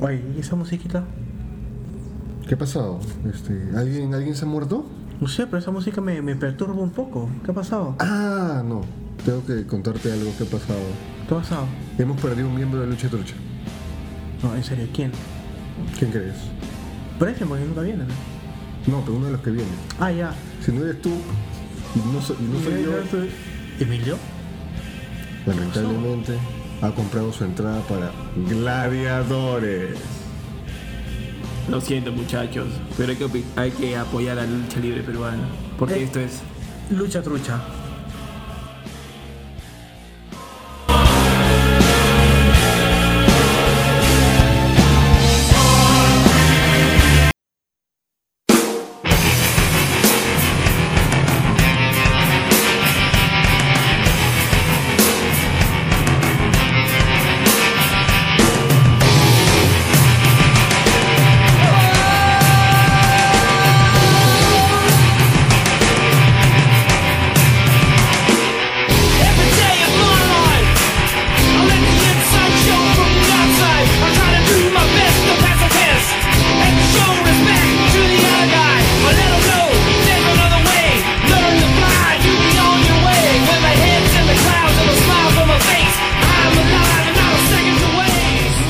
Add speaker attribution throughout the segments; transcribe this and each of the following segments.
Speaker 1: Oye, ¿y esa musiquita?
Speaker 2: ¿Qué ha pasado? Este, ¿alguien, ¿Alguien se ha muerto?
Speaker 1: No sé, pero esa música me, me perturba un poco. ¿Qué ha pasado?
Speaker 2: Ah, no. Tengo que contarte algo que ha pasado.
Speaker 1: ¿Qué ha pasado?
Speaker 2: Hemos perdido un miembro de Lucha Trucha.
Speaker 1: No, en serio, ¿quién?
Speaker 2: ¿Quién crees?
Speaker 1: Parece porque nunca viene. ¿no?
Speaker 2: No, pero uno de los que viene.
Speaker 1: Ah, ya.
Speaker 2: Si no eres tú, no soy, no soy yo.
Speaker 1: ¿Emilio?
Speaker 2: Lamentablemente ha comprado su entrada para Gladiadores.
Speaker 3: Lo siento muchachos, pero hay que, opi- hay que apoyar a la lucha libre peruana, porque
Speaker 1: Eh.
Speaker 3: esto es...
Speaker 1: Lucha trucha.
Speaker 4: Every day of my life, I let the inside show from the outside. I try to do my best to pass the test and show respect to the other guy. But let 'em know there's another way. Learn to fly, you be on your way. With my head's in the clouds and a smile on my face, I'm alive and not a second to waste.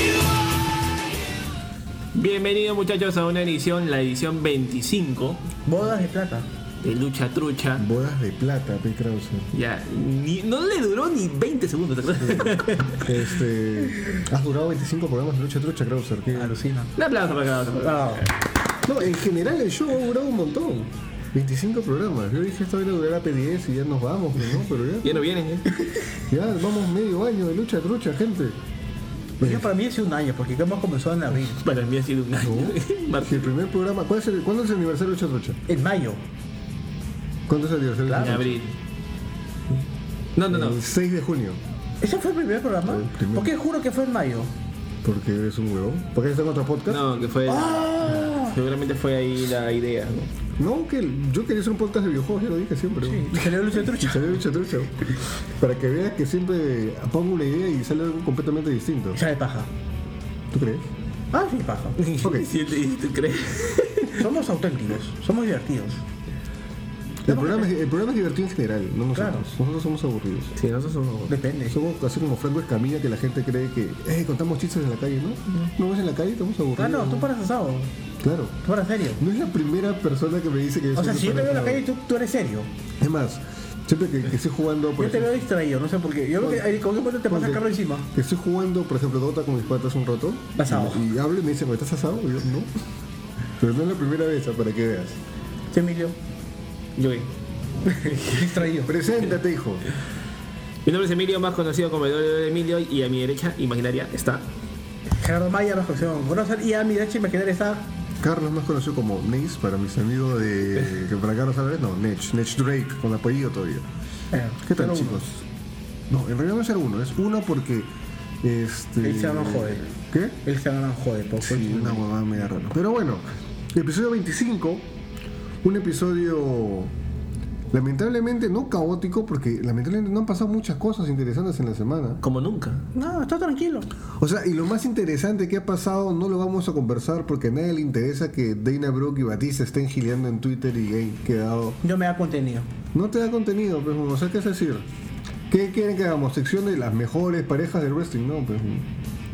Speaker 4: You are.
Speaker 3: Bienvenidos muchachos a una edición, la edición 25
Speaker 1: Bodas de plata.
Speaker 3: de Lucha Trucha.
Speaker 2: Bodas de plata, P. Krause.
Speaker 3: Ya, ni- no le duró ni 20 segundos. ¿te acuerdas?
Speaker 2: Este, has durado 25 programas de Lucha Trucha, Krauser. ¿qué?
Speaker 1: Alucina.
Speaker 3: Un aplauso para cada uno.
Speaker 1: Ah,
Speaker 2: No, en general el show ha durado un montón. 25 programas. Yo dije esto iba a durar a P10 y ya nos vamos, pero no, pero ya.
Speaker 3: Ya no vienen, ¿eh?
Speaker 2: Ya vamos medio año de Lucha Trucha, gente.
Speaker 1: yo para mí hace un año, porque hemos comenzado en abril.
Speaker 3: Para mí ha sido un año.
Speaker 2: Si el primer programa, ¿cuál es el- ¿cuándo es el aniversario de Lucha Trucha?
Speaker 1: En mayo.
Speaker 2: ¿Cuándo es el aniversario de
Speaker 3: En
Speaker 2: Lucha
Speaker 3: abril. No, no, no.
Speaker 2: Trucha? El 6 de junio.
Speaker 1: ¿Ese fue el primer programa?
Speaker 2: El primero.
Speaker 1: ¿Por qué juro que fue en mayo?
Speaker 2: Porque eres un huevón. ¿Por qué está en otro podcast?
Speaker 3: No, que fue. Seguramente fue ahí la idea, ¿no?
Speaker 2: No, que yo quería hacer un podcast de videojuegos, ya lo dije siempre.
Speaker 1: Y salió Lucha trucha.
Speaker 2: Salió Lucha Trucha. Para que veas que siempre pongo una idea y sale algo completamente distinto.
Speaker 1: Ya de paja.
Speaker 2: ¿Tú crees?
Speaker 1: Ah, sí, paja.
Speaker 2: Ok.
Speaker 3: Sí, ¿Tú tú crees?
Speaker 1: Somos auténticos, somos divertidos.
Speaker 2: El programa, es, el programa es divertido en general, no nosotros.
Speaker 1: Claro.
Speaker 2: Nosotros somos aburridos.
Speaker 3: Sí, nosotros somos.
Speaker 1: Depende.
Speaker 2: Somos así como Franco Escamilla que la gente cree que eh, contamos chistes en la calle, ¿no? No ves en la calle, estamos aburridos.
Speaker 1: Ah, no, tú paras asado.
Speaker 2: Claro.
Speaker 1: Tú paras serio.
Speaker 2: No es la primera persona que me dice que yo
Speaker 1: O sea,
Speaker 2: soy
Speaker 1: si yo te veo en la
Speaker 2: preparado.
Speaker 1: calle, tú, tú eres serio.
Speaker 2: Es más, siempre que, que estoy jugando, por
Speaker 1: Yo te
Speaker 2: ejemplo-
Speaker 1: veo distraído, no sé por qué. Yo creo que ahí con un momento te pasa el
Speaker 2: Ponte,
Speaker 1: carro encima.
Speaker 2: que Estoy jugando, por ejemplo, Dota con mis patas un rato.
Speaker 1: Asado.
Speaker 2: Y, y hablo y me dicen, ¿estás asado? Y yo, no. Pero no es la primera vez, ah, para que veas.
Speaker 1: Sí, Emilio.
Speaker 3: Yo, ¿eh?
Speaker 1: Distraído.
Speaker 2: Preséntate, hijo.
Speaker 3: Mi nombre es Emilio, más conocido como el de Emilio, y a mi derecha imaginaria está.
Speaker 1: Gerardo Maya, más conocido como Groser, y a mi derecha imaginaria está
Speaker 2: Carlos, más conocido como Neix, para mis amigos de... que para Carlos Álvarez, no, Nech. Nech Drake, con apellido todavía.
Speaker 1: Eh,
Speaker 2: ¿Qué tal,
Speaker 1: solo uno.
Speaker 2: chicos? No, en realidad no es ser uno, es uno porque... Este...
Speaker 1: Él se llama Joel.
Speaker 2: ¿Qué?
Speaker 1: Él se llama Joder, por favor.
Speaker 2: Sí, una huevada media rara. Pero bueno, episodio 25, un episodio lamentablemente no caótico, porque lamentablemente no han pasado muchas cosas interesantes en la semana.
Speaker 3: Como nunca.
Speaker 1: No, está tranquilo.
Speaker 2: O sea, y lo más interesante que ha pasado no lo vamos a conversar porque a nadie le interesa que Dana Brooke y Batista estén gileando en Twitter y hayan quedado.
Speaker 1: Yo me da contenido.
Speaker 2: No te da contenido, pues, o sea, ¿qué es decir? ¿Qué quieren que hagamos? ¿Sección de las mejores parejas del wrestling? No, pues.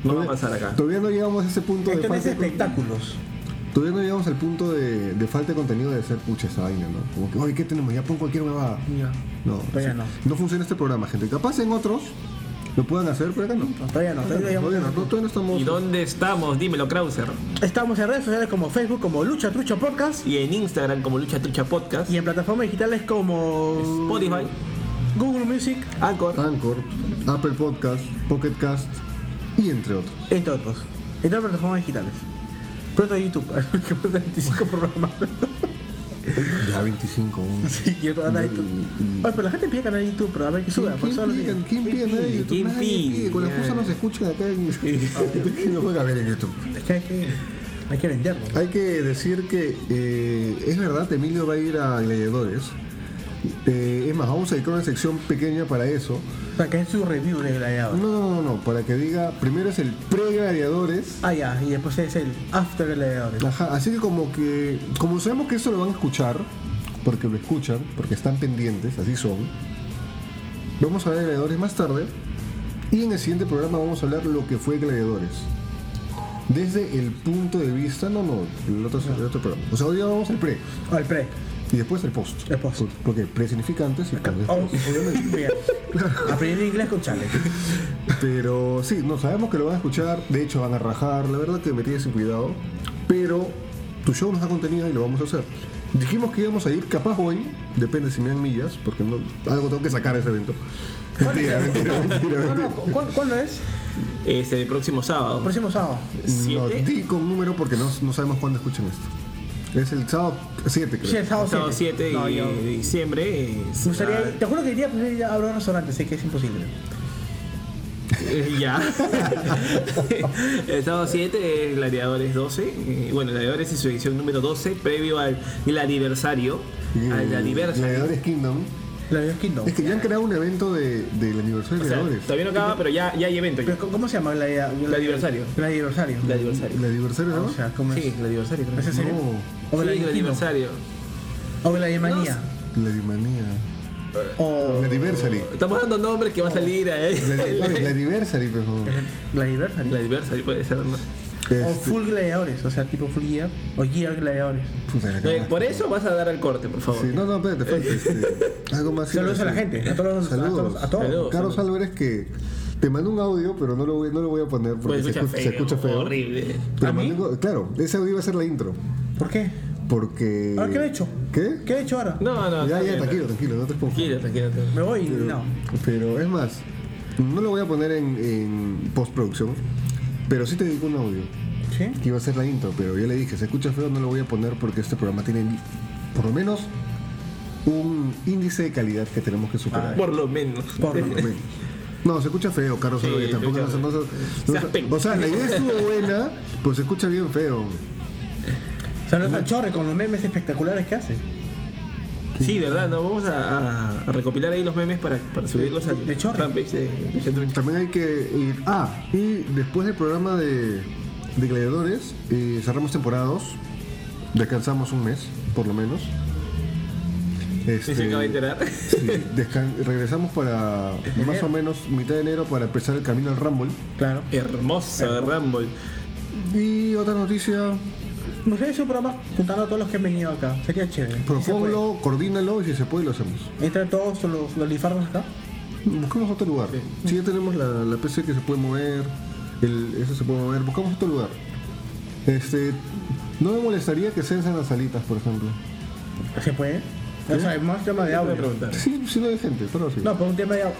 Speaker 3: No va a
Speaker 2: Todavía-
Speaker 3: pasar acá.
Speaker 2: Todavía no llegamos a ese punto de
Speaker 1: Esto no es
Speaker 2: falta de-
Speaker 1: espectáculos. este-
Speaker 2: Todavía no llegamos al punto de, de falta de contenido de hacer pucha esa vaina, ¿no? Como que, oye, ¿qué tenemos? Ya pon cualquier huevada.
Speaker 1: No,
Speaker 2: No,
Speaker 1: Todavía
Speaker 2: sí.
Speaker 1: no.
Speaker 2: No funciona este programa, gente. Capaz en otros lo puedan hacer, pero acá no.
Speaker 1: todavía no. Todavía no llegamos
Speaker 2: Todavía
Speaker 1: a
Speaker 2: no,
Speaker 1: ese punto.
Speaker 2: todavía no estamos.
Speaker 3: ¿Y dónde estamos? Dímelo, Krauser.
Speaker 1: Estamos en redes sociales como Facebook, como Lucha Trucha Podcast.
Speaker 3: Y en Instagram como Lucha Trucha Podcast.
Speaker 1: Y en plataformas digitales como
Speaker 3: Spotify.
Speaker 1: Google Music,
Speaker 3: Anchor.
Speaker 2: Anchor, Apple Podcast, Pocket Cast y entre otros.
Speaker 1: entre otros. En todas las plataformas digitales. Pronto a YouTube, que pasa 25 programas.
Speaker 2: Ya 25.
Speaker 1: Sí, y otro canal de YouTube. Oye, pero la gente pide canal de YouTube, pero a ver qué sube. por eso lo
Speaker 2: ¿Quién pide?
Speaker 1: digo.
Speaker 2: ¿Quién pide? Nadie de YouTube.
Speaker 3: ¿Quién
Speaker 2: Nadie
Speaker 3: pide?
Speaker 2: Con la excusa nos escuchan acá en. no pueden ver en YouTube.
Speaker 1: Es que hay que, hay que venderlo.
Speaker 2: Hay que decir que eh, es verdad, Emilio va a ir a Gladiadores, Eh, es más, vamos a dedicar una sección pequeña para eso.
Speaker 1: Para que es su review de
Speaker 2: No,
Speaker 1: gladiador.
Speaker 2: no, no, no, para que diga, primero es el pre-gladiadores.
Speaker 1: Ah, ya, y después es el after gladiadores.
Speaker 2: Ajá, así que como que, como sabemos que eso lo van a escuchar, porque lo escuchan, porque están pendientes, así son, vamos a ver Gladiadores más tarde y en el siguiente programa vamos a hablar lo que fue Gladiadores. Desde el punto de vista, no, no, el otro, el otro programa. O sea, hoy vamos al pre
Speaker 1: O el pre.
Speaker 2: y después al post.
Speaker 1: El post.
Speaker 2: Por- Porque el pre significa antes y post
Speaker 1: Oh,
Speaker 2: después.
Speaker 1: obviamente, mira. Aprender inglés con Chale.
Speaker 2: Pero sí, no sabemos que lo van a escuchar, de hecho van a rajar, la verdad que me tienes sin cuidado, pero tu show nos da contenido y lo vamos a hacer. Dijimos que íbamos a ir capaz hoy, depende si me dan millas, porque no, algo tengo que sacar de ese evento. Mentira, mentira, mentira,
Speaker 1: No, no,
Speaker 2: mentira.
Speaker 1: ¿cu- cu- ¿cuándo es?
Speaker 3: Este, el próximo sábado.
Speaker 1: Próximo sábado.
Speaker 2: No,
Speaker 3: ¿Siete?
Speaker 2: di con número porque no, no sabemos cuándo escuchan esto. Es el sábado 7,
Speaker 1: Sí,
Speaker 2: creo.
Speaker 1: el sábado
Speaker 3: Sábado 7
Speaker 1: siete.
Speaker 3: y-
Speaker 1: No, yo-
Speaker 3: de diciembre. eh,
Speaker 1: Me gustaría
Speaker 3: será-
Speaker 1: ir- te juro que iría primero ir a abrir un restaurante, sé que es imposible.
Speaker 3: Eh, ya. el sábado 7, el Gladiadores 12. eh, bueno, Gladiadores es su edición número 12, previo al, el aniversario.
Speaker 2: Y
Speaker 3: al Ah, aniversario.
Speaker 2: Gladiadores Kingdom.
Speaker 1: La de Kingdom.
Speaker 2: Es que ya han creado un evento de- del aniversario
Speaker 3: O
Speaker 2: de
Speaker 3: sea,
Speaker 2: Gladiadores.
Speaker 3: todavía no acaba, pero ya, ya hay evento. ya.
Speaker 1: Pero, ¿Cómo se llama? La,
Speaker 3: El aniversario.
Speaker 1: El aniversario.
Speaker 3: El aniversario.
Speaker 2: ¿El aniversario no?
Speaker 1: O sea, ¿cómo es?
Speaker 3: Sí, el aniversario. creo.
Speaker 1: ¿Es en serio?
Speaker 2: No.
Speaker 1: O
Speaker 3: Sí,
Speaker 1: la
Speaker 3: el aniversario.
Speaker 1: O la Yemanía.
Speaker 2: Gladimanía.
Speaker 1: O
Speaker 2: Gladiversary.
Speaker 3: Estamos dando nombres que va a salir a él.
Speaker 2: Gladi- Gladiversary, por favor.
Speaker 1: Gladiversary.
Speaker 3: Gladiversary puede ser, ¿no?
Speaker 1: O
Speaker 2: Este,
Speaker 1: full gladiadores, o sea, tipo full gear o gear gladiadores.
Speaker 2: puta, la
Speaker 3: Eh,
Speaker 2: cagaste.
Speaker 3: Por eso vas a dar al corte, por favor.
Speaker 2: Sí, no, no, espérate, espérate. este, algo más.
Speaker 1: Saludos a la gente, a todos, a
Speaker 2: Saludos.
Speaker 1: todos, a todos.
Speaker 3: Saludos.
Speaker 2: Carlos Álvarez que te mandó un audio, pero no lo voy, no lo voy a poner porque
Speaker 3: Pues
Speaker 2: se
Speaker 3: escucha
Speaker 2: escucha,
Speaker 3: feo,
Speaker 2: se escucha feo.
Speaker 3: horrible.
Speaker 2: Pero
Speaker 1: ¿A mí?
Speaker 2: mandó- claro, ese audio va a ser la intro.
Speaker 1: ¿Por qué?
Speaker 2: Porque.
Speaker 1: Ahora, ¿qué he hecho?
Speaker 2: ¿Qué?
Speaker 1: ¿Qué Ah, he hecho ahora?
Speaker 3: No, no.
Speaker 2: ya,
Speaker 3: está
Speaker 2: ya,
Speaker 3: bien,
Speaker 2: tranquilo, tranquilo, no te pongas.
Speaker 3: Tranquilo, tranquilo. tranquilo.
Speaker 1: Me voy, no.
Speaker 2: Pero es más, no lo voy a poner en, en postproducción, pero sí te dedico un audio.
Speaker 1: ¿Sí?
Speaker 2: que iba a ser la intro, pero yo le dije, se escucha feo, no lo voy a poner porque este programa tiene por lo menos un índice de calidad que tenemos que superar.
Speaker 3: Por lo menos.
Speaker 1: Por lo
Speaker 2: Por lo menos. No, se escucha feo, Carlos.
Speaker 3: Sí,
Speaker 2: Álvarez, tampoco
Speaker 3: se escucha
Speaker 2: no se- no se-
Speaker 3: Seas penca.
Speaker 2: o sea, la idea estuvo buena, pero se escucha bien feo.
Speaker 1: Saludos al Chorre con los memes espectaculares que hace.
Speaker 3: Sí, verdad, no, vamos a, a- a recopilar ahí los memes para, para subirlos al
Speaker 1: De chorro.
Speaker 3: fanpage de, de Centro Hincha.
Speaker 2: También hay que ir. Ah, y después del programa de, de Gladiadores, eh, cerramos temporadas. Descansamos un mes, por lo menos. Este,
Speaker 3: Sí, se acaba de enterar.
Speaker 2: Sí, descan- regresamos para más o menos mitad de enero para empezar el camino al Rumble.
Speaker 1: Claro.
Speaker 3: Hermosa Rumble.
Speaker 2: Y otra noticia,
Speaker 1: Me gustaría hacer un programa juntando a todos los que han venido acá. Sería chévere.
Speaker 2: propónlo, coordínalo y si se puede lo hacemos.
Speaker 1: Entre todos los, los lifardos acá.
Speaker 2: Buscamos otro lugar. Si ya tenemos la, la PC que se puede mover, el, eso se puede mover, buscamos otro lugar. Este, no me molestaría que sean las salitas, por ejemplo.
Speaker 1: ¿Se puede? O sea, es más tema de
Speaker 3: Voy a
Speaker 1: audio.
Speaker 3: preguntar.
Speaker 2: Sí, sí no hay gente, pero sí.
Speaker 1: No, por un tema de audio.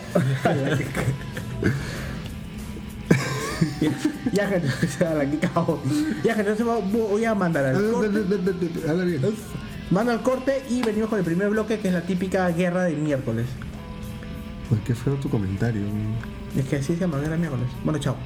Speaker 1: ya, gente, o sea, la que cago. Ya, gente, entonces va- voy a mandar
Speaker 2: Ah,
Speaker 1: al
Speaker 2: de-
Speaker 1: corte.
Speaker 2: de- de- de- de- Habla bien.
Speaker 1: Mando al corte y venimos con el primer bloque que es la típica guerra del miércoles.
Speaker 2: Uy, Pues, qué feo tu comentario.
Speaker 1: Es que así se llama guerra del miércoles. Bueno, chao.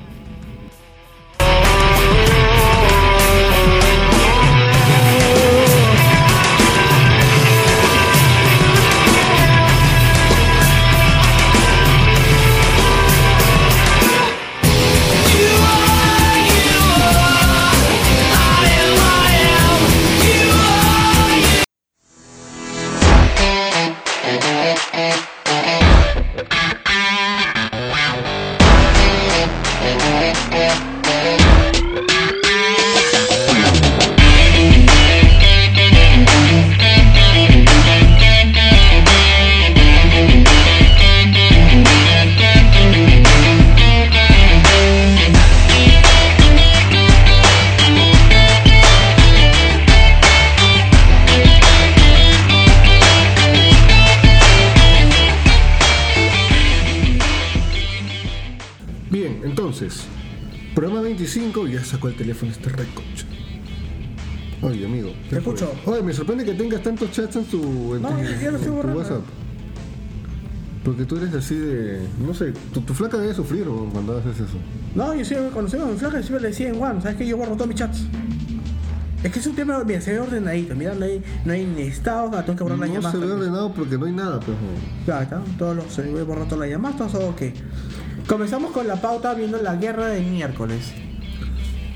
Speaker 2: Bien, entonces, programa 25, ya sacó el teléfono este recocho. Oye, amigo.
Speaker 1: Te escucho.
Speaker 2: Oye, me sorprende que tengas tantos chats en tu, en
Speaker 1: No,
Speaker 2: tu-
Speaker 1: yo ya lo estoy
Speaker 2: en tu
Speaker 1: borrando.
Speaker 2: WhatsApp. Porque tú eres así de. No sé, tu, tu flaca debe sufrir weón, cuando haces eso.
Speaker 1: No, yo siempre, cuando se me flaca, siempre le decía en Juan, ¿sabes que Yo borro todos mis chats. Es que es un tema, mira, se ve ordenadito. Mira, no hay, no hay ni estados, ah, tengo que borrar las
Speaker 2: No
Speaker 1: llamadas.
Speaker 2: se ve
Speaker 1: también.
Speaker 2: ordenado porque no hay nada, pues. huevón.
Speaker 1: Ya está, todos los, se ve borrar todas las llamadas, todos ok. Comenzamos con la pauta viendo la guerra del miércoles.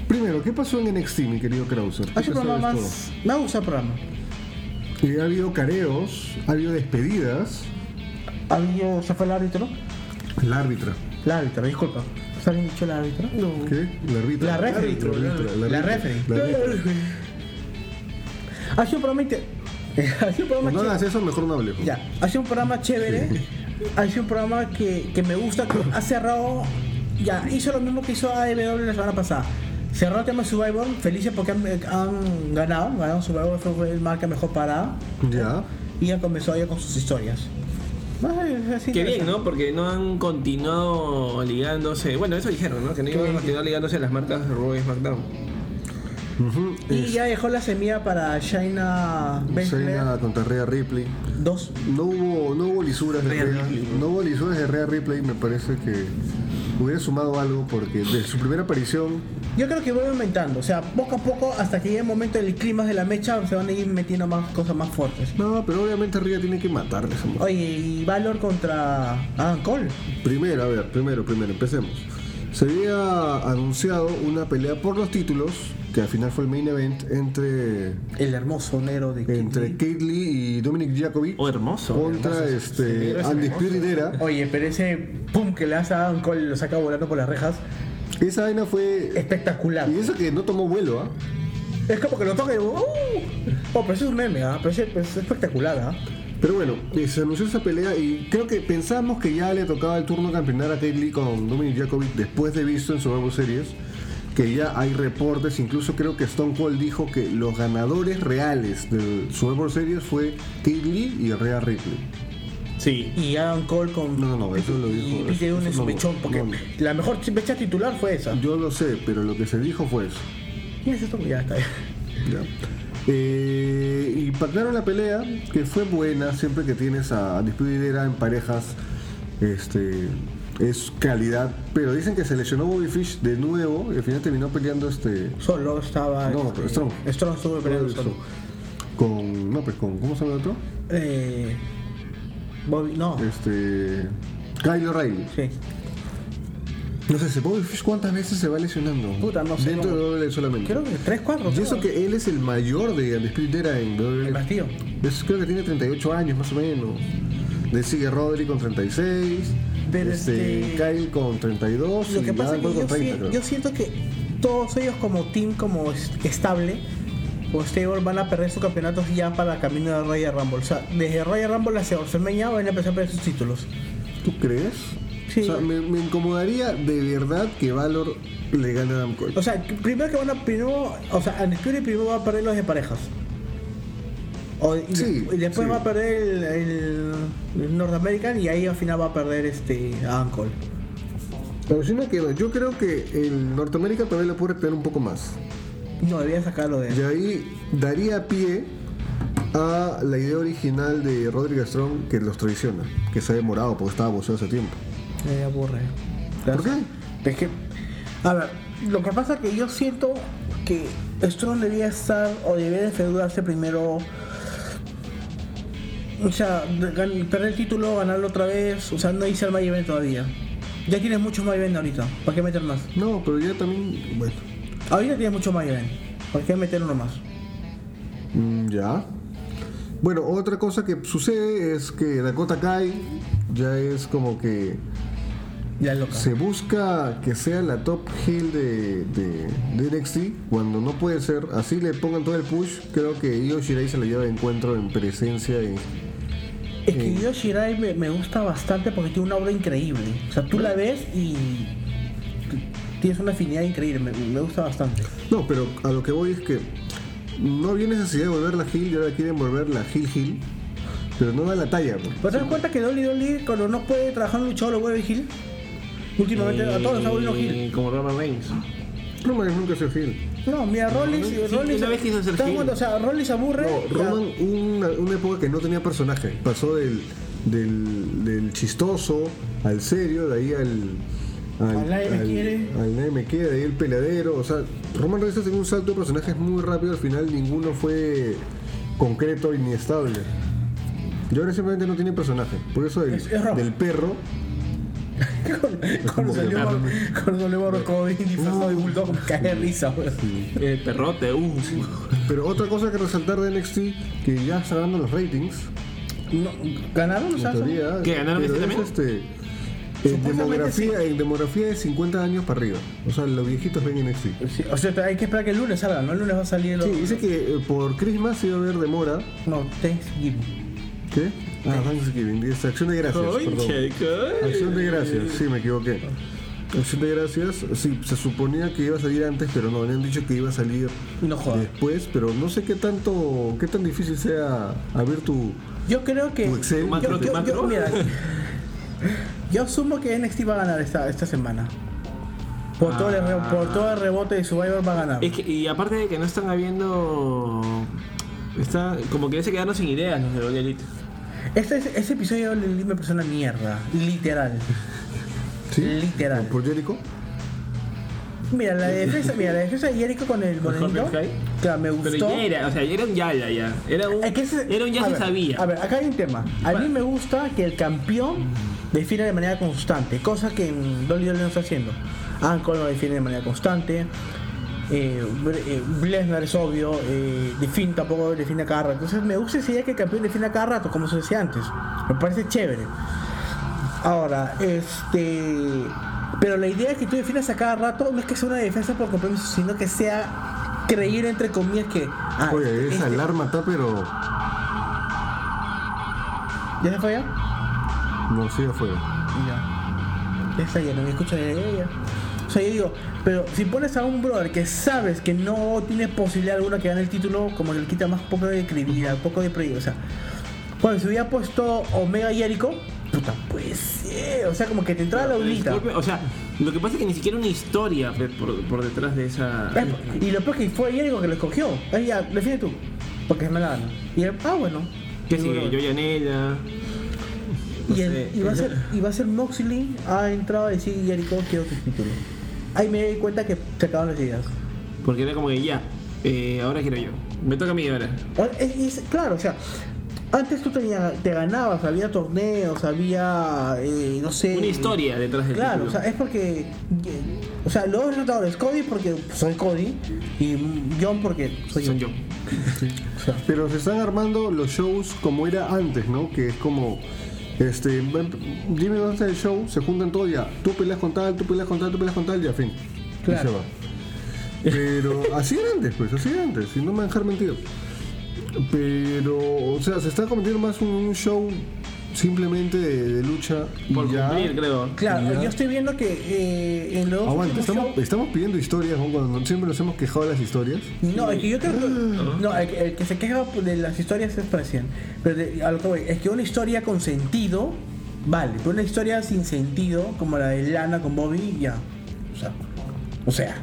Speaker 2: Primero, ¿qué pasó en NXT, mi querido Krauser? ¿Qué
Speaker 1: Es un
Speaker 2: pasó
Speaker 1: programa
Speaker 2: de
Speaker 1: más. Me gusta el programa.
Speaker 2: esto? Eh, ha habido careos, ha habido despedidas.
Speaker 1: Había, ¿Se fue el árbitro?
Speaker 2: El árbitra.
Speaker 1: La árbitra, disculpa. ¿Está bien dicho el árbitro? No.
Speaker 2: ¿Qué? La árbitra.
Speaker 1: La referee. La referee.
Speaker 2: La árbitra.
Speaker 1: Ha sido un programa. inte- Ha sido un programa
Speaker 2: Cuando hagas
Speaker 1: chévere.
Speaker 2: eso, mejor no hables. huevón.
Speaker 1: Ya, ha sido un programa chévere. Ha sido un programa que, que me gusta, que ha cerrado. Ya, hizo lo mismo que hizo AEW la semana pasada. Cerró el tema de Survivor, felices porque han, han ganado. Ganaron Survivor, fue, fue el marca mejor parada.
Speaker 2: Ya.
Speaker 1: Y ya comenzó ya con sus historias. Ah, es- es
Speaker 3: Qué bien,
Speaker 1: interesante.
Speaker 3: ¿no? Porque no han continuado ligándose. Bueno, eso dijeron, ¿no? Que no iban a continuar ligándose las marcas de Raw y SmackDown.
Speaker 2: Ujú.
Speaker 1: Y ya dejó la semilla para Shaina
Speaker 2: Shayna
Speaker 1: Baszler
Speaker 2: contra Rhea Ripley.
Speaker 1: 2.
Speaker 2: No hubo, no hubo lisuras de
Speaker 3: Rhea
Speaker 2: Rhea,
Speaker 3: Ripley.
Speaker 2: no hubo lisuras de Rhea Ripley, me parece que hubiera sumado algo porque de su primera aparición
Speaker 1: Yo creo que va aumentando, o sea, poco a poco, hasta que llegue el momento del clima de la mecha, se van a ir metiendo más cosas más fuertes.
Speaker 2: No, pero obviamente Rhea tiene que matarle esa mujer.
Speaker 1: Oye, y Valor contra Adam Cole.
Speaker 2: Primero, a ver, primero, primero, empecemos. Se había anunciado una pelea por los títulos, que al final fue el main event entre,
Speaker 1: El hermoso negro de Kid
Speaker 2: entre
Speaker 1: Lee.
Speaker 2: Kate Lee y Dominic Jacoby
Speaker 3: Oh, hermoso.
Speaker 2: contra este Andy Spiritera.
Speaker 1: Oye, pero ese pum que le hace a Adam Cole y lo saca volando por las rejas,
Speaker 2: Esa vaina fue.
Speaker 1: espectacular.
Speaker 2: Y eso que no tomó vuelo, ¿ah?
Speaker 1: Es como que lo toca y ¡uh! Oh, pero ese es un meme, ¿ah? Pero ese ese es espectacular, ¿ah?
Speaker 2: Pero bueno, eh, se anunció esa pelea y creo que pensamos que ya le tocaba el turno campeonar a Kate Lee con Dominic Jacoby después de visto en Survivor Series, que ya hay reportes, incluso creo que Stone Cold dijo que los ganadores reales de Survivor Series fue Kate Lee y Rhea Ripley.
Speaker 3: Sí.
Speaker 1: Y Adam Cole con.
Speaker 2: No, no, no, eso lo dijo-
Speaker 1: Y Peter
Speaker 2: eso-
Speaker 1: Dunne en
Speaker 2: eso
Speaker 1: su
Speaker 2: no,
Speaker 1: mechón, porque
Speaker 2: no.
Speaker 1: la mejor mecha titular fue esa.
Speaker 2: Yo lo sé, pero lo que se dijo fue eso.
Speaker 1: ¿Quién es esto? Ya está.
Speaker 2: ¿ya? Eh, y pactaron la pelea, que fue buena, siempre que tienes a Undisputed Era en parejas, este, es calidad, pero dicen que se lesionó Bobby Fish de nuevo, y al final terminó peleando este
Speaker 1: Solo estaba.
Speaker 2: No,
Speaker 1: este,
Speaker 2: pero Strong.
Speaker 1: Strong estuvo peleando solo.
Speaker 2: con, no, pues con, ¿cómo se llama el otro?
Speaker 1: Eh. Bobby, no.
Speaker 2: Este, Kyle O'Reilly.
Speaker 1: Sí.
Speaker 2: No sé, Bobby Fish cuántas veces se va lesionando.
Speaker 1: Puta, no sé,
Speaker 2: Dentro
Speaker 1: no.
Speaker 2: de WWE solamente.
Speaker 1: Creo que 3, 4.
Speaker 2: y eso que él es el mayor de Undisputed Era en WWE.
Speaker 1: El Castillo.
Speaker 2: Es- creo que tiene 38 años más o menos. Le sigue Rodri con 36.
Speaker 1: Pero
Speaker 2: este,
Speaker 1: este-
Speaker 2: Kyle con 32.
Speaker 1: Lo
Speaker 2: y
Speaker 1: que pasa es
Speaker 2: Adam
Speaker 1: que
Speaker 2: Cole
Speaker 1: yo,
Speaker 2: con 30,
Speaker 1: si-
Speaker 2: creo.
Speaker 1: yo siento que todos ellos como team, como es- estable, o stable, van a perder sus campeonatos ya para camino de Royal Rumble. O sea, desde Royal Rumble hacia Orsemeña van a empezar a perder sus títulos.
Speaker 2: ¿Tú crees?
Speaker 1: Sí.
Speaker 2: O sea, me, me incomodaría de verdad que Valor le gane a Adam Cole.
Speaker 1: O sea, primero que van a primero, o sea, Undisputed primero va a perder los de parejas. O- y,
Speaker 2: Sí,
Speaker 1: y después
Speaker 2: sí.
Speaker 1: va a perder el, el, el North American y ahí al final va a perder este a Adam Cole.
Speaker 2: Pero si no queda, yo creo que el Norteamérica todavía lo puede retener un poco más.
Speaker 1: No, debía sacarlo de
Speaker 2: Y ahí daría pie a la idea original de Rodri Strong que los traiciona, que se ha demorado porque estaba boceado hace tiempo.
Speaker 1: Me aburre.
Speaker 2: ¿Por qué?
Speaker 1: Es que, a ver, lo que pasa es que yo siento que Strong debía estar o debía defeudarse primero. O sea, de- gan- perder el título, ganarlo otra vez. O sea, no hice el main event todavía. Ya tienes muchos main event ahorita. ¿Para qué meter más?
Speaker 2: No, pero ya también, bueno,
Speaker 1: Ahorita tienes muchos main event. ¿Para qué meter uno más?
Speaker 2: Mm, Ya. Bueno, otra cosa que sucede es que Dakota Kai ya es como que
Speaker 1: Ya es loca.
Speaker 2: se busca que sea la top heel de, de, de NXT cuando no puede ser. Así le pongan todo el push. Creo que Io Shirai se la lleva de encuentro en presencia. y-
Speaker 1: Es que
Speaker 2: Sí.
Speaker 1: yo Shirai me, me gusta bastante porque tiene una obra increíble. O sea, tú la ves y t- tienes una afinidad increíble. Me, me gusta bastante.
Speaker 2: No, pero a lo que voy es que no había necesidad de volver la heel y ahora quieren volver la heel heel. Pero no da la talla. pues.
Speaker 1: ¿Pero te das cuenta que Dolly Dolly cuando no puede trabajar un luchador lo vuelve Gil? Últimamente a todos los está volviendo Gil.
Speaker 3: Eh, Como Roman Reigns.
Speaker 2: Roman nunca ha sido heel.
Speaker 1: No, mira, Rollins.
Speaker 3: sí,
Speaker 1: Rollins
Speaker 3: una vez quiso ser
Speaker 1: ¿te das
Speaker 3: heel.
Speaker 1: cuenta? O sea, Rollins aburre.
Speaker 2: No, Roman, una, una época que no tenía personaje. Pasó del, del, del chistoso al serio, de ahí al, Al,
Speaker 1: Nadie me
Speaker 2: al-
Speaker 1: quiere.
Speaker 2: al nadie me quiere, de ahí el peladero. O sea, Roman Reigns hace un salto de personajes muy rápido. Al final ninguno fue concreto y ni estable. Y ahora simplemente no tiene personaje. Por eso del,
Speaker 1: Es- es Roman.
Speaker 2: del perro.
Speaker 1: Cuando
Speaker 2: como
Speaker 1: salió
Speaker 2: que-
Speaker 1: Mar- cuando salió Barrocoin disfrazado de Bulldog, me cagué de risa, weón.
Speaker 3: El perrote, uh.
Speaker 2: Pero otra cosa que resaltar de NXT, que ya está dando los ratings.
Speaker 1: No, ¿Ganaron los
Speaker 2: En
Speaker 1: Asa?
Speaker 2: teoría,
Speaker 3: ¿Qué, ganaron
Speaker 2: pero
Speaker 3: este también?
Speaker 2: es, este, en
Speaker 1: Supuestamente
Speaker 2: demografía, en demografía de 50 años para arriba. O sea, los viejitos ven NXT.
Speaker 1: Sí, o sea, hay que esperar que el lunes salga, ¿no? El lunes va a salir el
Speaker 2: Sí, dice que eh, por Christmas iba a haber demora.
Speaker 1: No, Thanksgiving.
Speaker 2: ¿Qué? Ah, Thanksgiving. dice, acción de gracias.
Speaker 3: Ay,
Speaker 2: perdón.
Speaker 3: chico.
Speaker 2: Acción de gracias, sí, me equivoqué. Acción de gracias, sí, se suponía que iba a salir antes, pero no, le han dicho que iba a salir
Speaker 1: No
Speaker 2: Ah.
Speaker 1: jodas.
Speaker 2: después, pero no sé qué tanto, qué tan difícil sea abrir tu...
Speaker 1: Yo creo que.
Speaker 2: Tu Excel,
Speaker 1: yo-
Speaker 3: macro,
Speaker 1: yo-
Speaker 3: tu
Speaker 1: yo-
Speaker 3: macro.
Speaker 1: mira, yo asumo que NXT va a ganar esta, esta semana. Por, todo el,
Speaker 3: Ah.
Speaker 1: re- por todo el rebote de Survivor va a ganar.
Speaker 3: Es que, y aparte de que no están habiendo. Está, como que ya se quedaron sin ideas los de All Elite.
Speaker 1: Este, este episodio le- me pareció una mierda. Literal.
Speaker 2: ¿Sí?
Speaker 1: Literal.
Speaker 2: ¿Por Jericho?
Speaker 1: Mira, la defensa, mira, la defensa de Jericho con el
Speaker 3: ¿Con
Speaker 1: bonito.
Speaker 3: Jorge Sky?
Speaker 1: Claro, me
Speaker 3: Pero
Speaker 1: gustó.
Speaker 3: ya era, o sea, ya era un ya, ya, ya. Era un,
Speaker 1: Es que ese-
Speaker 3: era un ya
Speaker 1: a
Speaker 3: se
Speaker 1: ver,
Speaker 3: sabía.
Speaker 1: A ver, acá hay un tema. A mí me gusta que el campeón defina de manera constante, cosa que en Dolly Dolly no está haciendo. Ancon lo define de manera constante. Eh, Bre- eh, Lesnar es obvio, eh, Defin tampoco define a cada rato. Entonces me gusta esa idea que el campeón define a cada rato, como se decía antes. Me parece chévere. Ahora, este. Pero la idea es que tú definas a cada rato no es que sea una defensa por compromiso, sino que sea creíble, entre comillas, que. ah,
Speaker 2: Oye, esa
Speaker 1: este-
Speaker 2: alarma está, pero
Speaker 1: ¿Ya se fue ya?
Speaker 2: no sigue afuera.
Speaker 1: Ya. Ya está, ya no me escucha de ella. O sea, yo digo, pero si pones a un brother que sabes que no tiene posibilidad alguna que gane el título, como le quita más poco de credibilidad, poco de proyecto. O sea, cuando se hubiera puesto Omega y Jericho, puta, pues sí. O sea, como que te entraba la unita.
Speaker 3: Disculpe, o sea, lo que pasa es que ni siquiera una historia pe- por, por detrás de esa.
Speaker 1: Eh, Y lo peor que fue Jericho que lo escogió. Ay, ya, define tú. Porque me la gana. Y él, ah, bueno.
Speaker 3: Que
Speaker 1: Y
Speaker 3: si
Speaker 1: bueno,
Speaker 3: yo y Anela.
Speaker 1: Y, el- y va a ser, y va a ser Moxley ha entrado a decir Jericho quiero tu título. Ahí me di cuenta que se acaban las ideas.
Speaker 3: Porque era como que ya, eh, ahora quiero yo. Me toca a mí ahora.
Speaker 1: Ahora, es- es- claro, o sea, antes tú tenías, te ganabas, había torneos, había, eh, no sé...
Speaker 3: Una historia detrás del
Speaker 1: Claro, o
Speaker 3: título.
Speaker 1: sea, es porque... eh, O sea, los dos retadores, Cody porque soy Cody y John porque soy
Speaker 3: Son
Speaker 1: yo.
Speaker 3: yo.
Speaker 2: Pero se están armando los shows como era antes, ¿no? Que es como, este, em- Jimmy va a hacer el show, se juntan todos ya, tú peleas con tal, tú peleas con tal, tú peleas con tal, ya, fin.
Speaker 1: Claro.
Speaker 2: Y se va. Pero así era antes, pues, así era antes, sin no me dejar mentir. Pero, o sea, se está convirtiendo más en un show simplemente de, de lucha. y
Speaker 3: Por
Speaker 2: ya.
Speaker 3: cumplir, creo.
Speaker 1: Claro,
Speaker 2: Ya.
Speaker 1: yo estoy viendo que eh, en los...
Speaker 2: Aguante,
Speaker 1: últimos
Speaker 2: estamos,
Speaker 1: shows-
Speaker 2: estamos pidiendo historias, ¿no? cuando siempre nos hemos quejado de las historias.
Speaker 1: No, es que yo creo que. No, el, el que se queja de las historias es Presian. Pero de- a lo que voy, es que una historia con sentido, vale. Pero una historia sin sentido, como la de Lana con Bobby, ya. O sea. O sea.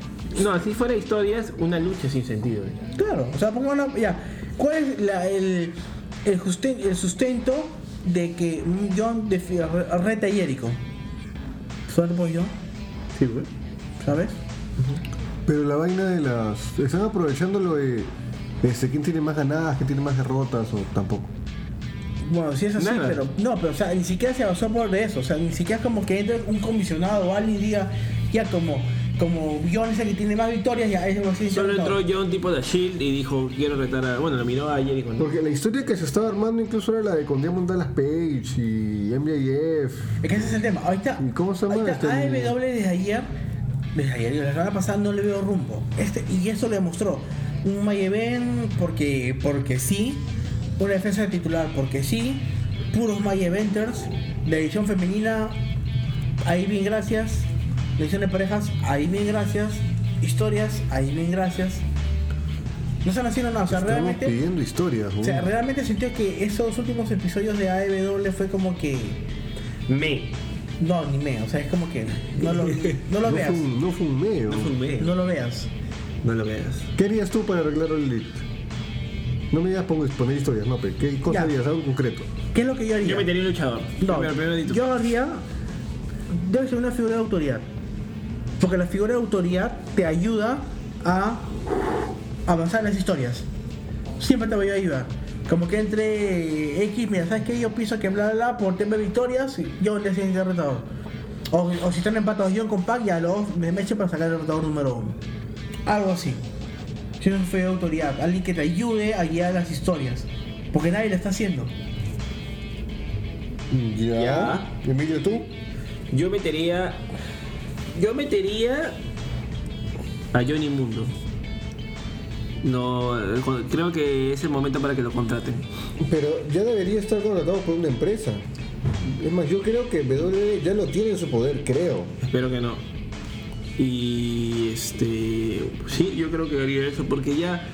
Speaker 3: No, si fuera historias, una lucha sin sentido.
Speaker 1: Claro. O sea, pongan Ya. ¿Cuál es la- el, el, justen- el sustento de que John defi- re- reta a Jericho? Solo por John,
Speaker 3: Sí, güey.
Speaker 1: ¿sabes?
Speaker 2: Pero la vaina de las. Están aprovechando lo de. Este, ¿Quién tiene más ganadas? ¿Quién tiene más derrotas? O tampoco.
Speaker 1: Bueno, sí es así,
Speaker 3: Nada.
Speaker 1: pero no, pero o sea, ni siquiera se basó por eso, o sea, ni siquiera es como que entre un comisionado o alguien y diga, ya como como John es el que tiene más victorias, ya es así.
Speaker 3: Solo
Speaker 1: no.
Speaker 3: entró John tipo de Shield y dijo, quiero retar a. Bueno, lo miró a Jericho. ¿no?
Speaker 2: Porque la historia que se estaba armando incluso era la de con Diamond Dallas Page y MJF.
Speaker 1: Es que ese es el tema. Ahorita,
Speaker 2: ¿Y cómo se llama
Speaker 1: ahorita
Speaker 2: este?
Speaker 1: AEW desde ayer, desde ayer, digo, la semana pasada no le veo rumbo. Este, y eso le mostró un Mayeven porque, porque sí, una defensa de titular porque sí, puros Mayeventers, la edición femenina, ahí bien gracias, la edición de parejas, ahí bien gracias, historias, ahí bien gracias. No están haciendo nada, o sea,
Speaker 2: Estamos
Speaker 1: realmente...
Speaker 2: pidiendo historias.
Speaker 1: O sea,
Speaker 2: ¿no?
Speaker 1: realmente sentí que esos últimos episodios de AEW fue como que...
Speaker 3: Me.
Speaker 1: No, ni me, o sea, es como que no lo, no lo
Speaker 2: no,
Speaker 1: veas.
Speaker 2: fue un, no fue un meo.
Speaker 3: No fue un me.
Speaker 1: No lo veas.
Speaker 3: No lo veas.
Speaker 2: ¿Qué harías tú para arreglar el lead? No me digas pongo- poner historias, no, pe. ¿Qué cosa
Speaker 1: Ya.
Speaker 2: harías? Algo concreto.
Speaker 1: ¿Qué es lo que yo haría?
Speaker 3: Yo metería un luchador.
Speaker 1: No,
Speaker 3: Primero, primero di tú.
Speaker 1: yo haría. Debe ser una figura de autoridad. Porque la figura de autoridad te ayuda a avanzar en las historias. Siempre te voy a ayudar. Como que entre eh, X, mira, ¿sabes qué? Yo pienso que bla, bla, bla, por tema de victorias, yo le siento el retador. O, o si están empatados yo con Pac, ya los me echo para sacar el retador número uno. Algo así. Si es un feo de autoridad, alguien que te ayude a guiar las historias. Porque nadie lo está haciendo.
Speaker 2: Ya.
Speaker 3: Ya.
Speaker 2: Emilio, tú.
Speaker 3: Yo metería. Yo metería. A Johnny Mundo. No, eh, cu- creo que es el momento para que lo contraten.
Speaker 5: Pero ya debería estar contratado por una empresa. Es más, yo creo que WWE ya lo tiene en su poder, creo.
Speaker 3: Espero que no. Y este. Sí, yo creo que haría eso porque ya.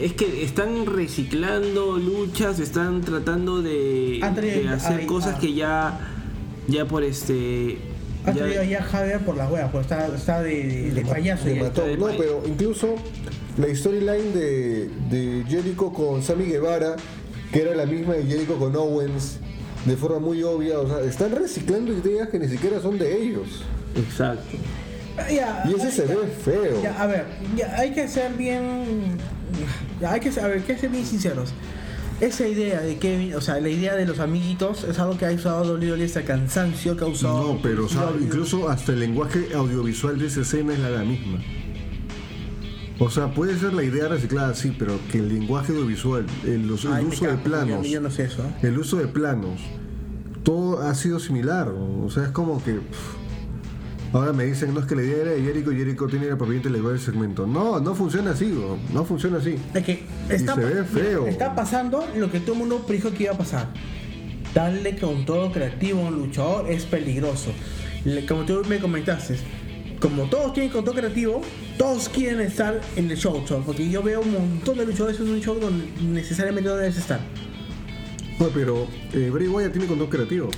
Speaker 3: Es que están reciclando luchas, están tratando de,
Speaker 1: Han traído-
Speaker 3: de hacer
Speaker 1: ay,
Speaker 3: cosas
Speaker 1: ah.
Speaker 3: que ya. Ya por este.
Speaker 1: Ha
Speaker 3: ya-
Speaker 1: traído ya Javier por las huevas, pues está, está de, de- de payaso.
Speaker 5: Me
Speaker 1: ya.
Speaker 5: mató.
Speaker 3: de
Speaker 5: No,
Speaker 3: Mike.
Speaker 5: pero incluso la storyline de, de Jericho con Sammy Guevara, que era la misma de Jericho con Owens, de forma muy obvia, o sea, están reciclando ideas que ni siquiera son de ellos.
Speaker 3: Exacto.
Speaker 1: Ya,
Speaker 5: Y ese se ve feo.
Speaker 1: Ya, ah, a ver, ya, hay que ser bien. ya, hay que ser, a ver, hay que ser bien sinceros. Esa idea de Kevin, o sea, la idea de los amiguitos es algo que ha usado WWE hasta el cansancio, que ha usado.
Speaker 2: No, pero o sea,
Speaker 1: WWE.
Speaker 2: incluso hasta el lenguaje audiovisual de esa escena es la, la misma. O sea, puede ser la idea reciclada, sí, pero que el lenguaje audiovisual, el, los- el
Speaker 1: Ay, me
Speaker 2: uso de
Speaker 1: cago, ya,
Speaker 2: planos,
Speaker 1: Yo no sé eso. ¿eh?
Speaker 2: el uso de planos, todo ha sido similar. O sea, es como que. pff. Ahora me dicen, no es que la idea era de Jericho, Jericho tiene la propiedad intelectual del segmento. No, no funciona así, bro, no funciona así.
Speaker 1: Es que está,
Speaker 2: se ve feo.
Speaker 1: está pasando lo que todo el mundo predijo que iba a pasar. Darle con todo creativo a un luchador es peligroso. Le- Como tú me comentaste, como todos tienen control creativo, todos quieren estar en el show. show, porque yo veo un montón de luchadores en un show donde necesariamente no debes estar.
Speaker 2: No, pero eh, Bray Wyatt tiene control creativo.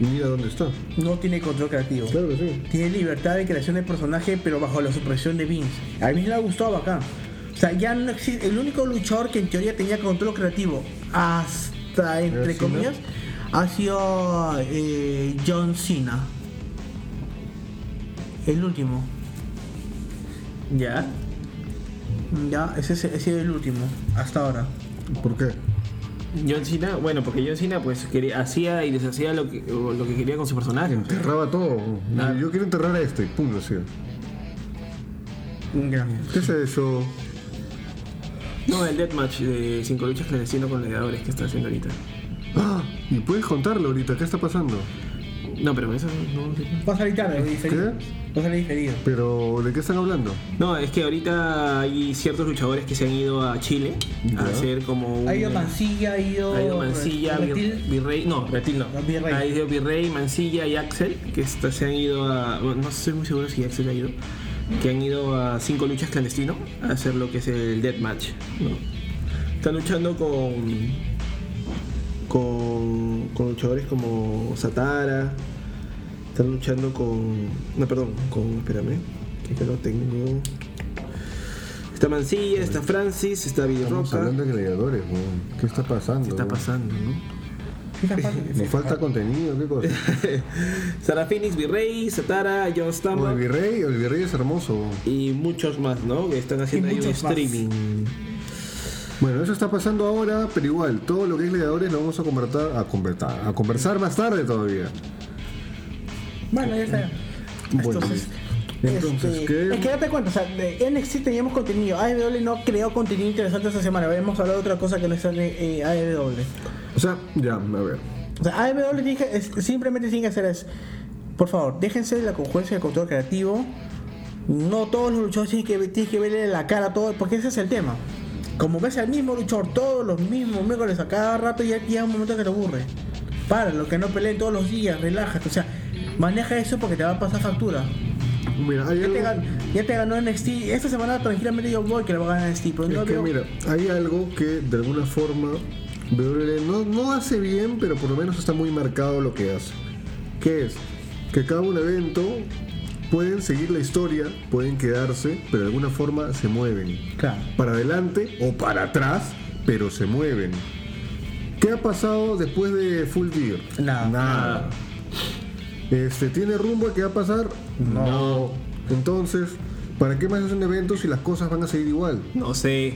Speaker 2: Y mira dónde está.
Speaker 1: No tiene control creativo.
Speaker 2: Pues Claro que sí.
Speaker 1: Tiene libertad de creación de personaje, pero bajo la supresión de Vince. A mí me ha gustado acá. O sea, ya no existe. El único luchador que en teoría tenía control creativo, hasta entre
Speaker 2: Cena?
Speaker 1: comillas, ha sido eh, John Cena. El último.
Speaker 3: Ya.
Speaker 1: Ya, ese es- ese es el último, hasta ahora.
Speaker 2: ¿Por qué?
Speaker 3: John Cena, bueno, porque John Cena pues quería, hacía y deshacía lo que, o lo que quería con su personaje. o sea.
Speaker 2: Enterraba todo.
Speaker 3: Claro.
Speaker 2: Yo quiero enterrar a este. Pum, lo hacía.
Speaker 1: Ya.
Speaker 2: ¿Qué es eso?
Speaker 3: No, el deathmatch de cinco luchas que le hicieron con gladiadores que está haciendo ahorita.
Speaker 2: ¡Ah! Y puedes contarlo ahorita, ¿qué está pasando?
Speaker 3: No, pero eso no.
Speaker 1: Va a salir tarde, diferido. Va a salir diferido.
Speaker 2: Pero, ¿de qué están hablando?
Speaker 3: No, es que ahorita hay ciertos luchadores que se han ido a Chile a hacer como un.
Speaker 1: Ha ido Mancilla, ha ido.
Speaker 3: Ha ido Mancilla, Vir-
Speaker 1: Reptil.
Speaker 3: Virrey, no, Reptil no.
Speaker 1: No, Virrey.
Speaker 3: Ha ido Virrey, Mancilla y Axel, que esta- se han ido a. Bueno, no estoy muy seguro si Axel ha ido. Que han ido a cinco luchas clandestino a hacer lo que es el Deathmatch. ¿no? Están luchando con. con. con luchadores como Satara. Están luchando con. No, perdón, con. espérame. Que acá lo tengo. Está Mancilla, está Francis, está
Speaker 2: Estamos
Speaker 3: Villarroca.
Speaker 2: hablando de gladiadores, weón. ¿qué está pasando?
Speaker 3: ¿Qué está
Speaker 2: weón?
Speaker 3: pasando, no?
Speaker 1: Sí, está fácil.
Speaker 2: Nos falta contenido, ¿qué cosa?
Speaker 3: Sara Phoenix, Virrey, Satara, John
Speaker 2: O el
Speaker 3: Stamba
Speaker 2: virrey, el virrey es hermoso. weón.
Speaker 3: y muchos más, ¿no? Que están haciendo
Speaker 1: Y
Speaker 3: ahí un
Speaker 1: muchos más.
Speaker 3: streaming.
Speaker 2: Bueno, eso está pasando ahora, pero igual, todo lo que es gladiadores lo vamos a conversar, a conversar, a conversar más tarde todavía.
Speaker 1: Bueno, ya está.
Speaker 2: Bueno,
Speaker 1: Entonces,
Speaker 2: entonces,
Speaker 1: este,
Speaker 2: ¿qué?
Speaker 1: es que date cuenta, o sea, de NXT teníamos contenido, AEW no creó contenido interesante esta semana, habíamos hablado de otra cosa que no está en eh, AEW.
Speaker 2: O sea, ya, a ver.
Speaker 1: O sea, AEW tiene que- es- simplemente tiene que hacer es, por favor, déjense de la conjuencia de control creativo, no todos los luchadores tienen que, ve- tienen que verle la cara a todos, porque ese es el tema. Como ves al mismo luchador todos los mismos miércoles a cada rato, ya llega un momento que te aburre. Para, lo que no peleen todos los días, relájate, o sea, maneja eso porque te va a pasar factura.
Speaker 2: Mira, hay
Speaker 1: Ya te,
Speaker 2: algo,
Speaker 1: ganó, ya te ganó NXT. Esta semana tranquilamente yo voy que lo va a ganar NXT. Pero no
Speaker 2: es que,
Speaker 1: veo-
Speaker 2: mira, hay algo que de alguna forma WWE no, no hace bien, pero por lo menos está muy marcado lo que hace. ¿Qué es? Que acaba un evento, pueden seguir la historia, pueden quedarse, pero de alguna forma se mueven.
Speaker 1: Claro.
Speaker 2: para adelante o para atrás, pero se mueven. ¿Qué ha pasado después de Full Gear?
Speaker 1: Nada.
Speaker 2: Este, ¿Tiene rumbo a qué va a pasar? No. Entonces, ¿para qué más es un evento si las cosas van a seguir igual?
Speaker 3: No sé.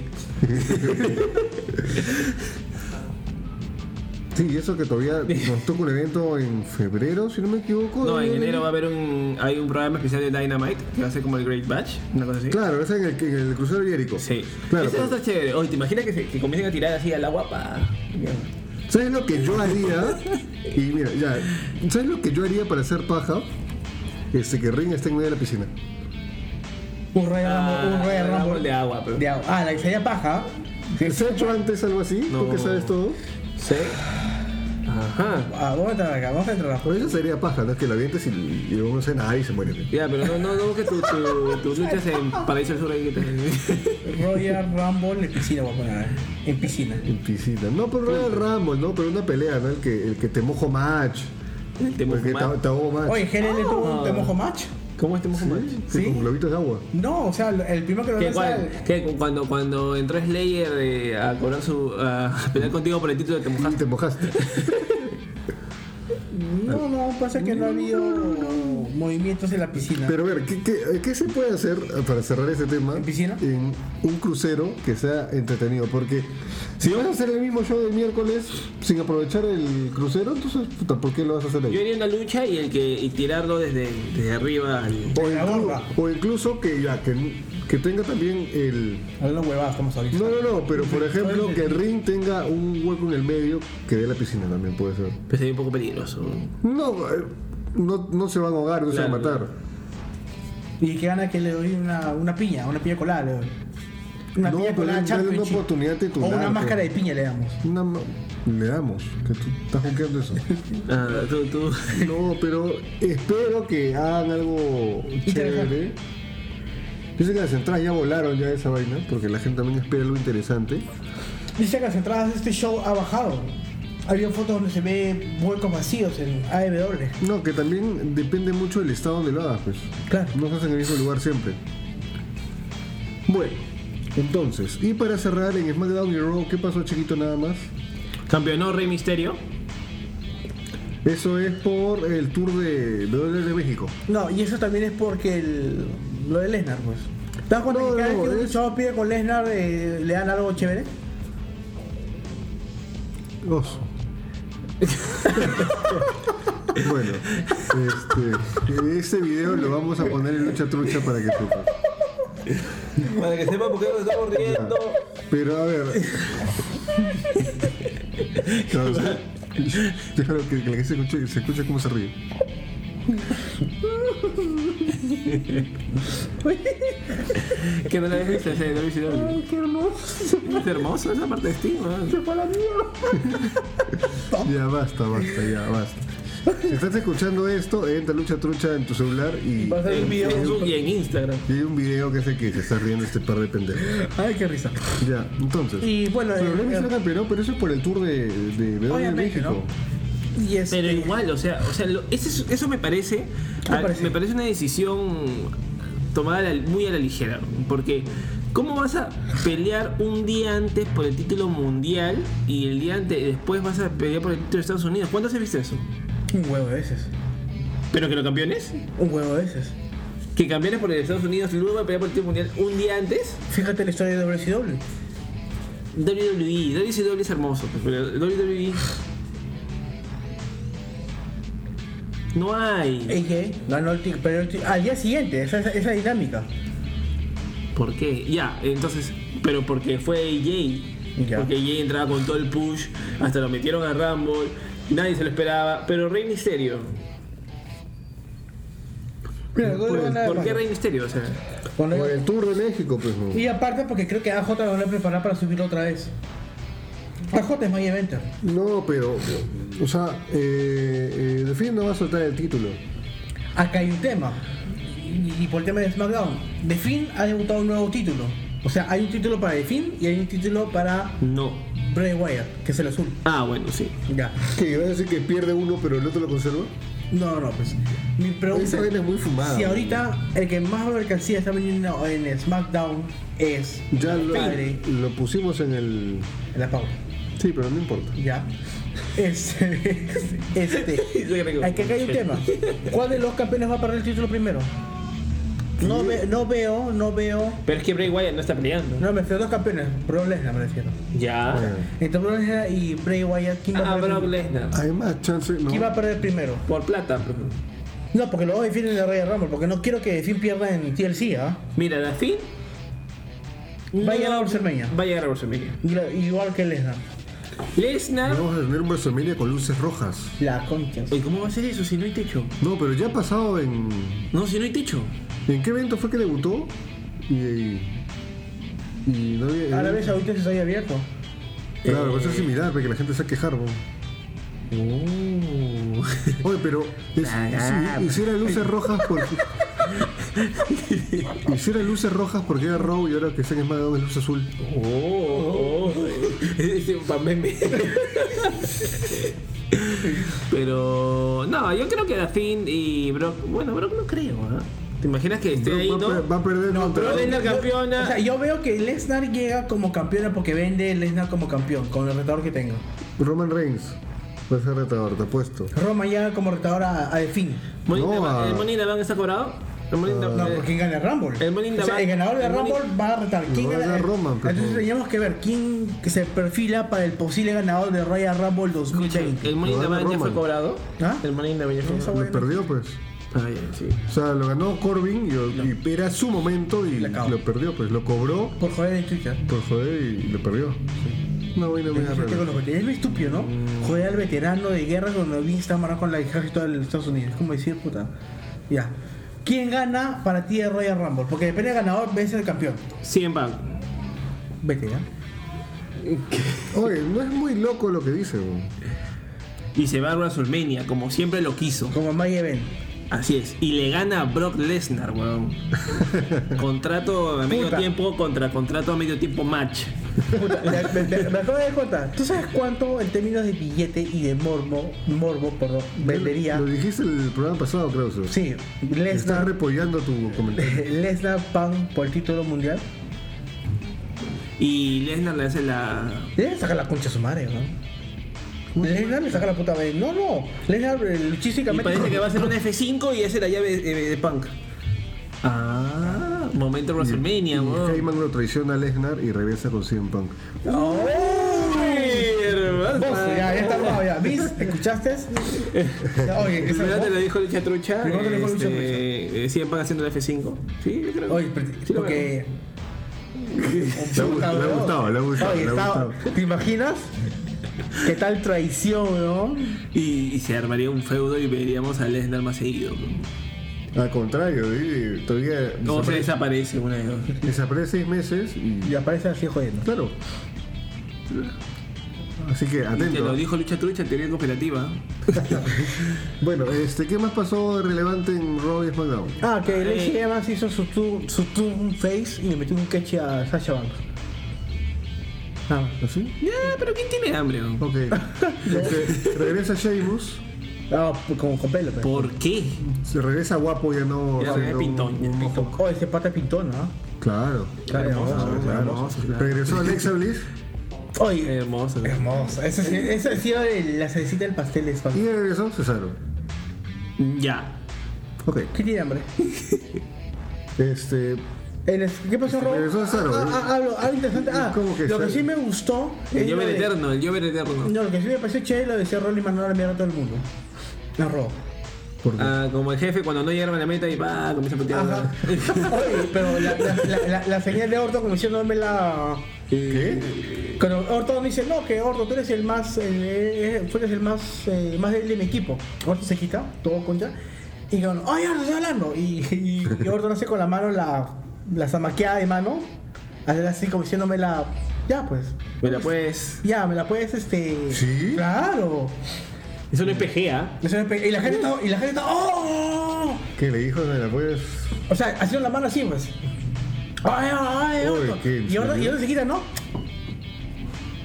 Speaker 2: Sí, eso que todavía nos toca un evento en febrero, si no me equivoco.
Speaker 3: No, en
Speaker 2: ¿no?
Speaker 3: enero va a haber un. Hay un programa especial de Dynamite que va a ser como el Great Batch, una cosa así.
Speaker 2: Claro, es en el, en el crucero ibérico.
Speaker 3: Sí.
Speaker 2: Claro, pues.
Speaker 3: Ese va a estar chévere. Oye, ¿te imaginas que, se- que comiencen a tirar así al agua para.
Speaker 2: ¿Sabes lo que yo haría? Y mira, ya. ¿Sabes lo que yo haría para hacer paja? Este, que Ring esté en medio de la piscina.
Speaker 1: Un Royal Rumble. Un Royal Rumble
Speaker 3: Ah, de agua, pero.
Speaker 1: de agua. Ah, la que sería paja.
Speaker 2: ¿Se ha hecho antes algo así?
Speaker 3: No.
Speaker 2: ¿Tú que sabes todo?
Speaker 3: Sí. Ajá.
Speaker 1: Ah, vamos a entrar acá, vamos a entrar acá.
Speaker 2: Por eso sería paja, ¿no? Es que la avientes y, y luego no sé nada y se muere.
Speaker 3: Ya, pero no, no, no que tu- tu- tus luchas en Paraíso del Sur ahí que te-
Speaker 1: Royal Rumble en piscina, voy a poner. eh, En piscina.
Speaker 2: En piscina. No, pero no era el Ramos, ¿no? Pero una pelea, ¿no? El que, el que te mojo match.
Speaker 3: te
Speaker 2: El que te,
Speaker 3: mojo
Speaker 2: te ahogo match.
Speaker 1: Oye, GLL tuvo
Speaker 3: Ah.
Speaker 1: un temojo match.
Speaker 3: ¿Cómo es te mojo match?
Speaker 2: Sí,
Speaker 1: ¿sí?
Speaker 2: Con globitos de agua.
Speaker 1: No, o sea, el primero que lo
Speaker 3: ¿Qué,
Speaker 1: lanza
Speaker 3: cuál?
Speaker 1: el-
Speaker 3: ¿Qué, cu- cuando, cuando entró Slayer eh, a cobrar su. a pelear contigo por el título de te
Speaker 2: Y te
Speaker 3: mojaste?
Speaker 2: mojaste.
Speaker 1: No, no, pasa que no ha habido movimientos en la piscina.
Speaker 2: Pero a ver, ¿qué, qué, qué se puede hacer para cerrar este tema?
Speaker 1: ¿En piscina?
Speaker 2: En un crucero que sea entretenido. Porque si vas a hacer el mismo show de miércoles sin aprovechar el crucero, entonces, puta, ¿por qué lo vas a hacer
Speaker 3: Yo
Speaker 2: ahí?
Speaker 3: iría a una lucha y el que y tirarlo desde, desde arriba al.
Speaker 2: O,
Speaker 1: La
Speaker 2: inclu-
Speaker 1: bomba.
Speaker 2: o incluso que, ya, que, que tenga también el.
Speaker 1: Hablando huevadas, estamos ahorita.
Speaker 2: No, no, no, pero por ejemplo, que el ring tenga un hueco en el medio que dé la piscina también puede ser.
Speaker 3: Pues sería un poco peligroso.
Speaker 2: No, eh, no, no se van a ahogar, no se van a
Speaker 3: Claro.
Speaker 2: matar.
Speaker 1: Y que gana que le doy una, una piña, una piña colada. Le doy. Una
Speaker 2: No,
Speaker 1: piña
Speaker 2: pero
Speaker 1: colada
Speaker 2: dale una
Speaker 1: championship.
Speaker 2: oportunidad de tu
Speaker 1: O una
Speaker 2: lado,
Speaker 1: máscara de
Speaker 2: pues.
Speaker 1: piña le damos.
Speaker 2: Una ma- le damos, que tú estás juzgando eso.
Speaker 3: Ah, tú, tú.
Speaker 2: No, pero espero que hagan algo chévere. Yo sé que las entradas ya volaron ya de esa vaina, porque la gente también espera algo interesante.
Speaker 1: Dice que las entradas de este show ha bajado. Había fotos donde se ve huecos vacíos en AEW.
Speaker 2: No, que también depende mucho del estado donde lo hagas, pues.
Speaker 1: Claro.
Speaker 2: No estás en el mismo lugar siempre. Bueno, entonces, y para cerrar en SmackDown y Raw, ¿qué pasó chiquito nada más?
Speaker 3: Campeonó Rey Misterio.
Speaker 2: Eso es por el tour de WWE de México.
Speaker 1: No, y eso también es porque el, lo de Lesnar, pues. ¿Te das cuenta
Speaker 2: No,
Speaker 1: que cada
Speaker 2: no,
Speaker 1: vez que un
Speaker 2: es-
Speaker 1: chavo pide con Lesnar eh, le dan algo chévere?
Speaker 2: Oso. bueno, este, este video lo vamos a poner en lucha trucha para que sepas.
Speaker 3: Para que sepa por qué nos estamos riendo.
Speaker 2: Pero a ver. Claro, o sea, déjalo que, que la gente se escuche, se escuche cómo se ríe.
Speaker 3: Que no la habías visto ese de WCW. Qué hermoso. Qué hermoso esa parte de Steam.
Speaker 2: Ya basta, basta, ya basta. Si estás escuchando esto, entra lucha trucha en tu celular y,
Speaker 1: Va a ser un
Speaker 3: En
Speaker 1: video.
Speaker 3: Facebook y en Instagram.
Speaker 2: y hay un video que hace que se está riendo este par de pendejos.
Speaker 1: Ay, qué risa.
Speaker 2: Ya, entonces.
Speaker 1: Y bueno,
Speaker 2: Pero
Speaker 1: eh,
Speaker 2: Rey Mysterio campeonó, pero eso es por el tour de, de WWE en
Speaker 1: Obviamente,
Speaker 2: México.
Speaker 1: y este-
Speaker 3: Pero igual, o sea, o sea lo- ese es- eso me parece,
Speaker 1: ¿Qué
Speaker 3: a-
Speaker 1: parece?
Speaker 3: me parece una decisión tomada a la- muy a la ligera, porque ¿cómo vas a pelear un día antes por el título mundial y el día ante- después vas a pelear por el título de Estados Unidos? ¿Cuándo se viste eso?
Speaker 1: Un huevo de veces.
Speaker 3: ¿Pero que lo campeones?
Speaker 1: Un huevo de veces.
Speaker 3: ¿Que campeones por el Estados Unidos y luego a pelear por el título mundial un día antes?
Speaker 1: Fíjate la historia de WCW.
Speaker 3: WWE, WCW es hermoso, pero E. WWE... No hay.
Speaker 1: AJ ganó el título, pero el ti- al día siguiente, esa, esa- esa dinámica.
Speaker 3: ¿Por qué? Ya, entonces, pero porque fue AJ.
Speaker 1: Ya.
Speaker 3: Porque AJ entraba con todo el push, hasta lo metieron a Rumble, nadie se lo esperaba. Pero Rey Misterio,
Speaker 1: Mira, no le van a dar
Speaker 3: ¿por qué
Speaker 1: palo.
Speaker 3: Rey Misterio? O sea,
Speaker 1: Bueno,
Speaker 2: Por el tour de México, pues. ¿no?
Speaker 1: Y aparte porque creo que AJ lo van a preparar para subirlo otra vez. AJ es My Eventer.
Speaker 2: No, pero, o sea, eh, eh, The Fiend no va a soltar el título.
Speaker 1: Acá hay un tema. Y, y por el tema de SmackDown. The Finn ha debutado un nuevo título. O sea, hay un título para The Finn y hay un título para
Speaker 3: no.
Speaker 1: Bray Wyatt, que es el azul.
Speaker 3: Ah, bueno, sí.
Speaker 1: Ya.
Speaker 2: Que va a decir que pierde uno, pero el otro lo conserva.
Speaker 1: No, no, no, pues. Mi pregunta
Speaker 2: Esa vaina es muy fumada.
Speaker 1: Si ahorita el que más mercancía está vendiendo en SmackDown es
Speaker 2: Ya lo,
Speaker 1: Padre,
Speaker 2: lo pusimos en el.
Speaker 1: la pausa.
Speaker 2: Sí, pero no importa.
Speaker 1: Ya. Este, este,
Speaker 3: Yo creo que-
Speaker 1: aquí acá hay un tema. ¿Cuál de los campeones va a perder el título primero? No, ve- no veo, no veo.
Speaker 3: Pero es que Bray Wyatt no está peleando.
Speaker 1: No, me refiero a dos campeones. Brock Lesnar, me refiero.
Speaker 3: Ya.
Speaker 1: Entre Brock Lesnar y Bray Wyatt, ¿quién va a
Speaker 3: Ah,
Speaker 1: perder?
Speaker 3: Brock Lesnar.
Speaker 2: Hay más chance, ¿no?
Speaker 1: ¿Quién va a perder primero?
Speaker 3: Por plata. pues.
Speaker 1: No, porque luego definen en el Rey Rumble, porque no quiero que Finn pierda en TLC, ¿ah?
Speaker 3: Mira, la fin.
Speaker 1: Va a llegar a WrestleMania.
Speaker 3: Va a llegar a WrestleMania.
Speaker 1: Y la- Igual que Lesnar.
Speaker 3: Lesnar.
Speaker 2: Vamos a tener un WrestleMania con luces rojas.
Speaker 1: La concha.
Speaker 6: Oye, ¿cómo va a ser eso si no hay techo?
Speaker 2: No, pero ya ha pasado en.
Speaker 6: No, si no hay techo.
Speaker 2: ¿En qué evento fue que debutó? Y. y no había.
Speaker 1: Ahora ves, ahorita se está ahí abierto.
Speaker 2: Claro, eso es similar, porque la gente se ha quejado.
Speaker 1: Mm.
Speaker 2: Oye, pero es-
Speaker 1: Ah,
Speaker 2: si, hiciera
Speaker 1: pues.
Speaker 2: luces rojas porque. hiciera luces rojas porque era Raw y ahora que están en SmackDown es luz azul.
Speaker 3: Oh, es un pan meme. Pero no, yo creo que Dafin y Brock, bueno, Brock no creo, ¿ah? ¿Te imaginas que esté ahí,
Speaker 2: va, a
Speaker 3: no?
Speaker 2: per- va a perder contra-
Speaker 3: Brock Lesnar campeona.
Speaker 1: O sea, yo veo que Lesnar llega como campeona porque vende Lesnar como campeón, con el retador que tenga.
Speaker 2: Roman Reigns. Va a ser retador, te apuesto.
Speaker 1: Roma llega como retador a, a Finn.
Speaker 3: Money in the
Speaker 2: No,
Speaker 3: Bank-
Speaker 2: ah.
Speaker 3: ¿El Money in the Bank está cobrado? ¿El Money in the-
Speaker 1: No, porque ¿quién gana el Rumble?
Speaker 3: Eh, El Money in the
Speaker 1: O sea,
Speaker 3: Bank-
Speaker 1: el ganador de
Speaker 3: el Money-
Speaker 1: Rumble va a retar. ¿Quién
Speaker 2: Lo va a
Speaker 1: gana?
Speaker 2: ganar Roman, por
Speaker 1: Entonces
Speaker 2: favor.
Speaker 1: teníamos que ver quién que se perfila para el posible ganador de Royal Rumble
Speaker 3: Escucha,
Speaker 1: 2020.
Speaker 3: ¿El Money in the
Speaker 2: Lo gana
Speaker 3: Bank ya fue
Speaker 2: Roman.
Speaker 3: cobrado?
Speaker 1: ¿Ah?
Speaker 3: ¿El Money in the Bank ya fue
Speaker 1: Esa
Speaker 3: cobrado?
Speaker 2: Lo
Speaker 1: buena.
Speaker 2: perdió, pues.
Speaker 3: Ah, ya, sí.
Speaker 2: O sea, lo ganó Corbin y, y era su momento y
Speaker 1: Le acabó.
Speaker 2: lo perdió, pues lo cobró
Speaker 1: Por joder de chucha.
Speaker 2: por joder Pues y lo perdió. Una buena, buena
Speaker 1: Yo tengo los
Speaker 2: regla.
Speaker 1: veteranos. Es muy estúpido, ¿no?
Speaker 3: Mm.
Speaker 1: Joder al veterano de guerra cuando bien está amarrado con la ejército de los Estados Unidos. Es como decir, puta. Ya. ¿Quién gana para ti el Royal Rumble? Porque depende del ganador, ves el campeón.
Speaker 3: 100 Bank.
Speaker 1: Vete, ¿ya?
Speaker 2: Oye, no es muy loco lo que dice, güey.
Speaker 3: Y se va a WrestleMania, como siempre lo quiso.
Speaker 1: Como Mike Event.
Speaker 3: Así es. Y le gana a Brock Lesnar, weón. contrato a medio
Speaker 1: Puta.
Speaker 3: tiempo contra contrato a medio tiempo match.
Speaker 1: Puta, me, me- me acabo de dar cuenta. ¿Tú sabes cuánto en términos de billete y de morbo, morbo, perdón, vendería?
Speaker 2: Lo dijiste el programa pasado, creo. Seba.
Speaker 1: Sí,
Speaker 2: Estás
Speaker 1: Lesnar,
Speaker 2: repollando tu comentario.
Speaker 1: Lesnar Pan por el título mundial.
Speaker 3: Y Lesnar le hace la.
Speaker 1: Lesnar saca la concha a su madre, ¿no? Lesnar le saca la puta madre. No, no. Lesnar eh,
Speaker 3: Y
Speaker 1: luchísticamente.
Speaker 3: parece que va a ser un F5 y hace la llave eh, de Punk. Ah, momento WrestleMania,
Speaker 2: Y
Speaker 3: weón.
Speaker 2: Heyman lo traiciona a Lesnar y regresa con CM Punk.
Speaker 1: Oh, vos,
Speaker 3: Hermano.
Speaker 1: ya, ya está armado, ya. ¿Vis? ¿Escuchaste? Ya, Oye, esa
Speaker 3: Primero te lo
Speaker 1: voz-
Speaker 3: dijo Lucha Trucha.
Speaker 1: Primero te lo dijo Lucha
Speaker 3: Este, eh, CM Punk haciendo el F5. Sí, yo creo.
Speaker 1: Oye, pero-
Speaker 3: Sí lo veo.
Speaker 1: porque.
Speaker 2: Le ha gustado, le ha gustado, le ha gustado,
Speaker 1: Oye,
Speaker 2: le ha
Speaker 1: estaba-
Speaker 2: gustado.
Speaker 1: ¿Te imaginas? ¿Qué tal traición, no?
Speaker 3: Y, y se armaría un feudo y veríamos a Lesnar más seguido.
Speaker 2: Al contrario, ¿eh? todavía
Speaker 3: O
Speaker 2: desapare-
Speaker 3: se desaparece una de dos.
Speaker 2: desaparece seis meses y.
Speaker 1: Y aparece así jodiendo.
Speaker 2: Claro. Así que
Speaker 3: Te
Speaker 2: atento.
Speaker 3: lo dijo Lucha Trucha en teoría cooperativa.
Speaker 2: Bueno, este, ¿qué más pasó de relevante en Raw y SmackDown?
Speaker 1: Ah, que Lacey Evans hizo su turn, su turn face y le metió un catch a Sasha Banks. Ah,
Speaker 2: ¿Así?
Speaker 3: Ya, pero ¿quién tiene hambre? weón?
Speaker 2: Ok. Este, regresa Sheamus,
Speaker 1: ah como con pelo, pero.
Speaker 3: ¿Por qué?
Speaker 2: se regresa guapo, ya no.
Speaker 3: Ya,
Speaker 2: siendo
Speaker 3: ya pintón, ya
Speaker 2: un- un
Speaker 3: pintón.
Speaker 2: mojo.
Speaker 1: Oh, ese pata pintón, ¿no?
Speaker 2: Claro.
Speaker 1: Hermoso,
Speaker 2: Claro. Regresó Alexa Bliss
Speaker 1: Oye,
Speaker 3: Eh, Hermoso.
Speaker 1: hermoso. Ese sí, ese ha sido el- la cerecita del pastel de
Speaker 2: y
Speaker 1: España.
Speaker 2: de regreso Cesaro.
Speaker 3: Ya.
Speaker 2: Ok.
Speaker 1: ¿Qué tiene hambre?
Speaker 2: Este.
Speaker 1: El es- ¿Qué pasó, Rob?
Speaker 2: Regresó Cesaro.
Speaker 1: Ah, ah, ah, algo- algo interesante. Ah,
Speaker 2: ¿Cómo que
Speaker 1: lo que
Speaker 2: Cesaro?
Speaker 1: sí me gustó.
Speaker 3: El
Speaker 1: es lo
Speaker 3: llover
Speaker 1: de-
Speaker 3: eterno, el llover eterno.
Speaker 1: No, lo que sí me pareció chévere lo de ser Rolly Manuel a la mierda a todo el mundo. La Rob.
Speaker 2: ¿Por qué?
Speaker 3: Ah, como el jefe cuando no llegaron a la meta y pa, comienza a
Speaker 1: Ajá.
Speaker 3: putear.
Speaker 1: Oye, pero la, la, la, la- la señal de Orton como diciendo, "Dame la...
Speaker 2: ¿Qué?
Speaker 1: Cuando Orton me dice, no, que Orton, tú eres el más, el, eh, tú eres el más, eh, más débil de mi equipo. Orton se quita, todo contra. Y yo, ay, Orton, estoy hablando. Y, y, y Orton hace con la mano la, la zamaqueada de mano. Hace así como diciéndome la, ya pues,
Speaker 3: Mira, pues.
Speaker 1: ya, me la puedes, este...
Speaker 2: ¿Sí?
Speaker 1: Claro.
Speaker 3: Eso no es PGA.
Speaker 1: Eso me pe- Y la gente está, y la gente está, oh.
Speaker 2: ¿Qué le dijo de la pues?
Speaker 1: O sea, haciendo la mano así, pues. Ay, ay, ay,
Speaker 2: Uy,
Speaker 1: Orton.
Speaker 2: qué
Speaker 1: y ahora, y
Speaker 2: serio.
Speaker 1: ahora se quita, ¿no?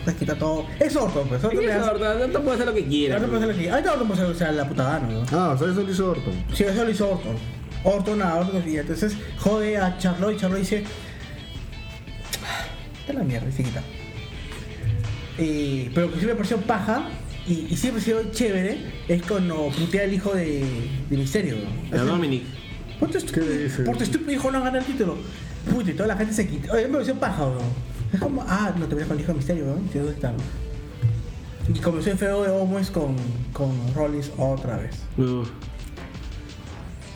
Speaker 1: Se quita todo. Es Orton, pues. Orton le
Speaker 3: Eso,
Speaker 1: hace-
Speaker 3: Orton, Orton puede hacer lo que quiera.
Speaker 1: Orton puede hacer lo que quiera. Ahorita Orton puede hacer, pues, o sea, la puta gana, ¿no?
Speaker 2: Ah, o sea, eso lo hizo Orton.
Speaker 1: Sí, eso lo hizo Orton. Orton a Orton y entonces jode a Charlotte y Charlotte dice. Está la mierda, y se quita. Eh, pero que sí me pareció paja y, y siempre ha sido chévere es cuando putea al hijo de, de Misterio. ¿no?
Speaker 3: A Dominic.
Speaker 1: Por tu
Speaker 2: ¿Qué
Speaker 1: estúpido,
Speaker 2: dices?
Speaker 1: por tu estúpido hijo no gana el título. Puta, y toda la gente se quitó. Oye, me pareció paja, weón. Es como, ah, no te voy a dejar el hijo de misterio, weón. Sí, ¿Dónde está? Y comenzó el feo de Owens con, con Rollins otra vez.
Speaker 3: No.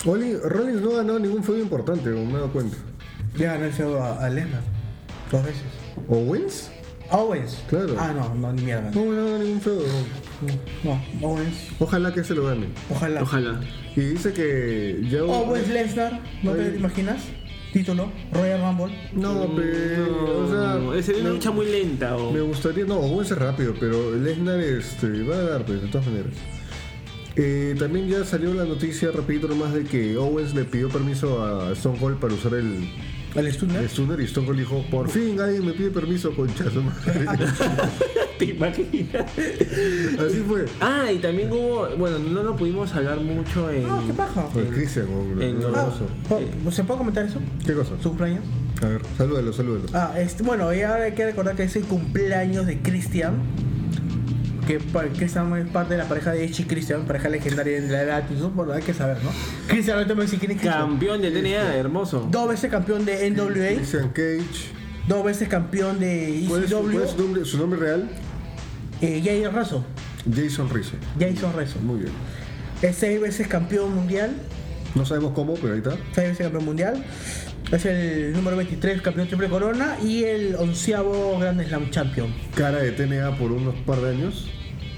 Speaker 2: Oli- Rollins no ganó ningún feudo importante, como me he dado cuenta.
Speaker 1: Ya ganó el feo a, a Lesnar. Dos veces.
Speaker 2: ¿Owens?
Speaker 1: Owens.
Speaker 2: Claro.
Speaker 1: Ah, no, no, ni mierda.
Speaker 2: No, no ganó ningún feudo.
Speaker 1: No, no, Owens.
Speaker 2: Ojalá que se lo gane.
Speaker 1: Ojalá.
Speaker 3: Ojalá.
Speaker 2: Y dice que ya...
Speaker 3: Oh,
Speaker 1: Owens Lesnar, ¿no te
Speaker 2: Ay.
Speaker 1: imaginas? Título, Royal Rumble.
Speaker 2: No, pero... Eh, o sea,
Speaker 3: No, es una
Speaker 2: me-
Speaker 3: lucha muy lenta. o-
Speaker 2: Me gustaría, no, Owens es rápido, pero Lesnar este, va a dar, pues, de todas maneras. Eh, también ya salió la noticia, repito nomás, de que Owens le pidió permiso a Stone Cold para usar el,
Speaker 1: Al Stunner.
Speaker 2: el Stunner y Stone Cold dijo, por fin alguien me pide permiso, conchazo.
Speaker 3: ¿Te imaginas?
Speaker 2: Así fue.
Speaker 3: Ah, y también hubo. Bueno, no lo pudimos hablar mucho en.
Speaker 1: Ah, qué paja.
Speaker 2: Pues Christian, hombre,
Speaker 3: en-
Speaker 1: Ah,
Speaker 2: hermoso.
Speaker 1: ¿po- ¿Se puede comentar eso?
Speaker 2: ¿Qué cosa?
Speaker 1: ¿Su cumpleaños?
Speaker 2: A ver, salúdalo, salúdalo.
Speaker 1: Ah, este, bueno, y ahora hay que recordar que es el cumpleaños de Christian. Que pa- Christian es parte de la pareja de Echi Christian, pareja legendaria de la edad. y eso, Bueno, hay que saber, ¿no? Christian, ahorita me dice quién es Christian.
Speaker 3: Campeón de TNA, hermoso.
Speaker 1: Dos veces campeón de NWA,
Speaker 2: Christian Cage.
Speaker 1: dos veces campeón de
Speaker 2: ¿Cuál es, su-
Speaker 1: ECW,
Speaker 2: cuál es su, nombre, su nombre real?
Speaker 1: eh, Jair Razo,
Speaker 2: Jason Rizzo.
Speaker 1: Jason Rezo.
Speaker 2: Muy bien.
Speaker 1: Es seis veces campeón mundial,
Speaker 2: No sabemos cómo, pero ahí está.
Speaker 1: seis veces campeón mundial. Es el número 23 campeón triple corona y el onceavo Grand Slam champion.
Speaker 2: Cara de TNA por unos par de años.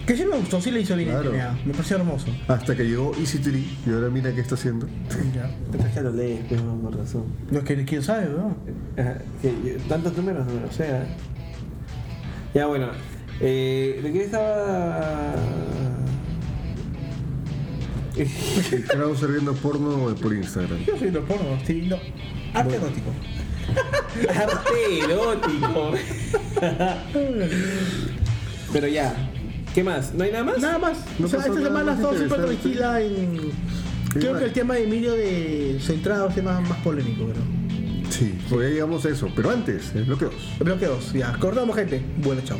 Speaker 1: Que sí me gustó, sí le hizo bien.
Speaker 2: Claro.
Speaker 1: mira, Me pareció hermoso.
Speaker 2: Hasta que llegó Easy Tree y ahora mira qué está haciendo.
Speaker 1: Ya.
Speaker 7: Ya lo lees, pues, por razón.
Speaker 1: No, que quién sabe, ¿no?
Speaker 7: Ajá, que yo- tantos números, no me lo sé. ¿eh? Ya bueno, eh, ¿de qué estaba?
Speaker 2: El Krauser viendo porno eh, por Instagram.
Speaker 1: Yo soy lo porno, estoy viendo arte erótico.
Speaker 7: Arte erótico. Pero ya, ¿qué más? ¿No hay nada más?
Speaker 1: Nada más.
Speaker 2: No
Speaker 1: o sea,
Speaker 2: pasó
Speaker 1: esta
Speaker 2: nada
Speaker 1: semana
Speaker 2: más
Speaker 1: todo súper
Speaker 2: interesante.
Speaker 1: tranquila en. Creo
Speaker 2: más?
Speaker 1: que el tema de Emilio de centrado es el más, más polémico, pero.
Speaker 2: Sí, pues ya llegamos a eso. Pero antes, el bloqueo.
Speaker 1: Bloque 2, ya. Acordamos, gente. Bueno, chao.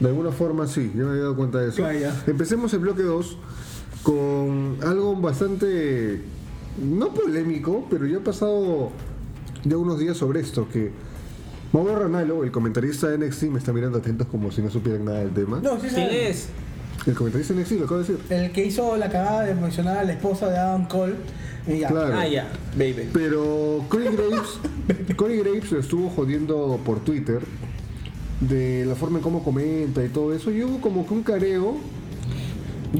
Speaker 2: De alguna forma sí, yo me había dado cuenta de eso.
Speaker 1: Ah, ya.
Speaker 2: Empecemos el bloque 2 con algo bastante, no polémico, pero yo he pasado ya unos días sobre esto, que Mauro Ranalo, el comentarista de NXT, me está mirando atentos como si no supieran nada del tema.
Speaker 1: No, sí,
Speaker 7: ¿Quién
Speaker 1: sabe.
Speaker 7: es?
Speaker 2: El comentarista de NXT, lo acabo de decir.
Speaker 1: El que hizo la cagada de mencionar a la esposa de Adam Cole. Y ya.
Speaker 2: Claro.
Speaker 7: Ah, ya, baby.
Speaker 2: Pero Corey Graves, Corey Graves lo estuvo jodiendo por Twitter de la forma en cómo comenta y todo eso. Y hubo como que un careo,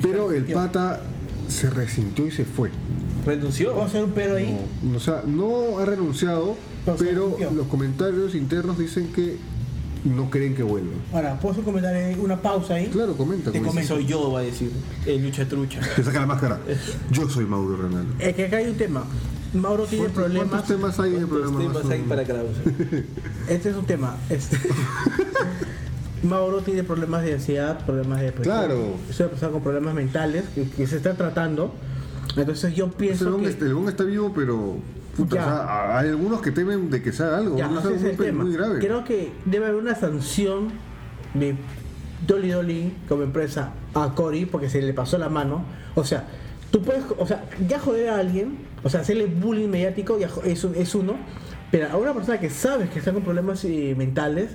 Speaker 2: pero el pata se resintió y se fue.
Speaker 1: Vamos a
Speaker 7: Renunció.
Speaker 1: hacer un pero ahí.
Speaker 2: O sea, no ha renunciado,
Speaker 1: Pero se
Speaker 2: pero
Speaker 1: resintió.
Speaker 2: los comentarios internos dicen que no creen que vuelva.
Speaker 1: Ahora, ¿puedo hacer un comentario ahí? Una pausa ahí.
Speaker 2: Claro, comenta.
Speaker 1: Te
Speaker 2: comenta.
Speaker 1: comento.
Speaker 7: Soy yo, va a decir. El lucha trucha.
Speaker 2: Te saca la máscara. Yo soy Mauro Renalo.
Speaker 1: Es que acá hay un tema. Mauro tiene
Speaker 2: ¿Cuántos,
Speaker 1: problemas.
Speaker 2: cuántos temas hay en el programa?
Speaker 7: Los temas
Speaker 2: más o
Speaker 7: ahí
Speaker 2: menos?
Speaker 7: para Krause.
Speaker 1: Este es un tema. Este. Mauro tiene problemas de ansiedad, problemas de depresión.
Speaker 2: Claro.
Speaker 1: Es una persona con problemas mentales que, que se está tratando. Entonces yo
Speaker 2: Ese
Speaker 1: pienso
Speaker 2: León
Speaker 1: que...
Speaker 2: Pues, está- el León está vivo, pero puta,
Speaker 1: Ya.
Speaker 2: o sea, a- hay algunos que temen de que sea algo.
Speaker 1: Ya,
Speaker 2: ¿no?
Speaker 1: ese
Speaker 2: es algo
Speaker 1: es
Speaker 2: muy,
Speaker 1: el
Speaker 2: pe-
Speaker 1: tema.
Speaker 2: muy grave.
Speaker 1: Creo que debe haber una sanción de Dolly Dolly como empresa a Cory porque se le pasó la mano. O sea, tú puedes, o sea, ya joder a alguien, o sea, hacerle bullying mediático ya jo- es, un- es uno, pero a una persona que sabes que está con problemas eh, mentales,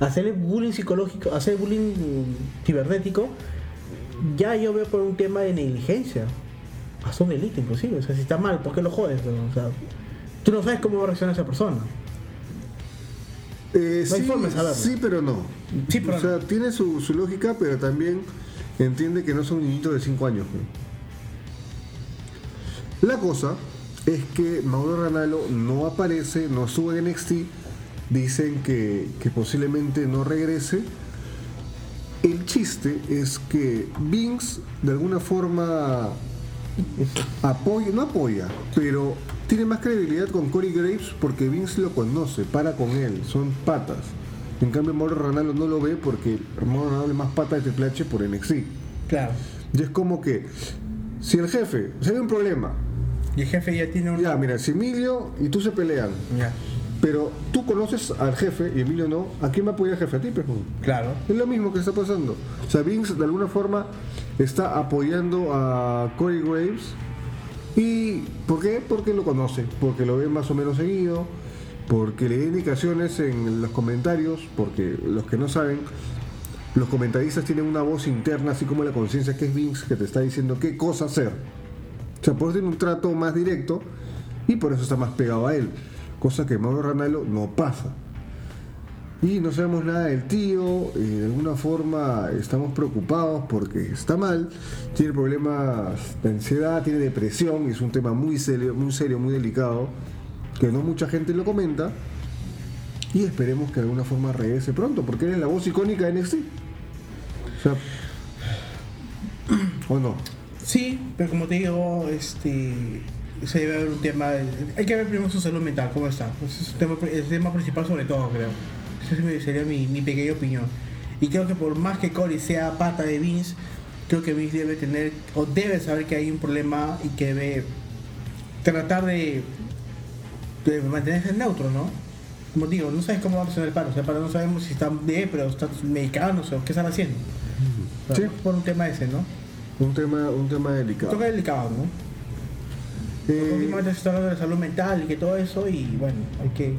Speaker 1: hacerle bullying psicológico, hacer bullying mm, cibernético, ya yo veo por un tema de negligencia. Hasta un delito inclusive, o sea, si está mal, ¿por qué lo jodes? O sea, tú no sabes cómo va a reaccionar esa persona.
Speaker 2: Eh,
Speaker 1: No hay
Speaker 2: sí,
Speaker 1: forma de saberlo.
Speaker 2: sí, pero no.
Speaker 1: Sí, pero
Speaker 2: o sea,
Speaker 1: no.
Speaker 2: tiene su, su lógica, pero también entiende que no son niñitos de 5 años. ¿no? La cosa es que Mauro Ranalo no aparece, no sube en NXT, dicen que, que posiblemente no regrese. El chiste es que Vince de alguna forma apoya, no apoya, pero tiene más credibilidad con Corey Graves porque Vince lo conoce, para con él, son patas. En cambio, Mauro Ranallo no lo ve porque Mauro Ranallo es más pata de Triple H por NXT.
Speaker 1: Claro.
Speaker 2: Y es como que, si el jefe, si hay un problema,
Speaker 1: Y el jefe ya tiene un.
Speaker 2: ya, mira, si Emilio y tú se pelean,
Speaker 1: Ya,
Speaker 2: pero tú conoces al jefe y Emilio no, ¿a quién va a apoyar el jefe? A ti, pues, huevón.
Speaker 1: Claro.
Speaker 2: Es lo mismo que está pasando. O sea, Vince de alguna forma está apoyando a Corey Graves. ¿Y por qué? Porque lo conoce, porque lo ve más o menos seguido, porque le da indicaciones en los comentarios, porque los que no saben, los comentaristas tienen una voz interna, así como la conciencia que es Vince, que te está diciendo qué cosa hacer. O sea, por eso tiene un trato más directo y por eso está más pegado a él. Cosa que Mauro Ranallo no pasa. Y no sabemos nada del tío, eh, de alguna forma estamos preocupados porque está mal, tiene problemas de ansiedad, tiene depresión, es un tema muy serio, muy serio, muy delicado, que no mucha gente lo comenta. Y esperemos que de alguna forma regrese pronto, porque eres la voz icónica de NXT. O sea, ¿O no?
Speaker 1: Sí, pero como te digo, este. Se debe haber un tema. Hay que ver primero su salud mental, cómo está. Ese es el tema, el tema principal, sobre todo, creo. Esa es mi- sería mi, mi pequeña opinión. Y creo que por más que Corey sea pata de Vince, creo que Vince debe tener, o debe saber que hay un problema y que debe tratar de, de mantenerse neutro, ¿no? Como digo, no sabes cómo va a reaccionar el paro. O sea, el paro no sabemos si están bien, pero están medicados, o qué están haciendo. O sea,
Speaker 2: Sí.
Speaker 1: Por un tema ese, ¿no?
Speaker 2: Un tema, un tema delicado.
Speaker 1: Toca delicado, ¿no?
Speaker 2: Eh,
Speaker 1: Últimamente se está hablando de la salud mental y que todo eso, y bueno, hay que,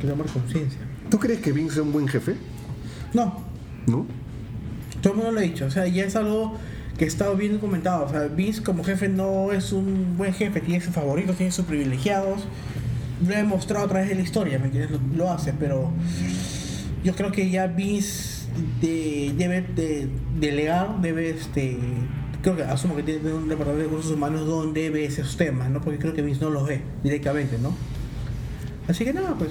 Speaker 1: que tomar conciencia.
Speaker 2: ¿Tú crees que Vince es un buen jefe?
Speaker 1: No,
Speaker 2: ¿No?
Speaker 1: todo el mundo lo ha dicho, o sea, ya es algo que he estado bien comentado. O sea, Vince como jefe no es un buen jefe, tiene sus favoritos, tiene sus privilegiados. Lo he demostrado a través de la historia, ¿me entiendes? Lo, lo hace, pero yo creo que ya Vince de- debe de- delegar, debe este. Creo que asumo que tiene un departamento de recursos humanos donde ve esos temas, ¿no? Porque creo que Vince no los ve directamente, ¿no? Así que nada, pues.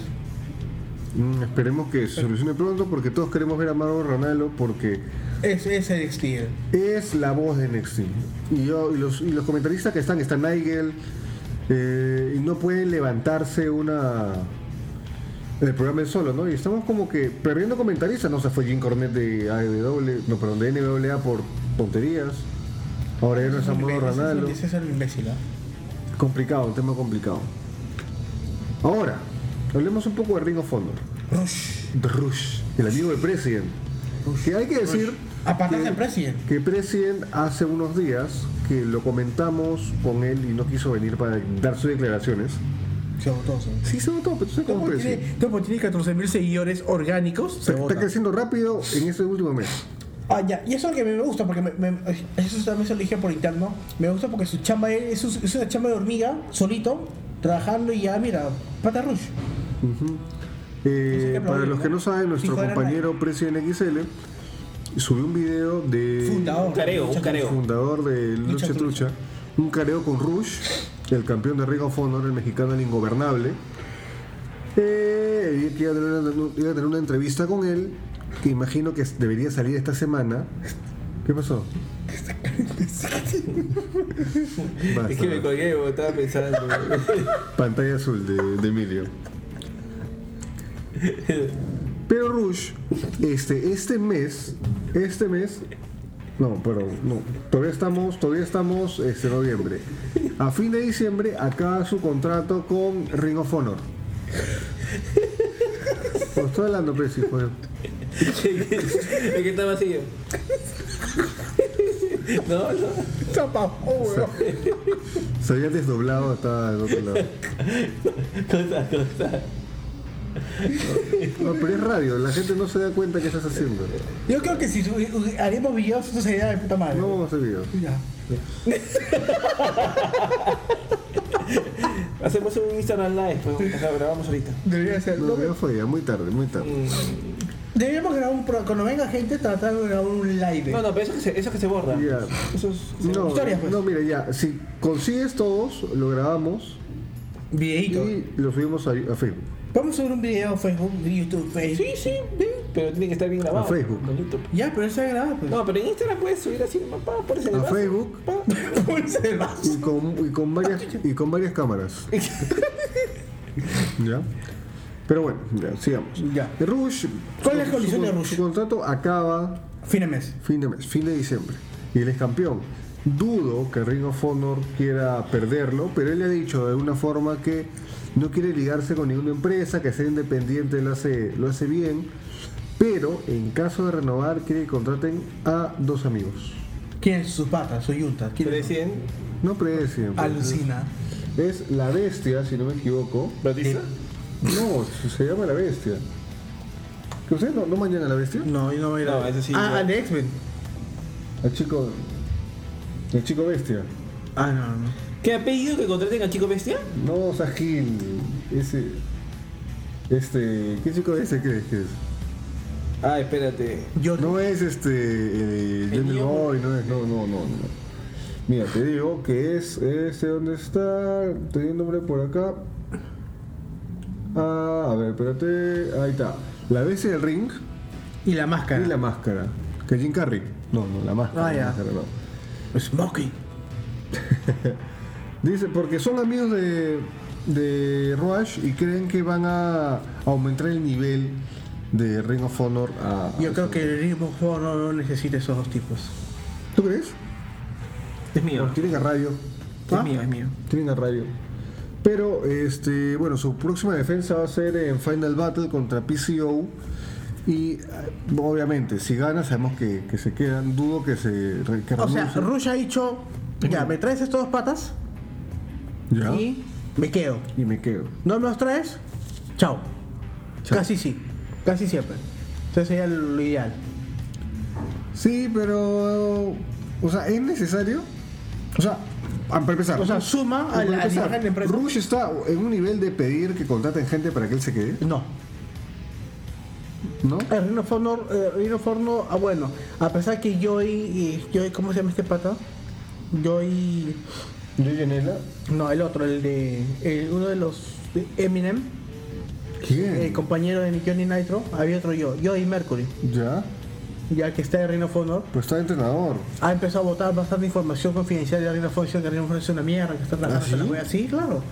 Speaker 2: Mm, esperemos que se solucione pronto porque todos queremos ver a Mauro Ranallo porque
Speaker 1: Es, es el estilo.
Speaker 2: es la voz de NXT. Y, yo, y, los, y los comentaristas que están, está Nigel, eh, y no puede levantarse una el programa es solo, ¿no? Y estamos como que perdiendo comentaristas, no se fue Jim Cornette de AEW, no, perdón, de NWA por tonterías. Ahora ya no está Mauro Ranallo.
Speaker 1: Ese es el imbécil, ¿ah?
Speaker 2: Complicado, un tema complicado. Ahora, hablemos un poco de Ring of Honor. Rush. Rush. El amigo de President. Que hay que decir
Speaker 1: Aparte del presidente.
Speaker 2: que President hace unos días que lo comentamos con él y no quiso venir para dar sus declaraciones.
Speaker 1: Se votó, se votó.
Speaker 2: Sí, se votó, pero tú sabes cómo
Speaker 1: Topo
Speaker 2: es
Speaker 1: tiene,
Speaker 2: President.
Speaker 1: Topo tiene 14.000 seguidores orgánicos. Se
Speaker 2: Está, está
Speaker 1: vota.
Speaker 2: creciendo rápido en este último mes.
Speaker 1: Ah, ya. Y eso es lo que me gusta, porque me- me- eso también se lo dije por interno. Me gusta porque su chamba es, es- es una chamba de hormiga, solito, trabajando y ya, mira, pata rush.
Speaker 2: Eh,
Speaker 1: Eso hay que
Speaker 2: para
Speaker 1: aplaudirlo,
Speaker 2: los que no saben, nuestro
Speaker 1: Hijo de la
Speaker 2: compañero President XL subió un video de...
Speaker 1: Fundador.
Speaker 7: un careo, un careo.
Speaker 2: fundador de Lucha
Speaker 1: Lucha Trucha.
Speaker 2: Trucha, un careo con Rush, el campeón de Ring of Honor, el mexicano el ingobernable. Eh, y que iba a, tener una, iba a tener una entrevista con él, que imagino que debería salir esta semana. ¿Qué pasó? Basta,
Speaker 7: Es que me
Speaker 2: basta.
Speaker 7: colgué, bo, estaba pensando.
Speaker 2: Pantalla azul de, de Emilio. Pero Rush, este, este mes, este mes, no, pero no, todavía estamos, todavía estamos, este, noviembre. A fin de diciembre acaba su contrato con Ring of Honor. Os estoy hablando, pues, hijo de-
Speaker 7: es que está vacío. No, no.
Speaker 1: oh,
Speaker 2: Se había desdoblado hasta el otro lado.
Speaker 7: Cosa, cosa.
Speaker 2: No, pero es radio, la gente no se da cuenta que estás haciendo.
Speaker 1: Yo creo que si su- u- haríamos videos, eso sería de puta madre.
Speaker 2: No vamos a hacer video.
Speaker 1: Ya.
Speaker 3: Hacemos un Instagram Live, pues, o sea, grabamos ahorita.
Speaker 1: Debería ser.
Speaker 2: No, ya fue, ya muy tarde, muy tarde.
Speaker 1: Deberíamos grabar un pro- cuando venga gente tratar de grabar un live.
Speaker 3: No, no, pero eso que se, eso que se borra.
Speaker 2: Ya.
Speaker 3: Eso es-
Speaker 2: No,
Speaker 1: historias, Mm. pues.
Speaker 2: no, mira, ya, si consigues todos, lo grabamos
Speaker 1: Videito.
Speaker 2: y lo subimos a, a Facebook.
Speaker 1: Vamos a subir un video a Facebook, YouTube, Facebook.
Speaker 3: Sí, sí, sí, pero tiene que estar bien grabado.
Speaker 2: A Facebook.
Speaker 3: bonito.
Speaker 1: Ya, pero eso es grabado, pues.
Speaker 3: No, pero en Instagram puedes subir así, papá, pones en el
Speaker 2: A
Speaker 3: vaso,
Speaker 2: Facebook
Speaker 3: pa.
Speaker 1: Pulsa el vaso.
Speaker 2: y con, y con varias
Speaker 1: Ah,
Speaker 2: y con varias cámaras. ¿Ya? Pero bueno, ya, sigamos.
Speaker 1: Ya.
Speaker 2: Rush.
Speaker 1: ¿Cuál
Speaker 2: su-
Speaker 1: es la condición
Speaker 2: su-
Speaker 1: de Rush?
Speaker 2: Su contrato acaba
Speaker 1: Fin de mes.
Speaker 2: fin de mes, fin de diciembre. Y él es campeón. Dudo que Ring of Honor quiera perderlo, pero él le ha dicho de alguna forma que no quiere ligarse con ninguna empresa, que ser independiente lo hace, lo hace bien, pero en caso de renovar quiere que contraten a dos amigos.
Speaker 1: ¿Quién es su pata? Su yunta. ¿Quién es?
Speaker 3: Recién,
Speaker 2: No predecen. pues.
Speaker 1: Alucina.
Speaker 2: Es la bestia, si no me equivoco.
Speaker 3: ¿Batista?
Speaker 2: No, se llama la bestia. ¿Que ustedes no, no mañana la bestia?
Speaker 1: No, yo no voy a ir
Speaker 3: No, ese sí,
Speaker 1: Ah,
Speaker 3: no.
Speaker 1: al de X-Men.
Speaker 2: El chico. El chico bestia.
Speaker 1: Ah, no, no.
Speaker 3: ¿Qué ha pedido que contraten a Chico Bestia?
Speaker 2: No, Sajin. Ese. Este. ¿Qué chico ese crees que es?
Speaker 3: Ah, espérate.
Speaker 1: Yo
Speaker 2: No es este. Eh, Johnny
Speaker 3: Neo.
Speaker 2: Boy, no es. No, no, no, no. Mira, te digo que es. Este, ¿dónde está? Tenía un nombre por acá. Ah, a ver, espérate. Ahí está. La bestia del ring.
Speaker 1: Y la máscara.
Speaker 2: Y la máscara. Que Jim Carrey. No, no, la máscara.
Speaker 1: Ah,
Speaker 2: la
Speaker 1: ya.
Speaker 2: máscara, no.
Speaker 1: Smoking.
Speaker 2: Dice, porque son amigos de, de Rush y creen que van a aumentar el nivel de Ring of Honor a...
Speaker 1: Yo creo que el ritmo juego no, no necesita esos dos tipos.
Speaker 2: ¿Tú crees?
Speaker 3: Es mío.
Speaker 2: Tienen a radio.
Speaker 1: ¿Ah?
Speaker 3: Es mío, es mío.
Speaker 2: Tienen a radio. Pero, este, bueno, su próxima defensa va a ser en Final Battle contra PCO. Y eh, obviamente, si gana, sabemos que, que se quedan. Dudo que se. re- que
Speaker 1: O sea,
Speaker 2: renuncien.
Speaker 1: Rush ha dicho, ya, me traes estos dos patas
Speaker 2: ¿Ya?
Speaker 1: y me quedo.
Speaker 2: y me quedo.
Speaker 1: No me los traes, chao.
Speaker 2: Chao.
Speaker 1: Casi sí, casi siempre. Eso sería lo ideal.
Speaker 2: Sí, pero. O sea, ¿es necesario? O sea, a- para empezar.
Speaker 1: O sea, suma
Speaker 2: para
Speaker 1: a la- a la
Speaker 2: empezar,
Speaker 1: imagen de empresa.
Speaker 2: Rush está en un nivel de pedir que contraten gente para que él se quede,
Speaker 1: No.
Speaker 2: ¿no?
Speaker 1: El Rino Forno, eh, Rino Forno, ah, bueno, a pesar que yo y, y- yo y- ¿cómo se llama este pata? Yo y
Speaker 2: Yo Yanela.
Speaker 1: no, el otro, el de el- uno de los de Eminem,
Speaker 2: ¿Quién?
Speaker 1: el compañero de Johnny Nitro, había otro yo, yo y Mercury,
Speaker 2: ya,
Speaker 1: ya que está el Rino Forno,
Speaker 2: pues está de entrenador.
Speaker 1: ha empezado a votar bastante información confidencial de Rino Forno, que Rino Forno es una mierda, que está
Speaker 2: ¿Ah, sí?
Speaker 1: trabajando en la wea así, claro.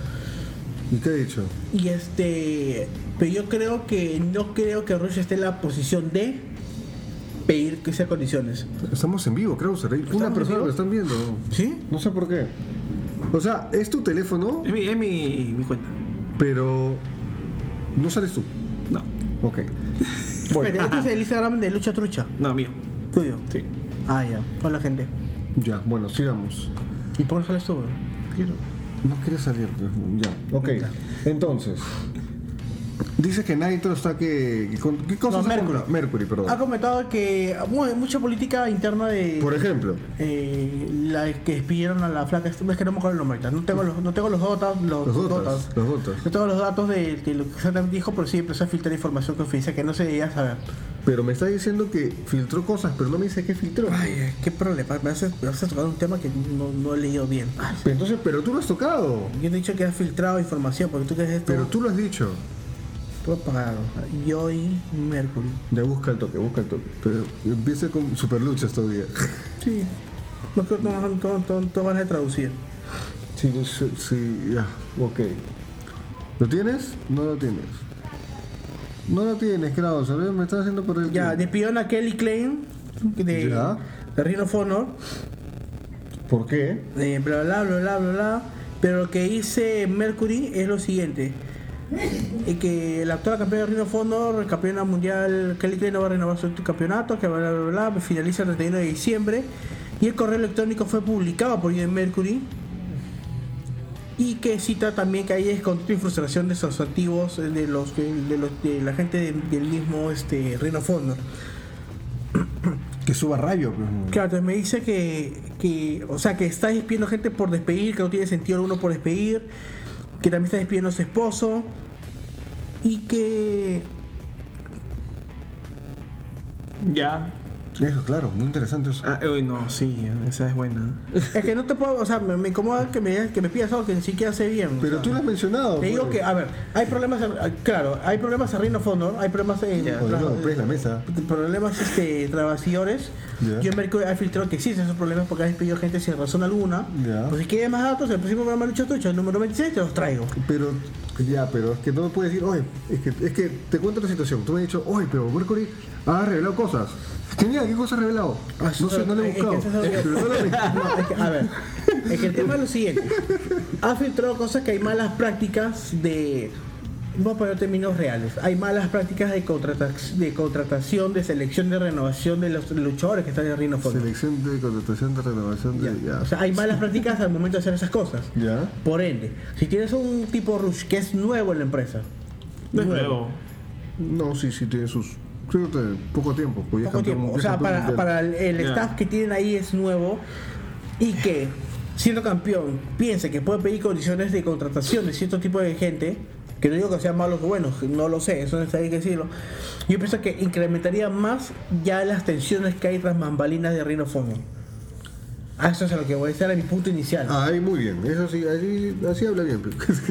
Speaker 2: ¿Y qué ha dicho?
Speaker 1: Y este, pero yo creo que no creo que Rush esté en la posición de pedir que sea condiciones.
Speaker 2: Estamos en vivo, creo, Serrey. Una
Speaker 1: en
Speaker 2: persona
Speaker 1: vivo?
Speaker 2: lo están viendo.
Speaker 1: ¿Sí?
Speaker 2: No sé por qué. O sea, es tu teléfono,
Speaker 3: Es mi, es mi, mi cuenta.
Speaker 2: pero. No sales tú.
Speaker 3: No,
Speaker 2: Ok.
Speaker 1: Pero este es el Instagram de Lucha Trucha,
Speaker 3: no, mío.
Speaker 1: tuyo.
Speaker 3: Sí.
Speaker 1: Ah, ya. Hola, gente.
Speaker 2: Ya, bueno, sigamos.
Speaker 1: ¿Y por qué sales tú? bro?
Speaker 2: No quiere salir, pues, ya. Ok,
Speaker 1: Venga.
Speaker 2: entonces. Dice que Nitro está que. que con- ¿Qué cosa
Speaker 1: No,
Speaker 2: se
Speaker 1: Mercury. Ah,
Speaker 2: compra? Mercury, perdón.
Speaker 1: Ha comentado que bueno, mucha política interna de
Speaker 2: Por ejemplo,
Speaker 1: eh, la que despidieron a la flaca. esta- Es que no me acuerdo el nombre ahorita. No tengo los, no tengo los datos. Los,
Speaker 2: Los dotas, los dotas.
Speaker 1: No tengo los datos de, de lo que exactamente dijo, pero sí empezó a filtrar información confidencial que no se debía saber.
Speaker 2: pero me está diciendo que filtró cosas, pero no me dice qué filtró.
Speaker 1: Ay, Eh, qué problema. Me haces, me haces tocar un tema que no, no he leído bien. Ay,
Speaker 2: Pero Entonces, pero tú lo has tocado.
Speaker 1: Ah, yo te he dicho que has filtrado información, porque tú crees esto.
Speaker 2: Pero tú lo has dicho.
Speaker 1: Todo pagado. Yo y Mercury.
Speaker 2: Ya busca el toque, busca el toque. Pero empieza con superluchas todavía.
Speaker 1: Sí. No creo que no, no, no, no van a traducir.
Speaker 2: Sí, no sé, sí, ya, ok. ¿Lo tienes? No lo tienes. No lo tienes, claro, ¿sabes? Me estás haciendo por el.
Speaker 1: Ya, despidieron a Kelly Klein de,
Speaker 2: Ya.
Speaker 1: de Ring of Honor,
Speaker 2: ¿Por qué?
Speaker 1: de bla bla bla bla bla bla. Pero lo que dice Mercury es lo siguiente. eh, que la actual campeona de Ring of Honor, campeona mundial, Kelly Klein no va a renovar su campeonato, que bla bla bla, bla, finaliza el 31 de diciembre. Y el correo electrónico fue publicado por Ian Mercury. Y que cita también que hay descontento y frustración de sus activos, eh, de los de, los, de la gente de- del mismo este, Ring of Honor.
Speaker 2: Que suba radio. pues.
Speaker 1: Claro, entonces me dice que, que, o sea, que está despidiendo gente por despedir, que no tiene sentido alguno por despedir, que también está despidiendo a su esposo y que
Speaker 3: Ya.
Speaker 2: Eso, claro, muy interesante eso.
Speaker 3: Ah, uy, no, sí, esa es buena.
Speaker 1: es que no te puedo, o sea, me, me incomoda que me, digas- que me pidas algo que ni siquiera sé bien. o
Speaker 2: Pero
Speaker 1: sea.
Speaker 2: tú lo has mencionado.
Speaker 1: Te digo
Speaker 2: pues.
Speaker 1: que, a ver, hay problemas, eh, claro, hay problemas en Reino Fondo, hay problemas en
Speaker 3: Ya.
Speaker 2: Oye,
Speaker 1: tras-
Speaker 2: no, pues, la mesa.
Speaker 1: problemas este, trabajadores.
Speaker 2: Ya.
Speaker 1: Yo en Mercurio he filtrado que existen esos problemas porque han despedido gente sin razón alguna.
Speaker 2: Ya.
Speaker 1: Pues si quieres más datos, el próximo programa Lucho Tucho, el número 26, te los traigo.
Speaker 2: Pero, ya, pero es que no me puedes decir, oye, es que, es que te cuento la situación. Tú me has dicho, oye, pero Mercury ha revelado cosas. Genial, ¿qué cosas ha revelado?
Speaker 1: Ah, sí,
Speaker 2: No sé, no le he
Speaker 1: es que eso
Speaker 2: buscado.
Speaker 1: es
Speaker 2: Pero
Speaker 1: obvio.
Speaker 2: no lo he
Speaker 1: No, es que, a ver, es que el tema es lo siguiente. Ha filtrado cosas que hay malas prácticas de... Vamos a poner términos reales. Hay malas prácticas de, contratac- de contratación, de selección, de renovación de los luchadores que están en Reino Fondo.
Speaker 2: Selección de contratación de renovación de. Ya.
Speaker 1: O sea, hay malas prácticas al momento de hacer esas cosas.
Speaker 2: Ya.
Speaker 1: Por ende, si tienes un tipo rush que es nuevo en la empresa,
Speaker 3: No es nuevo.
Speaker 2: No, sí, sí, tiene sus. Creo que poco tiempo. pues ya
Speaker 1: poco
Speaker 2: campeón-
Speaker 1: tiempo, o
Speaker 2: ya
Speaker 1: sea,
Speaker 2: campeón
Speaker 1: para,
Speaker 2: mundial.
Speaker 1: para el, el
Speaker 3: Ya.
Speaker 1: staff que tienen ahí es nuevo y que, siendo campeón, piense que puede pedir condiciones de contratación de cierto tipo de gente, que no digo que sean malos o buenos, no lo sé, eso no hay que decirlo. Yo pienso que incrementaría más ya las tensiones que hay tras bambalinas de Rino Fondo. A eso es a lo que voy a decir a mi punto inicial.
Speaker 2: Ah, ahí muy bien, eso sí, ahí- así habla bien. pues.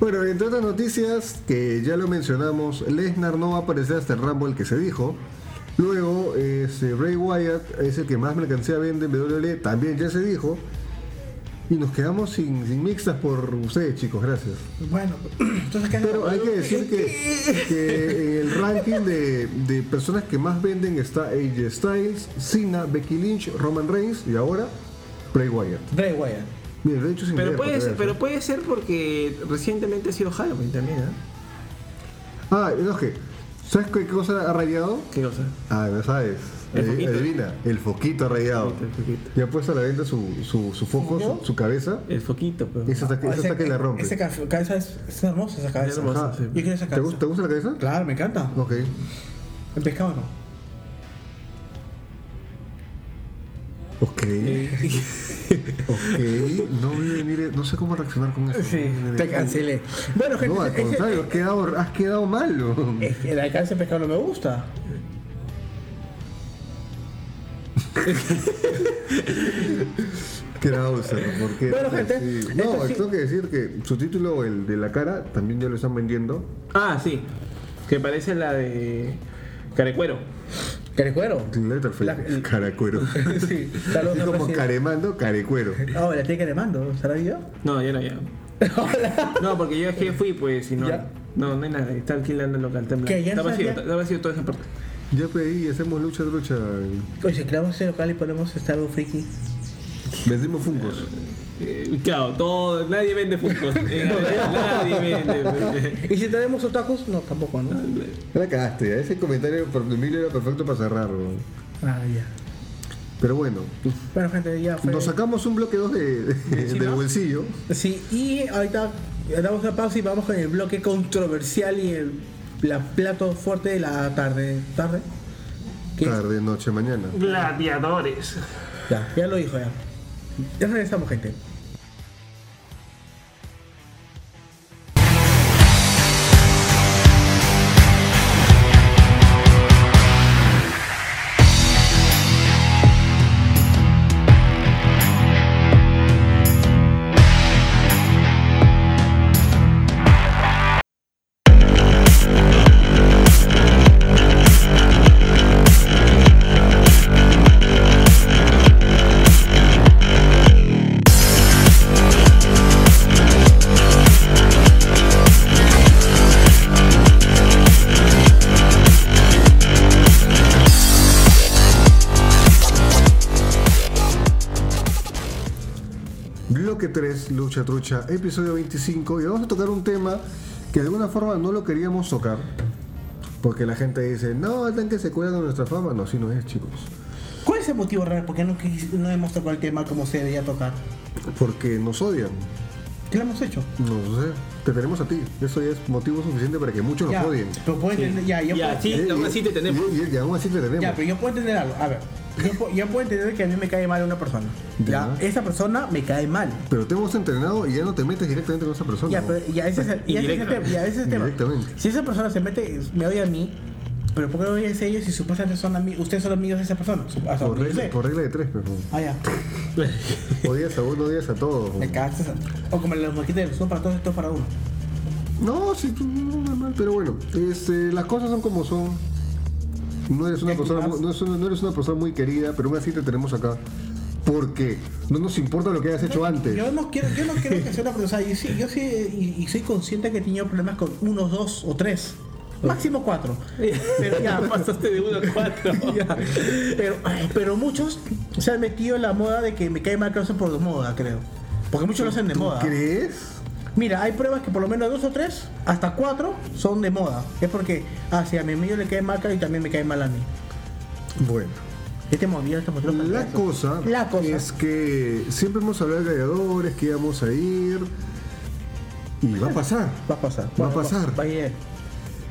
Speaker 2: bueno, entre otras noticias, que ya lo mencionamos, Lesnar no va a aparecer hasta el Rumble que se dijo. Luego, este, Ray Wyatt es el que más mercancía vende en WWE, también ya se dijo. Y nos quedamos sin, sin mixtas por ustedes, chicos, gracias.
Speaker 1: Bueno, entonces, ¿qué
Speaker 2: Pero hay que decir que, que en el ranking de, de personas que más venden está AJ Styles, Cena, Becky Lynch, Roman Reigns y ahora Bray Wyatt.
Speaker 1: Bray Wyatt.
Speaker 2: Mira, lo he dicho sin
Speaker 7: Pero
Speaker 2: leer,
Speaker 7: puede,
Speaker 2: para
Speaker 7: ser,
Speaker 2: que veas,
Speaker 7: pero puede ser porque recientemente ha sido Halloween también, ¿eh?
Speaker 2: ¿no? Ah, no, es que, ¿sabes qué cosa ha rayado?
Speaker 7: ¿Qué cosa?
Speaker 2: Ah, no sabes.
Speaker 7: El
Speaker 2: Adi-
Speaker 7: foquito.
Speaker 2: Adivina, el foquito ha rayado.
Speaker 7: El foquito.
Speaker 2: Ya ha puesto a la venta su, su, su foco, su, su cabeza.
Speaker 7: El foquito, pero.
Speaker 2: Esa está, esa está que la rompe.
Speaker 1: Esa Ah, ca- cabeza es, es hermosa, esa cabeza.
Speaker 7: Es hermosa.
Speaker 2: Ajá.
Speaker 7: sí.
Speaker 1: Yo quiero esa
Speaker 2: ¿Te,
Speaker 1: cabeza.
Speaker 2: gusta, ¿Te gusta la cabeza?
Speaker 1: Claro, me encanta.
Speaker 2: Ok.
Speaker 1: El pescado no.
Speaker 2: Ok. ok. No, voy a venir- no sé cómo reaccionar con eso.
Speaker 1: te cancelé. Bueno, gente,
Speaker 2: No, al
Speaker 1: ese-
Speaker 2: contrario, has quedado, has quedado malo.
Speaker 1: es que la cabeza de pescado no me gusta.
Speaker 2: Krauser, ¿por qué?
Speaker 1: Bueno, gente,
Speaker 2: Sí.
Speaker 1: esto
Speaker 2: No,
Speaker 1: sí-
Speaker 2: tengo que decir que su título, el de la cara, también ya lo están vendiendo.
Speaker 3: Ah, sí. Que parece la de Carecuero.
Speaker 1: ¿Carecuero?
Speaker 2: Letterface,
Speaker 1: La- el-
Speaker 2: caracuero.
Speaker 1: sí. Saludos
Speaker 2: Es
Speaker 1: al
Speaker 2: como
Speaker 1: presidente.
Speaker 2: caremando, carecuero.
Speaker 1: Ah, la tiene que le mando, ¿será yo?
Speaker 3: No, ya no, ya.
Speaker 1: Hola.
Speaker 3: No, porque yo es que fui, pues, y no.
Speaker 1: Ya.
Speaker 3: No, no hay nada, está alquilando el local. Está, en blanco.
Speaker 1: ¿Qué, ya
Speaker 3: está
Speaker 1: no
Speaker 3: vacío,
Speaker 1: sabía?
Speaker 3: está vacío toda esa parte.
Speaker 2: Ya pedí, hacemos lucha trucha.
Speaker 1: Oye, si creamos ese local y ponemos este algo friki.
Speaker 2: Vendimos fungos.
Speaker 1: Ah.
Speaker 3: Eh, claro, todo, nadie vende Funkos. Eh, nadie vende. pues.
Speaker 1: ¿Y si tenemos otakus? No, tampoco, ¿no?
Speaker 2: Ya La cagaste, ¿eh? ese comentario por Emilio era perfecto para cerrarlo.
Speaker 1: Ah, ya.
Speaker 2: Pero bueno,
Speaker 1: Bueno, gente, ya fue.
Speaker 2: nos sacamos un bloque 2 de, de- del bolsillo.
Speaker 1: Sí, y ahorita damos la pausa y vamos con el bloque controversial y el la plato fuerte de la tarde. ¿Tarde? ¿Qué es?
Speaker 2: Tarde, noche, mañana.
Speaker 7: Gladiadores.
Speaker 1: Ya, ya lo dijo ya. Ya regresamos, gente.
Speaker 2: Bloque 3, Lucha Trucha, episodio 25. Y vamos a tocar un tema que de alguna forma no lo queríamos tocar. Porque la gente dice, no, tan que se cuelgan de nuestra fama. No, así no es, chicos.
Speaker 1: ¿Cuál es el motivo real? ¿Por qué no, quis- no hemos tocado el tema como se debía tocar?
Speaker 2: Porque nos odian.
Speaker 1: ¿Qué lo hemos hecho?
Speaker 2: No sé, te tenemos a ti. Eso ya es motivo suficiente para que muchos
Speaker 1: ya,
Speaker 2: nos odien.
Speaker 1: pero puedo entender, ya, yo
Speaker 3: Ya,
Speaker 1: puedo-
Speaker 3: sí,
Speaker 2: Eh,
Speaker 3: aún
Speaker 2: y-
Speaker 3: así te tenemos.
Speaker 2: Y, y- y aún así te tenemos.
Speaker 1: ya, pero yo puedo entender algo. A ver, yo, pu- yo puedo entender que a mí me cae mal una persona. Ya,
Speaker 2: Ya.
Speaker 1: esa persona me cae mal.
Speaker 2: Pero te hemos entrenado y ya no te metes directamente con esa persona.
Speaker 1: Ya,
Speaker 2: ¿no?
Speaker 1: pero ya ese es el, ya ese es el tema. ya ese es el tema.
Speaker 2: Directamente.
Speaker 1: Si esa persona se mete, me odia a mí, pero ¿por qué me odias a ellos si supuestamente son amigos? Ustedes son amigos de esa persona. Sup- hasta
Speaker 2: por,
Speaker 1: donde yo
Speaker 2: regla,
Speaker 1: sé.
Speaker 2: por regla de tres, pero.
Speaker 1: Ah, ya.
Speaker 2: Odias a uno, odias a todos.
Speaker 1: Me cagaste. O como los maquitas son para todos estos para uno.
Speaker 2: No, sí, tú- no, normal, pero bueno, este, las cosas son como son. No eres una
Speaker 1: Es que
Speaker 2: persona,
Speaker 1: más-
Speaker 2: mu- no, es una- no eres una persona muy querida, pero aún así te tenemos acá. Porque no nos importa lo que hayas hecho antes.
Speaker 1: Yo no quiero, yo no quiero que sea una persona. Yo sí, yo sí y, y soy consciente que he tenido problemas con unos dos o tres. Máximo cuatro. Pero, ya, pues,
Speaker 7: Pasaste de 1 a 4.
Speaker 1: ya. pero, pero muchos se han metido en la moda de que me cae mal que lo hacen por moda, creo. Porque muchos lo hacen de
Speaker 2: ¿Tú
Speaker 1: moda.
Speaker 2: crees?
Speaker 1: Mira, hay pruebas que por lo menos dos o tres, hasta cuatro, son de moda. Es porque, ah, sí, a mi amigo le cae mal claro, y también me cae mal a mí.
Speaker 2: Bueno,
Speaker 1: Este movió, este movió.
Speaker 2: la cosa,
Speaker 1: La cosa.
Speaker 2: es que siempre hemos hablado de gladiadores, que íbamos a ir. Y va a pasar.
Speaker 1: Va a pasar.
Speaker 2: Va a pasar.
Speaker 1: Va a ir.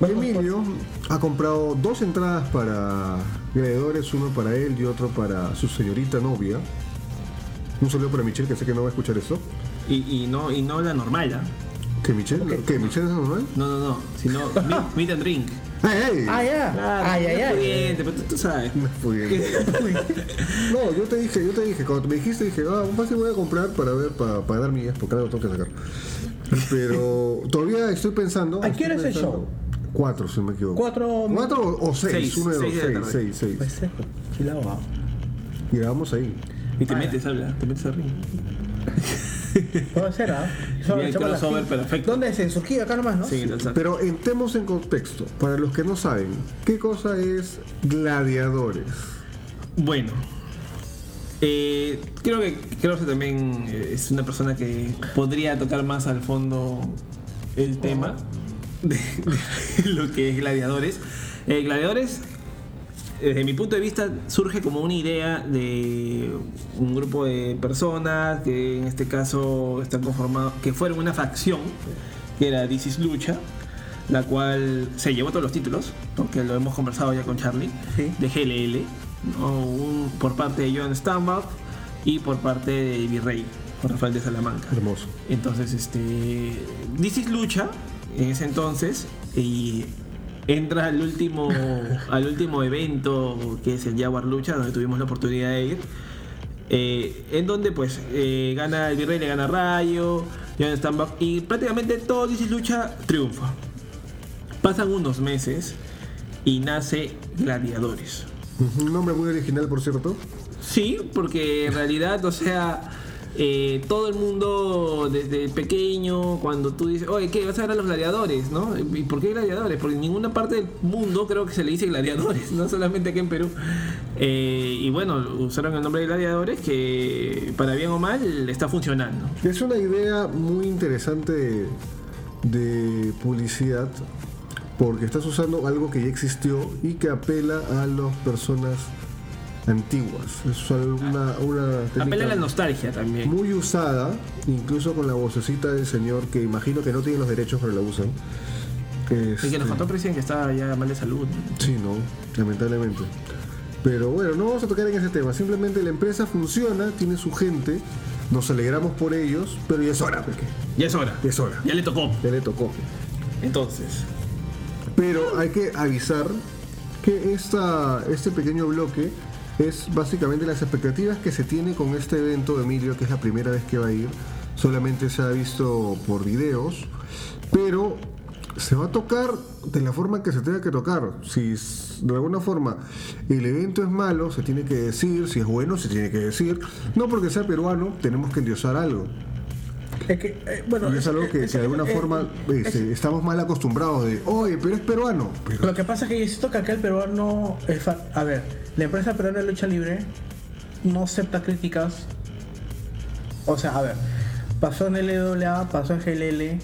Speaker 2: Emilio ha comprado dos entradas para gladiadores, uno para él y otro para su señorita novia. Un saludo para Michelle, que sé que no va a escuchar eso.
Speaker 3: Y, y no, y no la normal, ¿ah?
Speaker 2: ¿Que Michelle? ¿Que Michelle es normal?
Speaker 3: No, no, no. Sino meet, meet and drink.
Speaker 2: ¡Ey!
Speaker 1: Ah, ya. ay, ay, ay.
Speaker 3: Pudiente, pero tú, tú sabes.
Speaker 2: No, fui bien. No, yo te dije, yo te dije, cuando me dijiste, dije, ah, un pase voy a comprar para ver, para, para dar millas, porque algo tengo que sacar. Pero todavía estoy pensando.
Speaker 1: ¿A qué hora es el
Speaker 2: estoy pensando.
Speaker 1: show?
Speaker 2: Cuatro, si no me equivoco.
Speaker 1: Cuatro-
Speaker 2: ¿Cuatro o o seis?
Speaker 3: Seis,
Speaker 2: uno de los
Speaker 3: seis de
Speaker 2: seis,
Speaker 3: la tarde.
Speaker 2: seis, seis.
Speaker 1: Pues, eh, chilao, va.
Speaker 2: Y grabamos ahí.
Speaker 3: Y te metes, habla. Te metes a ring.
Speaker 1: Puede ser, ¿ah? Sobre-
Speaker 3: el
Speaker 1: sobre las
Speaker 3: crossover
Speaker 1: cinco.
Speaker 3: perfecto.
Speaker 1: ¿Dónde es? En Surquillo, acá nomás, ¿no?
Speaker 3: Sí, entonces.
Speaker 2: Pero entremos en contexto, para los que no saben, ¿qué cosa es gladiadores?
Speaker 3: Bueno. Eh, creo que creo que también eh, es una persona que podría tocar más al fondo el tema de, de lo que es gladiadores. Eh, gladiadores, desde mi punto de vista, surge como una idea de un grupo de personas que en este caso están conformados, que fueron una facción, que era This is Lucha, la cual se llevó todos los títulos, porque lo hemos conversado ya con Charlie,
Speaker 1: Sí.
Speaker 3: de GLL, ¿no? Un- por parte de John Stambach y por parte de Virrey, por Rafael de Salamanca.
Speaker 2: Hermoso.
Speaker 3: Entonces, este. This is Lucha en ese entonces y entra al último, al último evento que es el Jaguar Lucha, donde tuvimos la oportunidad de ir. eh, en donde pues eh, gana el Virrey, le gana a Rayo, John Stambach y prácticamente todo This is Lucha triunfa. Pasan unos meses y nace Gladiadores.
Speaker 2: Un nombre muy original, por cierto.
Speaker 3: Sí, porque en realidad, o sea, eh, todo el mundo desde pequeño, cuando tú dices, oye, ¿qué? ¿Vas a ver a los gladiadores, no? ¿Y por qué gladiadores? Porque en ninguna parte del mundo creo que se le dice gladiadores, no solamente aquí en Perú. Eh, y bueno, usaron el nombre de gladiadores que, para bien o mal, está funcionando.
Speaker 2: Es una idea muy interesante de, de publicidad porque estás usando algo que ya existió y que apela a las personas antiguas. Es una, una técnica
Speaker 3: Apela a la nostalgia también.
Speaker 2: muy usada, incluso con la vocecita del señor que imagino que no tiene los derechos pero la usan.
Speaker 3: El que nos
Speaker 2: Este,
Speaker 3: contó recién que estaba ya mal de salud.
Speaker 2: Sí, no, lamentablemente. Pero bueno, no vamos a tocar en ese tema. Simplemente la empresa funciona, tiene su gente, nos alegramos por ellos, pero ya es hora, porque
Speaker 3: Ya es hora.
Speaker 2: ya es hora.
Speaker 3: Ya le tocó.
Speaker 2: Ya le tocó.
Speaker 3: Entonces.
Speaker 2: Pero hay que avisar que esta, este pequeño bloque es básicamente las expectativas que se tiene con este evento de Emilio, que es la primera vez que va a ir. Solamente se ha visto por videos, pero se va a tocar de la forma que se tenga que tocar. Si s- de alguna forma el evento es malo, se tiene que decir. Si es bueno, se tiene que decir. No porque sea peruano, tenemos que endiosar algo.
Speaker 1: Es que, eh, bueno,
Speaker 2: Y es algo que,
Speaker 1: es- eh,
Speaker 2: que de alguna
Speaker 1: es-
Speaker 2: forma este, estamos mal acostumbrados de, oye, pero es peruano. Pero
Speaker 1: Lo que pasa es que yo siento que acá el peruano. es fa- a ver, la empresa peruana de lucha libre no acepta críticas. O sea, a ver, pasó en LWA, pasó en GLL,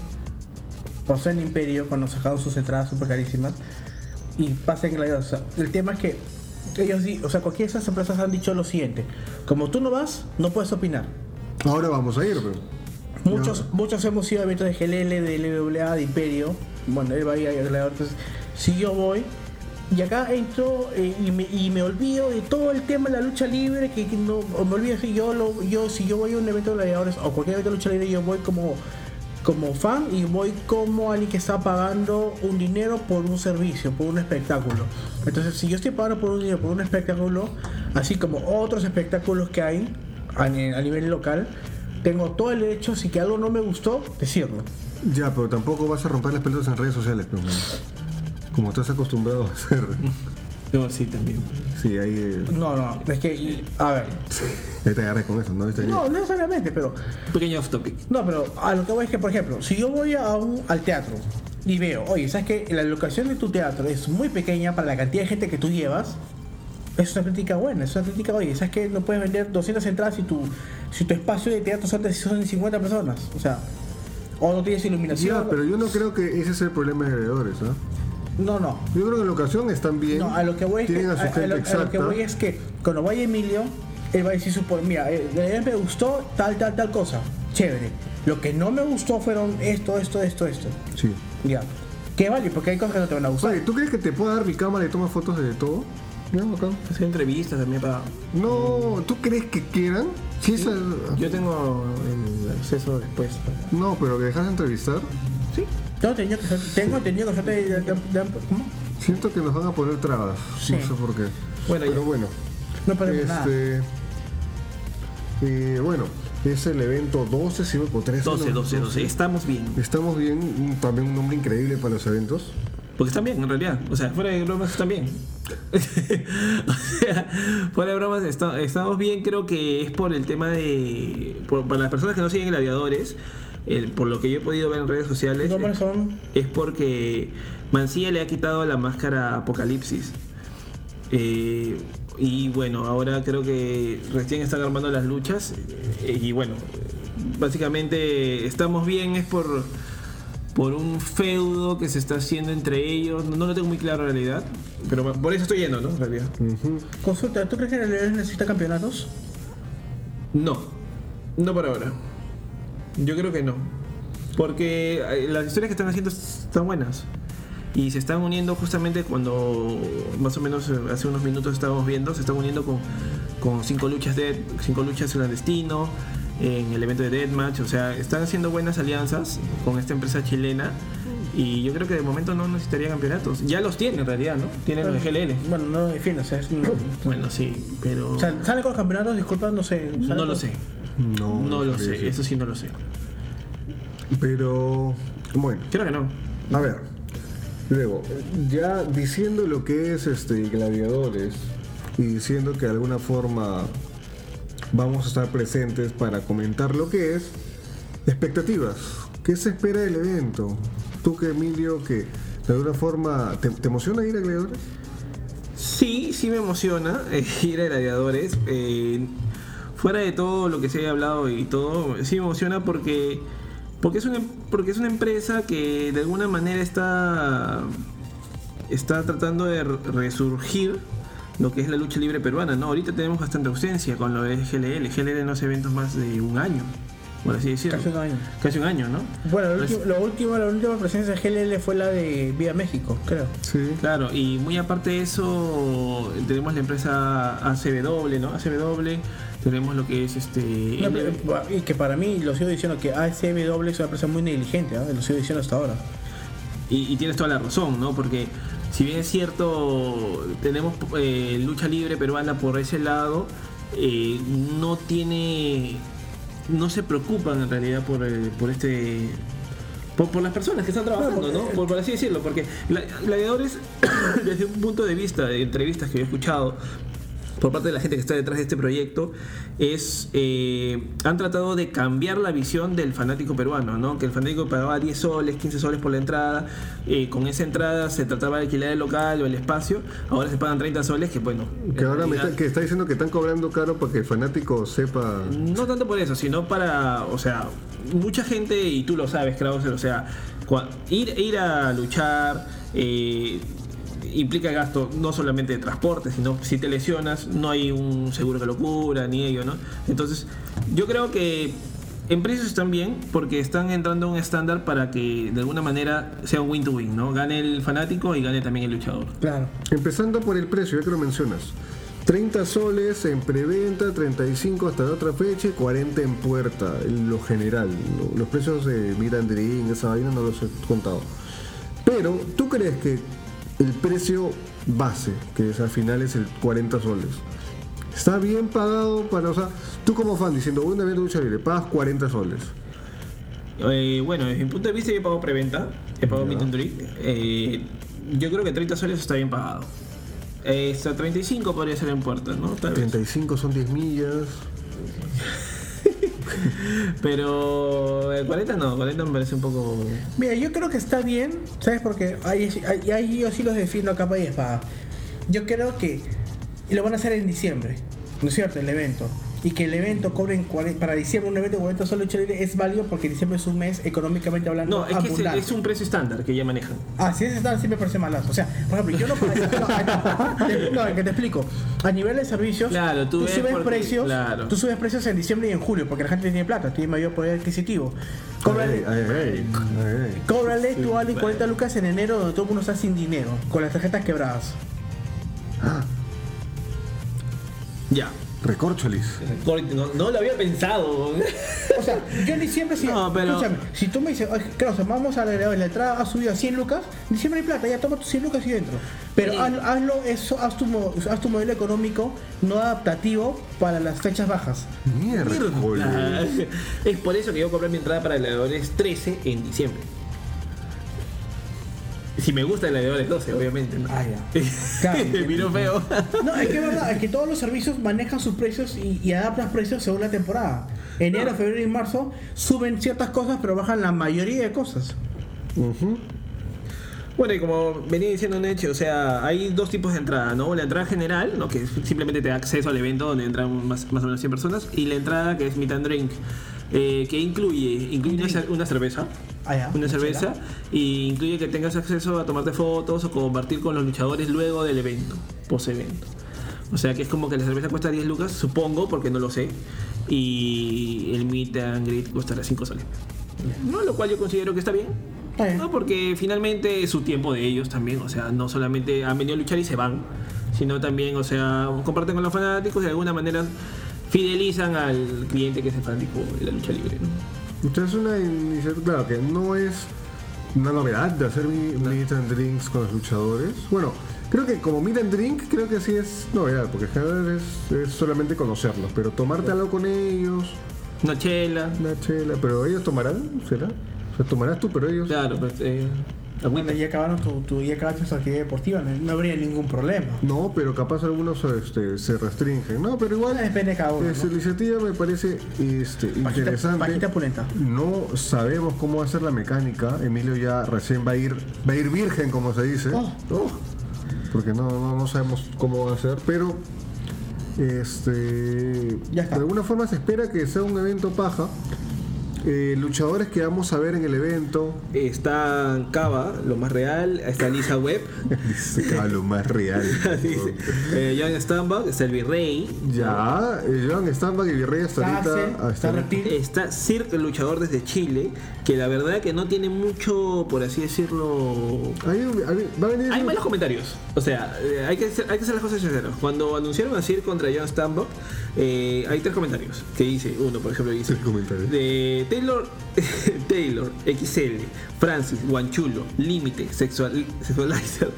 Speaker 1: pasó en Imperio cuando sacaron sus entradas super carísimas. Y pasa en Gladiador. O sea, el tema es que ellos, di- o sea, cualquiera de esas empresas han dicho lo siguiente: como tú no vas, no puedes opinar.
Speaker 2: Ahora vamos a ir, pero.
Speaker 1: Muchos, muchos hemos ido a eventos de GLL, de LWA, de Imperio. Bueno, él va a ir a Gladiador. Entonces, si yo voy, Y acá entro eh, y, me, y me olvido de todo el tema de la lucha libre, que, que no o me olvido si yo, lo, yo, si yo voy a un evento de gladiadores o cualquier evento de lucha libre, yo voy como, como fan y voy como alguien que está pagando un dinero por un servicio, por un espectáculo. Entonces, si yo estoy pagando por un dinero, por un espectáculo, así como otros espectáculos que hay a, ni- a nivel local, tengo todo el derecho, si que algo no me gustó, decirlo.
Speaker 2: Ya, pero tampoco vas a romper las pelotas en redes sociales, pero, como estás acostumbrado a hacer.
Speaker 3: No, sí, también.
Speaker 2: Sí, ahí, eh,
Speaker 1: No, no, es que, y- a ver,
Speaker 2: ahí te agarré con eso, ¿no? Ahí te-
Speaker 1: no, no necesariamente, pero
Speaker 3: Pequeño off topic.
Speaker 1: No, pero a lo que voy es que, por ejemplo, si yo voy a un, al teatro y veo, oye, ¿sabes que La locación de tu teatro es muy pequeña para la cantidad de gente que tú llevas. Es una crítica buena, es una crítica, oye, ¿sabes que No puedes vender 200 entradas si tu, si tu espacio de teatro son de son de 50 personas. O sea, o no tienes iluminación.
Speaker 2: Ya, pero yo no creo que ese sea el problema de alrededores, ¿ah?
Speaker 1: No, no.
Speaker 2: Yo creo que en la ocasión están bien.
Speaker 1: No, a lo que voy es que,
Speaker 2: tienen
Speaker 1: a,
Speaker 2: a su
Speaker 1: a
Speaker 2: gente
Speaker 1: lo, a lo
Speaker 2: exacta.
Speaker 1: que voy es que cuando vaya Emilio, él va a decir su por mira, eh, la idea me gustó tal, tal, tal cosa. Chévere. Lo que no me gustó fueron esto, esto, esto, esto.
Speaker 2: Sí.
Speaker 1: Ya. Que vale, porque hay cosas que no te van a gustar.
Speaker 2: Oye, ¿tú crees que te pueda dar mi cámara y toma fotos de todo? No, acá.
Speaker 3: Hacer entrevistas también para.
Speaker 2: No, ¿tú crees que quieran? Sí, esa-
Speaker 3: Yo tengo el acceso después.
Speaker 2: No, pero que dejas de entrevistar.
Speaker 1: pues. Yo he tenido que ser- tengo entendido que suerte de- de- de- ¿cómo?
Speaker 2: Siento que nos van a poner trabas.
Speaker 1: Sí.
Speaker 2: No sé por qué.
Speaker 3: Bueno,
Speaker 2: pero
Speaker 3: ya.
Speaker 2: bueno.
Speaker 1: No perdemos nada.
Speaker 2: Este. eh, bueno, es el evento 12, si me o 13.
Speaker 3: 12,
Speaker 2: ¿no?
Speaker 3: 12, 12. Estamos bien.
Speaker 2: Estamos bien, un- también un nombre increíble para los eventos.
Speaker 3: Porque están bien, en realidad. O sea, fuera de bromas están bien. o sea, fuera de bromas está- estamos bien. Creo que es por el tema de. por- para las personas que no siguen gladiadores, el- por lo que yo he podido ver en redes sociales,
Speaker 1: Los nombres son.
Speaker 3: es porque Mancilla le ha quitado la máscara a Apocalipsis. Eh, y bueno, ahora creo que recién están armando las luchas. eh, y bueno, básicamente estamos bien, es por, por un feudo que se está haciendo entre ellos. No, lo tengo muy claro en realidad, pero bueno, por eso estoy yendo, ¿no? En realidad.
Speaker 1: Consulta, ¿tú crees que el LL necesita campeonatos?
Speaker 3: No, no por ahora. Yo creo que no. Porque eh, las historias que están haciendo están buenas. Y se están uniendo justamente cuando, más o menos eh, hace unos minutos estábamos viendo, se están uniendo con, con cinco luchas de cinco luchas clandestino, en el evento de Deathmatch. O sea, están haciendo buenas alianzas con esta empresa chilena. Y yo creo que de momento no necesitaría campeonatos. Ya los tiene en realidad, ¿no? Tienen los de GLL.
Speaker 1: Bueno, no lo define, o sea, es un-
Speaker 3: Bueno, sí, pero...
Speaker 1: O sea, sale con los campeonatos, disculpa, no sé. sale
Speaker 3: no
Speaker 1: con-
Speaker 3: lo sé.
Speaker 2: No,
Speaker 3: No lo sé.
Speaker 2: sí.
Speaker 3: Eso sí no lo sé.
Speaker 2: Pero, bueno,
Speaker 3: Creo que no.
Speaker 2: a ver. Luego, ya diciendo lo que es este Gladiadores y diciendo que de alguna forma vamos a estar presentes para comentar lo que es, expectativas. ¿Qué se espera del evento? Tú que Emilio, que de alguna forma, ¿te, te emociona ir a Gladiadores?
Speaker 3: Sí, sí me emociona eh, ir a Gladiadores. eh, fuera de todo lo que se haya hablado y todo, sí me emociona porque, porque, es, una, em, porque es una empresa que de alguna manera está, está tratando de re- resurgir lo que es la lucha libre peruana. ¿no? Ahorita tenemos bastante ausencia con lo de GLL. GLL no hace eventos más de un año, por así decirlo.
Speaker 1: Casi un año.
Speaker 3: Casi un año, ¿no?
Speaker 1: Bueno, lo
Speaker 3: Pues-
Speaker 1: último, lo último- la última presencia de GLL fue la de Vía México, creo.
Speaker 2: Sí.
Speaker 3: Claro, y muy aparte de eso, tenemos la empresa ACW, ¿no? ACW, tenemos lo que es este.
Speaker 1: No,
Speaker 3: NB.
Speaker 1: pero- y que para mí, lo sigo diciendo, que ASMW es una empresa muy negligente, ¿eh? lo sigo diciendo hasta ahora.
Speaker 3: Y, y tienes toda la razón, ¿no? Porque si bien es cierto, tenemos eh, lucha libre peruana por ese lado, eh, no tiene. No se preocupan en realidad por, eh, por este. Por, por las personas que están trabajando, ¿no? Por, por así decirlo, porque la- gladiadores, desde un punto de vista de entrevistas que yo he escuchado por parte de la gente que está detrás de este proyecto, es eh, han tratado de cambiar la visión del fanático peruano, ¿no? Que el fanático pagaba 10 soles, 15 soles por la entrada, eh, con esa entrada se trataba de alquilar el local o el espacio, ahora se pagan 30 soles, que bueno.
Speaker 2: Que
Speaker 3: en
Speaker 2: ahora me
Speaker 3: realidad-
Speaker 2: está, que está diciendo que están cobrando caro para que el fanático sepa.
Speaker 3: no tanto por eso, sino para, o sea, mucha gente, y tú lo sabes, Krauser, o sea, cua- ir, ir a luchar eh, implica gasto no solamente de transporte, sino si te lesionas, no hay un seguro que lo cubra, ni ello, ¿no? Entonces, yo creo que Empresas están bien porque están entrando a un estándar para que de alguna manera sea un win-to-win, ¿no? Gane el fanático y gane también el luchador.
Speaker 1: Claro.
Speaker 2: Empezando por el precio, ya que lo mencionas. 30 soles en preventa, 35 hasta la otra fecha, y 40 en puerta, en lo general. Lo- Los precios de Mirandrín, esa vaina no los he contado. Pero, ¿tú crees que el precio base, que es al final es el 40 soles, está bien pagado para, o sea, tú como fan diciendo, voy a una mierda de lucha libre, pagas 40 soles.
Speaker 3: Eh, bueno, desde mi punto de vista yo pago preventa, he pagado mi Tundri. Eh, yo creo que 30 soles está bien pagado. Eh, hasta 35 podría ser en puertas, ¿no? Tal vez.
Speaker 2: 35 son 10 millas.
Speaker 3: Pero eh, 40 no, 40 me parece un poco...
Speaker 1: Mira, yo creo que está bien, ¿sabes? Porque ahí, ahí- ahí yo sí los defiendo a capa y espada. Yo creo que lo van a hacer en diciembre, ¿no es cierto? El evento. Y que el evento cobren cuare- para diciembre un evento de 40 soles lucha libre es válido porque diciembre es un mes económicamente hablando.
Speaker 3: No, es que es, el-
Speaker 1: abundante.
Speaker 3: es un precio estándar que ya manejan.
Speaker 1: Así es, está, siempre parece malazo. O sea, por ejemplo, yo no pagaría. No, no, que te explico. A nivel de servicios,
Speaker 3: Claro, tú ves
Speaker 1: subes
Speaker 3: porque-
Speaker 1: precios.
Speaker 3: claro.
Speaker 1: Tú subes precios en diciembre y en julio porque la gente tiene plata, tiene mayor poder adquisitivo. Cóbrale,
Speaker 2: Ay, ay, ay, ay, ay.
Speaker 1: cóbrale tú a alguien 40 lucas en enero donde todo el mundo está sin dinero, con las tarjetas quebradas.
Speaker 2: Ah,
Speaker 3: Ya.
Speaker 2: Recorcholis.
Speaker 3: No, no lo había pensado.
Speaker 1: O sea, yo en diciembre, si,
Speaker 3: No, pero-
Speaker 1: escúchame, si tú me dices, oye, claro, o sea, vamos a la agregadora, la entrada ha subido a 100 lucas, en diciembre hay plata, ya toma tus 100 lucas y dentro. Pero haz- hazlo, eso, haz tu, mo- haz tu modelo económico no adaptativo para las fechas bajas.
Speaker 2: Miércoles.
Speaker 3: es por eso que yo compré mi entrada para gladiadores 13 en diciembre. Si me gusta el gladiadores 12, obviamente. ¿no?
Speaker 1: Ah, ya. Claro,
Speaker 3: Me miro feo.
Speaker 1: No, es que es verdad, es que todos los servicios manejan sus precios y, y adaptan precios según la temporada. Enero, febrero y marzo suben ciertas cosas, pero bajan la mayoría de cosas.
Speaker 3: Bueno, y como venía diciendo Neche, o sea, hay dos tipos de entrada, ¿no? La entrada general, ¿no? que simplemente te da acceso al evento donde entran más, más o menos 100 personas, y la entrada que es meet and drink, eh, que incluye, incluye una, cer- una cerveza,
Speaker 1: Ah, ya.
Speaker 3: una
Speaker 1: Una
Speaker 3: cerveza, y incluye que tengas acceso a tomarte fotos o compartir con los luchadores luego del evento, post evento. O sea que es como que la cerveza cuesta 10 lucas, supongo, porque no lo sé, y el meet and greet costará 5 soles. No, lo cual yo considero que está bien,
Speaker 1: Está bien.
Speaker 3: no, porque finalmente es su tiempo de ellos también, o sea, no solamente han venido a luchar y se van, sino también, o sea, comparten con los fanáticos y de alguna manera fidelizan al cliente que es el fanático de la lucha libre. ¿no?
Speaker 2: Entonces una iniciativa, claro, que no es una novedad de hacer mi- meet and drinks con los luchadores. Bueno, creo que como meet and drink, creo que sí es novedad, porque general es, es solamente conocerlos, pero tomarte algo con ellos,
Speaker 3: Una chela,
Speaker 2: una chela, pero ellos tomarán, ¿será? O sea, tomarás tú, pero ellos...
Speaker 3: claro, pues, eh, agüita.
Speaker 1: Cuando ya acabaron tu, tu- ya acabaste tu actividad deportiva, no, no habría ningún problema.
Speaker 2: No, pero capaz algunos este, se restringen, ¿no? Pero igual...
Speaker 1: Depende de cada uno.
Speaker 2: Esta
Speaker 1: ¿no?
Speaker 2: Este, iniciativa me parece este, interesante.
Speaker 1: pajita pulenta.
Speaker 2: No sabemos cómo va a ser la mecánica. Emilio ya recién va a ir, va a ir virgen, como se dice.
Speaker 1: Oh.
Speaker 2: Oh. Porque no, no, no sabemos cómo va a ser, pero este
Speaker 1: Ya está.
Speaker 2: de alguna forma se espera que sea un evento paja. Eh, luchadores que vamos a ver en el evento.
Speaker 3: Está Cava, lo más real, está Lisa Webb,
Speaker 2: Dice a lo más real.
Speaker 3: dice, eh, Jan Stambach, está el Virrey,
Speaker 2: ya, eh, Joan Stamba y Virrey hasta
Speaker 1: Está
Speaker 2: ahorita.
Speaker 1: Axel,
Speaker 2: hasta
Speaker 1: está
Speaker 2: ahorita-
Speaker 1: Reptil.
Speaker 3: Está Cirque, el luchador desde Chile, que la verdad que no tiene mucho, por así decirlo,
Speaker 2: Ahí- ahí- va a venir
Speaker 3: Hay malos comentarios. O sea, eh, hay que, ser, hay que ser las cosas sinceras. Cuando anunciaron a Sir contra John Stambach, eh, hay tres comentarios. Que dice, uno por ejemplo dice...
Speaker 2: Tres comentarios.
Speaker 3: De Taylor, Taylor, XL, Francis, Guanchulo, Límite, Sexual, Sexualizer,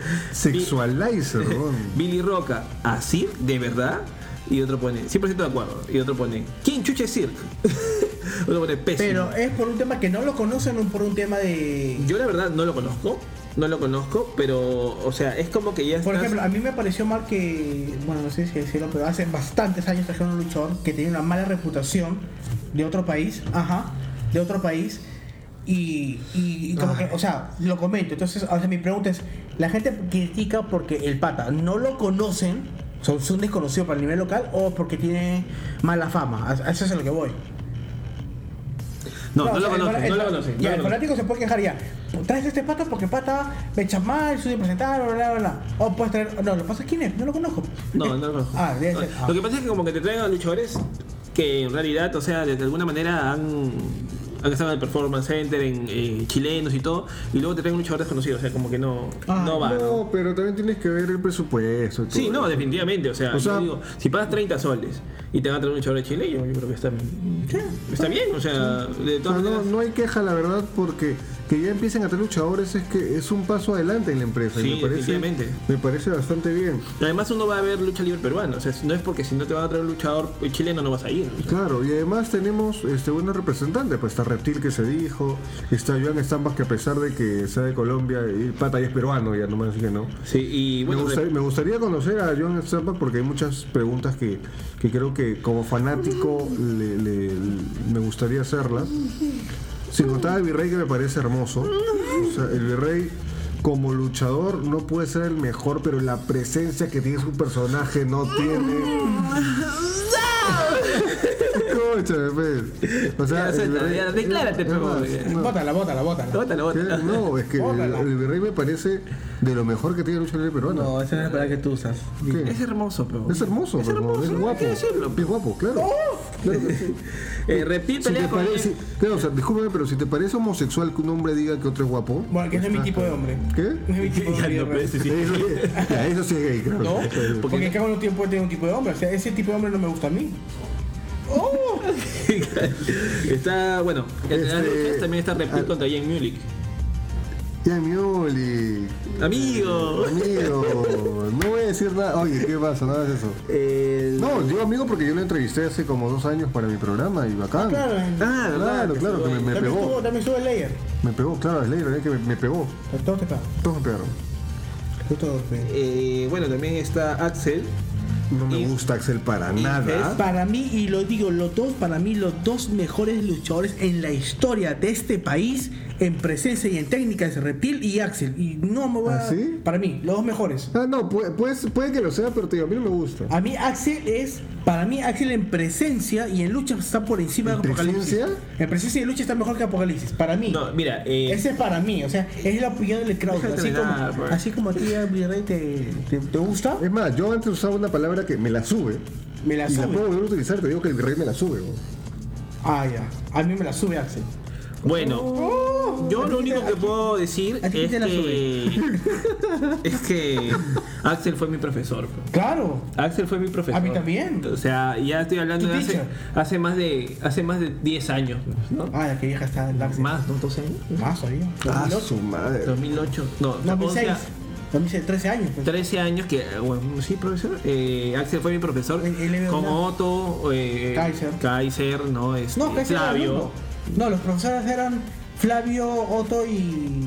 Speaker 2: Sexualizer, weón.
Speaker 3: Billy Roca, ¿a Sir? ¿De verdad? Y otro pone, 100% de acuerdo. Y otro pone, ¿quién chuche es Sir? otro pone, pésimo.
Speaker 1: Pero es por un tema que no lo conocen, o por un tema de.
Speaker 3: Yo la verdad no lo conozco. No lo conozco, pero, o sea, es como que ya
Speaker 1: Por
Speaker 3: estás-
Speaker 1: ejemplo, a mí me pareció mal que, bueno, no sé si decirlo, pero hace bastantes años trajeron un luchador que tenía una mala reputación de otro país, ajá, de otro país, y, y- y
Speaker 3: Ah.
Speaker 1: como que, o sea, lo comento. Entonces, o sea, mi pregunta es, la gente critica porque el pata no lo conocen, son, son desconocidos para el nivel local, o porque tiene mala fama, a, a eso es a lo que voy.
Speaker 3: No, no,
Speaker 1: o
Speaker 3: lo
Speaker 1: sea, el fan-
Speaker 3: conocen, no
Speaker 1: el
Speaker 3: lo
Speaker 1: fan-
Speaker 3: conocen. no
Speaker 1: Ya,
Speaker 3: lo
Speaker 1: el
Speaker 3: conocen.
Speaker 1: fanático se puede quejar ya. Traes este pata porque pata me echa mal, suele presentar, bla, bla, bla. O puedes traer. No, lo que pasa es quién es, no lo conozco.
Speaker 3: No, no lo conozco.
Speaker 1: Ah, debe ser.
Speaker 3: Lo que pasa es que como que te traigan a luchadores que en realidad, o sea, de, de alguna manera han, han estado en el Performance Center, en eh, chilenos y todo, y luego te traen un luchador desconocido, o sea, como que no,
Speaker 1: Ah,
Speaker 3: no va. ¿no?
Speaker 2: No, pero también tienes que ver el presupuesto. y todo
Speaker 3: Sí, no,
Speaker 2: eso.
Speaker 3: definitivamente, o sea,
Speaker 2: O
Speaker 3: yo
Speaker 2: sea-
Speaker 3: digo, si pagas 30 soles y te van a traer un luchador de Chile, yo, yo creo que está, está bien, o sea, de
Speaker 2: O sea,
Speaker 3: todas
Speaker 2: no,
Speaker 3: maneras...
Speaker 2: no hay queja, la verdad, porque que ya empiecen a tener luchadores es que es un paso adelante en la empresa.
Speaker 3: Sí,
Speaker 2: y me parece,
Speaker 3: definitivamente.
Speaker 2: me parece bastante bien.
Speaker 3: Además uno va a ver lucha libre peruana, o sea, no es porque si no te van a traer un luchador chileno no vas a ir.
Speaker 2: Claro, y además tenemos este buenos representantes, pues está Reptil que se dijo, está Joan Estampas que a pesar de que sea de Colombia, y el pata ya es peruano, ya no me que no.
Speaker 3: Sí, y bueno,
Speaker 2: me, gustaría, me gustaría conocer a John Estampas porque hay muchas preguntas que, que creo que como fanático le- le- me gustaría hacerlas. Sin contar al Virrey que me parece hermoso. O sea, el Virrey como luchador no puede ser el mejor, pero la presencia que tiene su personaje no tiene... Escúchame, pues. O
Speaker 7: Ya,
Speaker 2: sea, el
Speaker 7: suelta,
Speaker 2: Virrey-
Speaker 7: ya, declárate,
Speaker 2: es
Speaker 7: pues,
Speaker 2: más,
Speaker 7: porque-
Speaker 2: no.
Speaker 1: Bótala, bótala, bótala.
Speaker 7: Bótala,
Speaker 2: ¿Qué?
Speaker 7: bótala.
Speaker 2: No, es que el, el Virrey me parece de lo mejor que tiene la lucha libre peruana.
Speaker 1: No, esa no es la palabra que tú usas.
Speaker 2: ¿Qué?
Speaker 7: Es hermoso, pero.
Speaker 3: Eh,
Speaker 2: Es hermoso,
Speaker 7: Es
Speaker 2: pero
Speaker 7: hermoso,
Speaker 2: es
Speaker 7: hay
Speaker 2: guapo.
Speaker 7: que decirlo,
Speaker 2: Es guapo, claro. Claro que sí.
Speaker 7: Eh, reptil
Speaker 2: Si te
Speaker 7: pelea con
Speaker 2: parece, claro, o sea, discúlpame, pero si te parece homosexual que un hombre diga que otro es guapo,
Speaker 1: Bueno, que no es mi tipo de hombre.
Speaker 2: ¿qué?
Speaker 1: No es mi tipo de hombre.
Speaker 3: pues,
Speaker 2: Eso, ya, eso sí es gay, creo.
Speaker 1: ¿No? Porque cada uno tiempo tiene un tipo de hombre. O sea, ese tipo de hombre no me gusta a mí. ¡Oh!
Speaker 3: está, bueno, en las
Speaker 2: Este,
Speaker 3: luchas también está Reptil
Speaker 2: ah.
Speaker 3: contra Jane Mulick.
Speaker 2: Ya, mi Oli,
Speaker 3: Amigo.
Speaker 2: amigo, no voy a decir nada. Oye, ¿qué pasa? Nada de eso.
Speaker 3: El-
Speaker 2: No, digo amigo porque yo lo entrevisté hace como dos años para mi programa y bacán.
Speaker 1: Claro.
Speaker 3: Ah,
Speaker 2: claro,
Speaker 3: ¿verdad?
Speaker 2: claro, que me, me
Speaker 1: También
Speaker 2: pegó.
Speaker 1: estuvo, también estuvo el layer.
Speaker 2: Me pegó, claro, es ley, la verdad que me, me pegó.
Speaker 1: Todo te pega.
Speaker 2: Todos me pegaron.
Speaker 1: Todo te pega.
Speaker 3: Eh, bueno, también está Axel.
Speaker 2: No me
Speaker 3: Y-
Speaker 2: gusta Axel para
Speaker 3: y
Speaker 2: nada.
Speaker 3: es-
Speaker 1: Para mí, y lo digo, los dos, para mí, los dos mejores luchadores en la historia de este país, en presencia y en técnica, es Reptil y Axel. Y no me voy a.
Speaker 2: ¿Ah, sí?
Speaker 1: Para mí, los dos mejores.
Speaker 2: Ah, no, puede, puede, puede que lo sea, pero te digo, a mí no me gusta.
Speaker 1: A mí, Axel es. Para mí, Axel en presencia y en lucha está por encima
Speaker 2: ¿En
Speaker 1: de Apocalipsis.
Speaker 2: presencia?
Speaker 1: En presencia y en lucha está mejor que Apocalipsis. Para mí.
Speaker 3: No, mira, eh,
Speaker 1: Ese es para mí, o sea, es la opinión del crowd.
Speaker 3: Déjate
Speaker 1: Así
Speaker 3: ganar,
Speaker 1: como,
Speaker 3: pues.
Speaker 1: así como a ti, a Virrey, te, te, te gusta,
Speaker 2: Es más, yo antes usaba una palabra que me la sube.
Speaker 1: me la
Speaker 2: y la puedo
Speaker 1: sube.
Speaker 2: volver a utilizar, te digo que el rey me la sube. bro.
Speaker 1: Ah, ya. A mí me la sube Axel.
Speaker 3: bueno, yo lo único que puedo decir
Speaker 1: ¿A ti
Speaker 3: es
Speaker 1: quién te la
Speaker 3: que, es que Axel fue mi profesor. pues.
Speaker 1: Claro.
Speaker 3: Axel fue mi profesor.
Speaker 1: A mí también.
Speaker 3: O sea, ya estoy hablando
Speaker 1: Tu
Speaker 3: de hace,
Speaker 1: teacher.
Speaker 3: hace más de hace más de 10 años, ¿no?
Speaker 1: Ah, la que vieja está el Axel.
Speaker 3: Más, ¿no? 12 años.
Speaker 1: Más todavía.
Speaker 2: Ah,
Speaker 1: 2008.
Speaker 2: su madre.
Speaker 3: 2008, no,
Speaker 1: 2006.
Speaker 3: 11,
Speaker 1: 2006, 13 años. pues.
Speaker 3: 13 años que, eh, bueno, sí, profesor. Eh, Axel fue mi profesor.
Speaker 1: Él- él era
Speaker 3: Con
Speaker 1: una-
Speaker 3: Otto, eh,
Speaker 1: Kaiser.
Speaker 3: Kaiser, ¿no? Este,
Speaker 1: No, casi era el
Speaker 3: Flavio.
Speaker 1: mismo. No, los profesores eran Flavio, Otto y,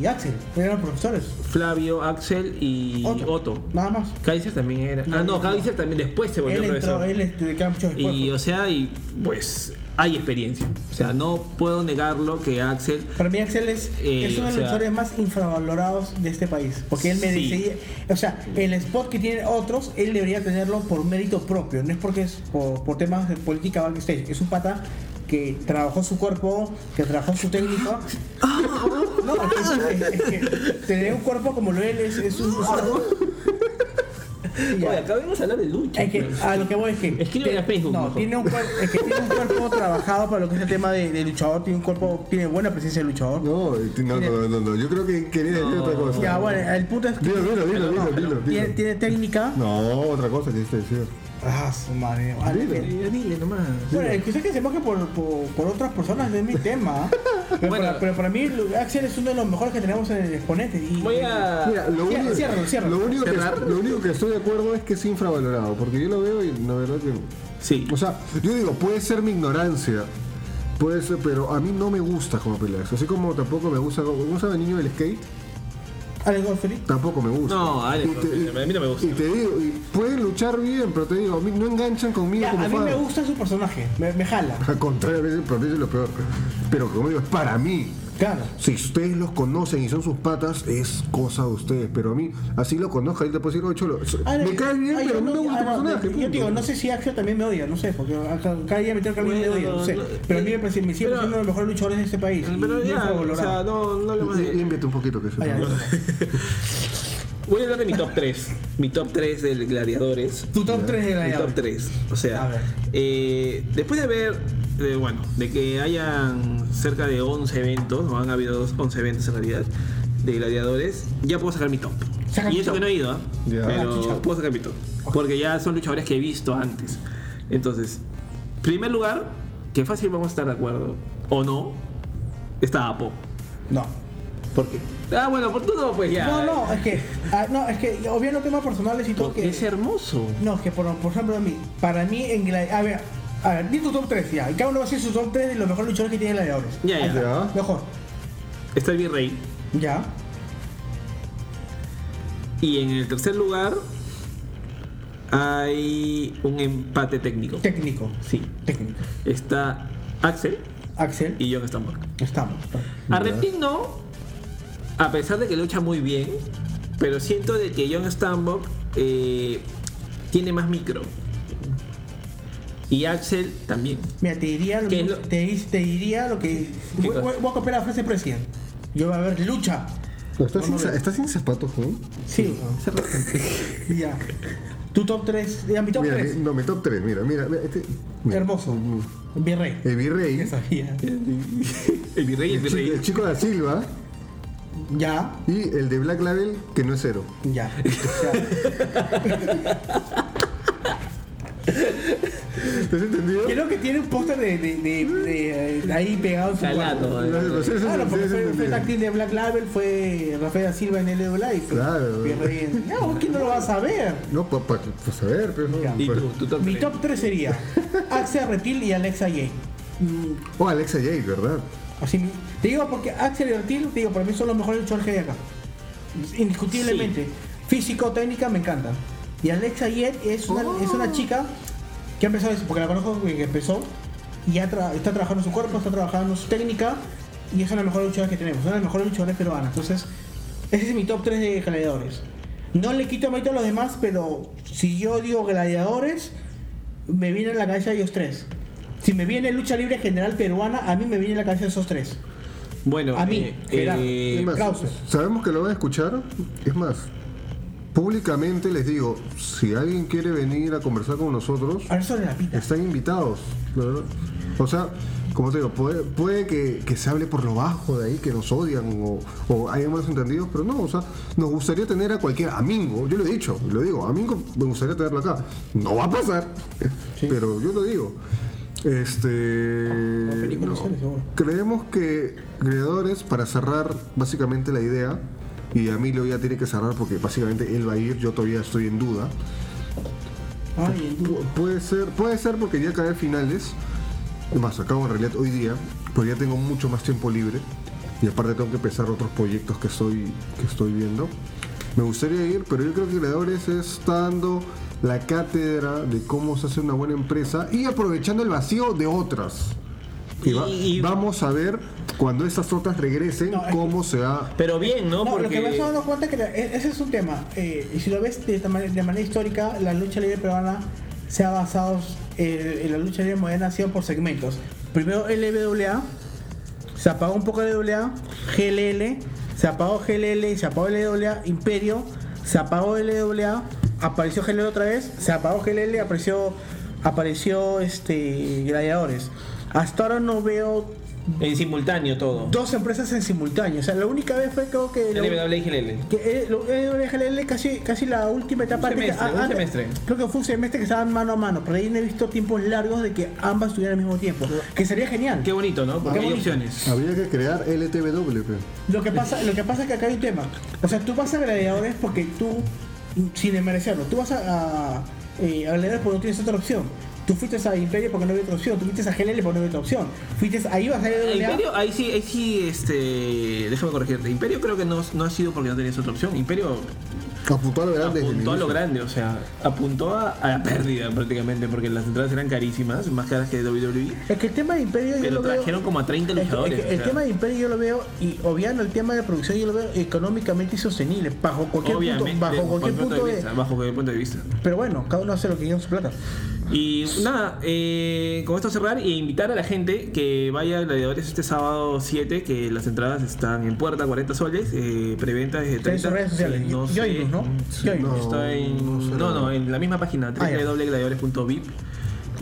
Speaker 1: y Axel. Eran profesores.
Speaker 3: Flavio, Axel y Otto.
Speaker 1: Nada más.
Speaker 3: Kaiser también era.
Speaker 1: No,
Speaker 3: ah,
Speaker 1: no,
Speaker 3: no, Kaiser también después se volvió
Speaker 1: Él entró,
Speaker 3: profesor.
Speaker 1: él estudió queda mucho después.
Speaker 3: Y, o sea, y pues hay experiencia. O sea, no puedo negarlo que Axel
Speaker 1: Para mí Axel es,
Speaker 3: Eh,
Speaker 1: es uno de los
Speaker 3: o sea-
Speaker 1: luchadores más infravalorados de este país. Porque él me
Speaker 3: Sí.
Speaker 1: dice, o sea, el spot que tienen otros, él debería tenerlo por mérito propio, no es porque es por, por temas de política backstage. Es un pata que trabajó su cuerpo, que trabajó su técnica. no, es que, es que tener un cuerpo como lo él es, es un... es un- Ya.
Speaker 3: Oye, acá venimos a hablar de lucha.
Speaker 1: Es que, a lo que voy es que.
Speaker 3: Escríbele a Facebook,
Speaker 1: No,
Speaker 3: mejor.
Speaker 1: tiene un, cuer- es que tiene un cuerpo trabajado para lo que es el tema de, de luchador. Tiene un cuerpo, tiene buena presencia de luchador.
Speaker 2: No, eh, no, no, no, no, yo creo que quería decir otra cosa.
Speaker 1: Ya, bueno, el punto es que.
Speaker 2: Dilo, dilo, dilo, dilo, dilo,
Speaker 1: tiene,
Speaker 2: dilo.
Speaker 1: tiene técnica.
Speaker 2: No, otra cosa que quisiste decir.
Speaker 1: Ah, su madre. Ah,
Speaker 2: Dilo.
Speaker 1: que-
Speaker 3: Dile nomás.
Speaker 1: Bueno, el que usted que se moje por, por, por otras personas no es mi tema. Pero,
Speaker 3: Bueno.
Speaker 1: para, pero para mí, lo- Axel es uno de los mejores que tenemos en el exponente. Y,
Speaker 3: Voy a.
Speaker 2: Mira, lo
Speaker 1: Cierra,
Speaker 2: único,
Speaker 1: cierra, cierra.
Speaker 2: Lo, único que,
Speaker 3: ¿Cerrar?
Speaker 2: lo único que estoy de acuerdo es que es infravalorado, porque yo lo veo y la verdad que
Speaker 3: Sí.
Speaker 2: O sea, yo digo, puede ser mi ignorancia, puede ser, pero a mí no me gusta como peleas. Así como tampoco me gusta, como ¿cómo sabe el niño del skate?
Speaker 1: Alex Goldfrey.
Speaker 2: Tampoco me gusta.
Speaker 3: No, Alex, no, a mí no me gusta.
Speaker 2: Y te digo, y pueden luchar bien, pero te digo, a mí no enganchan conmigo
Speaker 1: Ya,
Speaker 2: como
Speaker 1: a mí
Speaker 2: fan.
Speaker 1: me gusta su personaje. Me, me jala.
Speaker 2: Al contrario, a veces para mí es lo peor. Pero como digo, es para mí.
Speaker 1: Claro.
Speaker 2: Si ustedes los conocen y son sus patas, es cosa de ustedes. Pero a mí, así lo conozco, ahí te puedo decir, oye, cholo,
Speaker 1: Ahora,
Speaker 2: me cae bien,
Speaker 1: Ah, ay,
Speaker 2: pero a mí
Speaker 1: yo
Speaker 2: me
Speaker 1: no-
Speaker 2: gusta
Speaker 1: ah,
Speaker 2: el
Speaker 1: no,
Speaker 2: personaje.
Speaker 1: Yo
Speaker 2: punto.
Speaker 1: digo, no sé si Axel también me odia, no sé, porque acá- cada día me tengo que alguien me odia,
Speaker 3: Bueno,
Speaker 1: no sé.
Speaker 3: no,
Speaker 1: pero a mí me parece, me sigue
Speaker 3: pero-
Speaker 1: pareciendo uno de los mejores luchadores de este país. y
Speaker 3: Pero
Speaker 1: muy
Speaker 3: ya, o
Speaker 1: sobrevalorado.
Speaker 3: sea, no, no le más
Speaker 2: Límpiate un poquito que se
Speaker 1: Ah, ya, ya.
Speaker 3: Voy a hablar de mi top 3. Mi top 3 de gladiadores.
Speaker 1: Tu top 3 de la
Speaker 3: Mi top 3. O
Speaker 1: A
Speaker 3: sea,
Speaker 1: ver.
Speaker 3: eh, después de ver, eh, bueno, de que hayan cerca de 11 eventos, o han habido dos- 11 eventos en realidad, de gladiadores, ya puedo sacar mi top.
Speaker 1: Saca
Speaker 3: y
Speaker 1: tu
Speaker 3: eso
Speaker 1: top.
Speaker 3: que no he ido, ¿ah?
Speaker 2: Ya.
Speaker 1: Ah, chucha.
Speaker 3: pero puedo sacar mi top. Porque ya son luchadores que he visto antes. Entonces, primer lugar, que fácil vamos a estar de acuerdo, o no, está Apo.
Speaker 1: No.
Speaker 3: Porque. Ah, bueno, por todo, pues ya.
Speaker 1: No, no, es que, ah, no, es que obviando temas personales y todo
Speaker 3: Porque
Speaker 1: que...
Speaker 3: es hermoso.
Speaker 1: No, es que por, por ejemplo, a mí, para mí en Gladi- A ver, a ver, di tu top 3 ya. y Cada uno va a decir su top 3 de los mejores luchadores que tiene gladiadores.
Speaker 3: Ya, ya.
Speaker 2: Ya.
Speaker 1: Mejor.
Speaker 3: Está el virrey.
Speaker 1: Ya.
Speaker 3: Y en el tercer lugar hay un empate técnico.
Speaker 1: Técnico.
Speaker 3: Sí.
Speaker 1: Técnico.
Speaker 3: Está Axel
Speaker 1: Axel.
Speaker 3: y John Stambach.
Speaker 1: Estamos. pues.
Speaker 3: A Reptil no, a pesar de que lucha muy bien, pero siento de que John Stambach eh, tiene más micro. Y Axel también.
Speaker 1: Mira, te diría lo,
Speaker 3: ¿Qué es
Speaker 1: que-
Speaker 3: lo-
Speaker 1: Te, dis- te diría lo que. Voy,
Speaker 3: cosa?
Speaker 1: voy- voy a copiar la frase presidente. Yo voy a ver lucha.
Speaker 2: ¿Estás sin, estás sin zapatos, Juan?
Speaker 1: Sí. ya. Tu top 3. Ya, mi top
Speaker 2: Mira,
Speaker 1: 3.
Speaker 2: mi- no, mi top 3, mira, mira. mira, este- mira. Mm. Eh,
Speaker 1: Hermoso. Virrey.
Speaker 2: El virrey,
Speaker 1: Ya
Speaker 2: el,
Speaker 1: sabía.
Speaker 3: El virrey, el
Speaker 2: chico,
Speaker 3: virrey.
Speaker 2: el chico da Silva
Speaker 1: Ya.
Speaker 2: y el de Black Label, que no es cero.
Speaker 1: Ya. O sea,
Speaker 2: ¿Te has entendido?
Speaker 1: creo que tiene un póster de, de, de, de- de ahí pegado en su
Speaker 3: Calado,
Speaker 1: cuarto.
Speaker 3: eh.
Speaker 2: No, no, pues, sí, sí,
Speaker 1: Claro,
Speaker 2: sí,
Speaker 1: porque
Speaker 2: sí,
Speaker 1: fue,
Speaker 2: sí,
Speaker 1: fue
Speaker 2: sí.
Speaker 1: tag team de Black Label, fue Rafael da Silva en LWA y fue
Speaker 2: Claro.
Speaker 1: Virrey en- No, ¿quién no lo va a saber?
Speaker 2: No, pues, para saber, pero no.
Speaker 1: Ya.
Speaker 3: Y
Speaker 2: Pues-
Speaker 3: tú, tú top
Speaker 1: Mi
Speaker 3: tres.
Speaker 1: top 3 sería Axel Reptil y Alexa J. Mm,
Speaker 2: Oh, Alexa Jade, ¿verdad?
Speaker 1: Así mi- te digo porque Axel y Ortiz, te digo, para mí son los mejores luchadores que hay acá. Indiscutiblemente. Físico, técnica, me encanta. Y Alexa Yet es una, es una chica que ha empezado, desde- porque la conozco desde que empezó, y ha tra- está trabajando su cuerpo, está trabajando su técnica, y es una de las mejores luchadoras que tenemos, una de las mejores luchadoras peruanas. Entonces, ese es mi top 3 de gladiadores. No le quito mérito a los demás, pero si yo digo gladiadores, me viene a la cabeza ellos tres. Si me viene lucha libre general peruana, a mí me viene a la cabeza esos tres.
Speaker 3: Bueno,
Speaker 1: A mí,
Speaker 3: eh,
Speaker 1: Gerardo.
Speaker 3: eh,
Speaker 2: Es más,
Speaker 1: aplausos.
Speaker 2: sabemos que lo van a escuchar. Es más, públicamente les digo, si alguien quiere venir a conversar con nosotros,
Speaker 1: A ver sobre la pita.
Speaker 2: están invitados. la verdad. O sea, como te digo, puede, puede que, que se hable por lo bajo de ahí, que nos odian o, o hayan más entendidos, pero no, o sea, nos gustaría tener a cualquier amigo, yo lo he dicho, lo digo, amigo me gustaría tenerlo acá. No va a pasar, pero yo lo digo. Este.
Speaker 1: película
Speaker 2: no.
Speaker 1: sale, seguro.
Speaker 2: Creemos que creadores, para cerrar básicamente la idea, y a mí lo ya tiene que cerrar porque básicamente él va a ir, yo todavía estoy en duda.
Speaker 1: Ay, el dúo.
Speaker 2: Pu- Puede ser, puede ser porque ya cae finales. Es Más acabo en realidad hoy día, pero ya tengo mucho más tiempo libre. Y aparte tengo que empezar otros proyectos que estoy, que estoy viendo. Me gustaría ir, pero yo creo que Creadores está dando la cátedra de cómo se hace una buena empresa y aprovechando el vacío de otras. Y, va-
Speaker 3: Y- y-
Speaker 2: vamos a ver cuando esas otras regresen
Speaker 1: No, es que-
Speaker 2: cómo se va.
Speaker 3: Pero bien, ¿no?
Speaker 1: No, lo que
Speaker 3: Porque
Speaker 1: me estoy dando cuenta es que la- e- ese es un tema. eh, y si lo ves de, esta manera- de manera histórica, la lucha libre peruana se ha basado, eh, en la lucha libre moderna ha sido por segmentos. Primero LWA, se apagó un poco LWA, GLL, se apagó GLL, se apagó LWA, Imperio, se apagó LWA, apareció GLL otra vez, se apagó GLL, apareció, apareció este, Gladiadores. Hasta ahora no veo
Speaker 3: en simultáneo todo.
Speaker 1: dos empresas en simultáneo. O sea, la única vez fue creo que... la-
Speaker 3: NWA y GLL.
Speaker 1: que eh, lo- eh, LGLL casi, casi la última etapa.
Speaker 3: Un
Speaker 1: antes que-
Speaker 3: semestre,
Speaker 1: ah,
Speaker 3: un
Speaker 1: antes-
Speaker 3: semestre.
Speaker 1: Creo que fue un semestre que estaban mano a mano. Por ahí no he visto tiempos largos de que ambas estuvieran al mismo tiempo. Que sería genial.
Speaker 3: Qué bonito, ¿no? Porque
Speaker 1: Qué
Speaker 3: hay
Speaker 1: bonito.
Speaker 3: opciones.
Speaker 2: Habría que crear LTW. pe.
Speaker 1: Lo que pasa, lo que pasa es que acá hay un tema. O sea, tú vas a gladiadores porque tú, sin desmerecerlo, tú vas a, a, eh, a gladiadores porque no tienes otra opción. Tú fuiste a Imperio porque no había otra opción. Tú fuiste a GLL porque no había otra opción. Fuiste ahí vas a
Speaker 3: Ah,
Speaker 1: LWA.
Speaker 3: Imperio, ahí sí, ahí sí, este. Déjame corregirte. Imperio creo que no, no ha sido porque no tenías otra opción. Imperio
Speaker 2: Apuntar a lo grande desde el
Speaker 3: apuntó a lo
Speaker 2: inicio.
Speaker 3: grande, o sea, apuntó a, a la pérdida prácticamente, porque las entradas eran carísimas, más caras que WWE.
Speaker 1: Es que el tema de Imperio yo
Speaker 3: Pero
Speaker 1: lo veo-
Speaker 3: trajeron como a 30
Speaker 1: Es que- es que
Speaker 3: luchadores. o
Speaker 1: el
Speaker 3: sea,
Speaker 1: tema de Imperio yo lo veo, y obviando el tema de producción, yo lo veo económicamente insostenible, bajo cualquier punto,
Speaker 3: obviamente,
Speaker 1: bajo
Speaker 3: bajo
Speaker 1: cualquier punto
Speaker 3: de
Speaker 1: de...
Speaker 3: vista, bajo cualquier punto de vista.
Speaker 1: Pero bueno, cada uno hace lo que quiere con su plata.
Speaker 3: Y nada, eh, con esto cerrar e invitar a la gente que vaya a Gladiadores este sábado 7, que las entradas están en puerta, 40 soles, eh, preventa desde
Speaker 1: Está en
Speaker 3: 30.
Speaker 1: sus redes sociales.
Speaker 3: eh, no sé,
Speaker 1: Yoinus, ¿no? Yoinus.
Speaker 3: Está en, no, no, en la misma página,
Speaker 1: Ah, ya.
Speaker 3: www.gladiadores.vip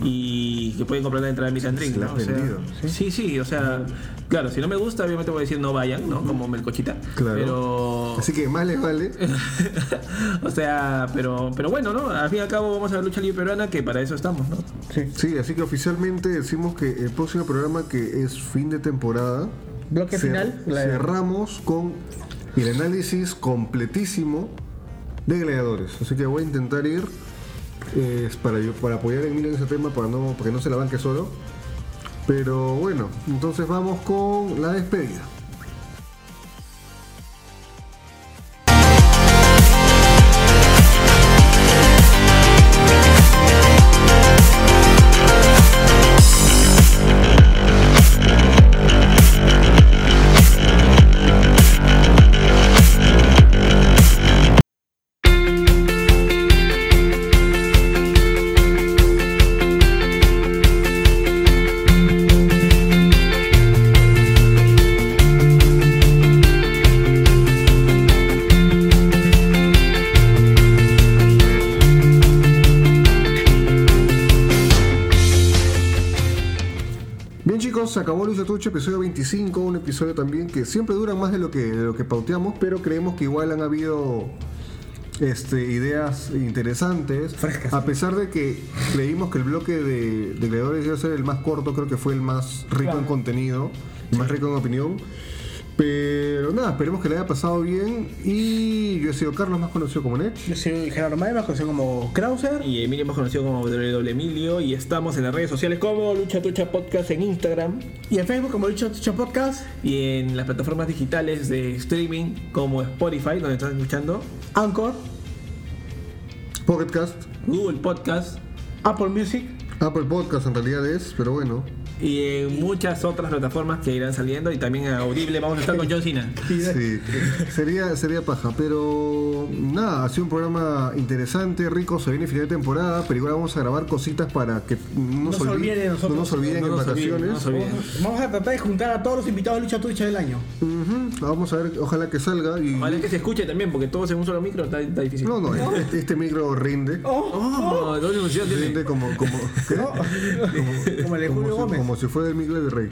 Speaker 3: y que pueden comprar la entrada en Meet and Drink,
Speaker 2: Se la
Speaker 3: ¿no?
Speaker 2: has
Speaker 3: O sea,
Speaker 2: vendido,
Speaker 3: sí, sí, o sea, claro, si no me gusta, obviamente voy a decir no vayan, ¿no? Como Melcochita.
Speaker 2: Claro.
Speaker 3: Pero
Speaker 2: Así que más les vale.
Speaker 3: o sea, pero, pero bueno, ¿no? Al fin y al cabo vamos a ver lucha libre peruana, que para eso estamos, ¿no?
Speaker 2: Sí, así que oficialmente decimos que el próximo programa que es fin de temporada.
Speaker 1: Bloque final, la-
Speaker 2: Cerramos con el análisis completísimo de gladiadores. Así que voy a intentar ir eh, para, yo- para apoyar a Emilio en ese tema, para, no, para que no se la banque solo. Pero bueno, entonces vamos con la despedida. Bien chicos, se acabó Lucha Trucha, episodio 25, un episodio también que siempre dura más de lo que, de lo que pauteamos, pero creemos que igual han habido este, ideas interesantes.
Speaker 1: Frescas.
Speaker 2: A pesar de que creímos que el bloque de, de creadores iba a ser el más corto, creo que fue el más rico en contenido, el más rico en opinión. Pero nada, esperemos que le haya pasado bien. Y yo he sido Carlos, más conocido como Nech.
Speaker 1: Yo soy Gerardo Maeva, conocido como Krauser.
Speaker 3: Y Emilio más conocido como W Emilio y estamos en las redes sociales como Lucha Tucha Podcast en Instagram
Speaker 1: Y en Facebook, como he dicho, Tucho Podcast,
Speaker 3: y en las plataformas digitales de streaming como Spotify, donde estás escuchando,
Speaker 1: Anchor,
Speaker 2: Pocketcast,
Speaker 3: Google Podcast
Speaker 1: Apple Music.
Speaker 2: Apple Podcast en realidad es, pero bueno.
Speaker 3: y en muchas otras plataformas que irán saliendo y también en Audible vamos a estar con John Cena.
Speaker 2: Sí, sería, sería paja, pero nada, ha sido un programa interesante, rico, se viene final de temporada, pero igual vamos a grabar cositas para que no,
Speaker 1: No se
Speaker 2: olvi-
Speaker 1: olviden de nosotros.
Speaker 2: no nos olviden
Speaker 3: No
Speaker 2: en
Speaker 3: nos
Speaker 2: vacaciones.
Speaker 3: olviden, no nos olviden.
Speaker 1: Vamos a tratar de juntar a todos los invitados de Lucha Tucha del año.
Speaker 2: Ujú, Vamos a ver, ojalá que salga y...
Speaker 3: Vale que se escuche también porque todos en un solo micro está, está difícil.
Speaker 2: No, no, este, este micro rinde.
Speaker 3: Oh, doble función tiene.
Speaker 2: Rinde como, como, ¿qué?
Speaker 1: Como el de
Speaker 2: Como
Speaker 1: Julio
Speaker 2: si-
Speaker 1: Gómez.
Speaker 2: como si fuera el micro de Virrey.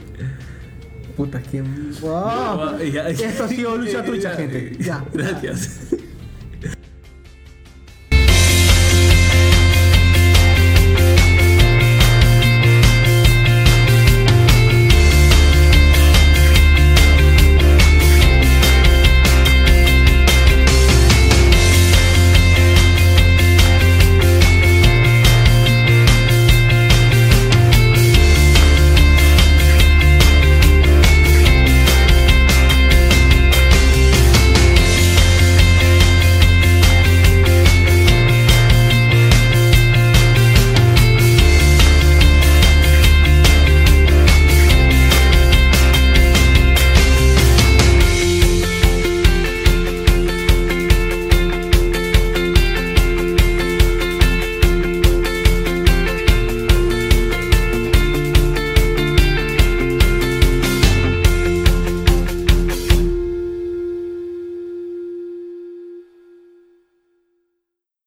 Speaker 1: Puta, ¿quién? Wow.
Speaker 3: Ya, ya.
Speaker 1: Ah, Esto ha sido Lucha Tucha, gente. Ya.
Speaker 3: Gracias.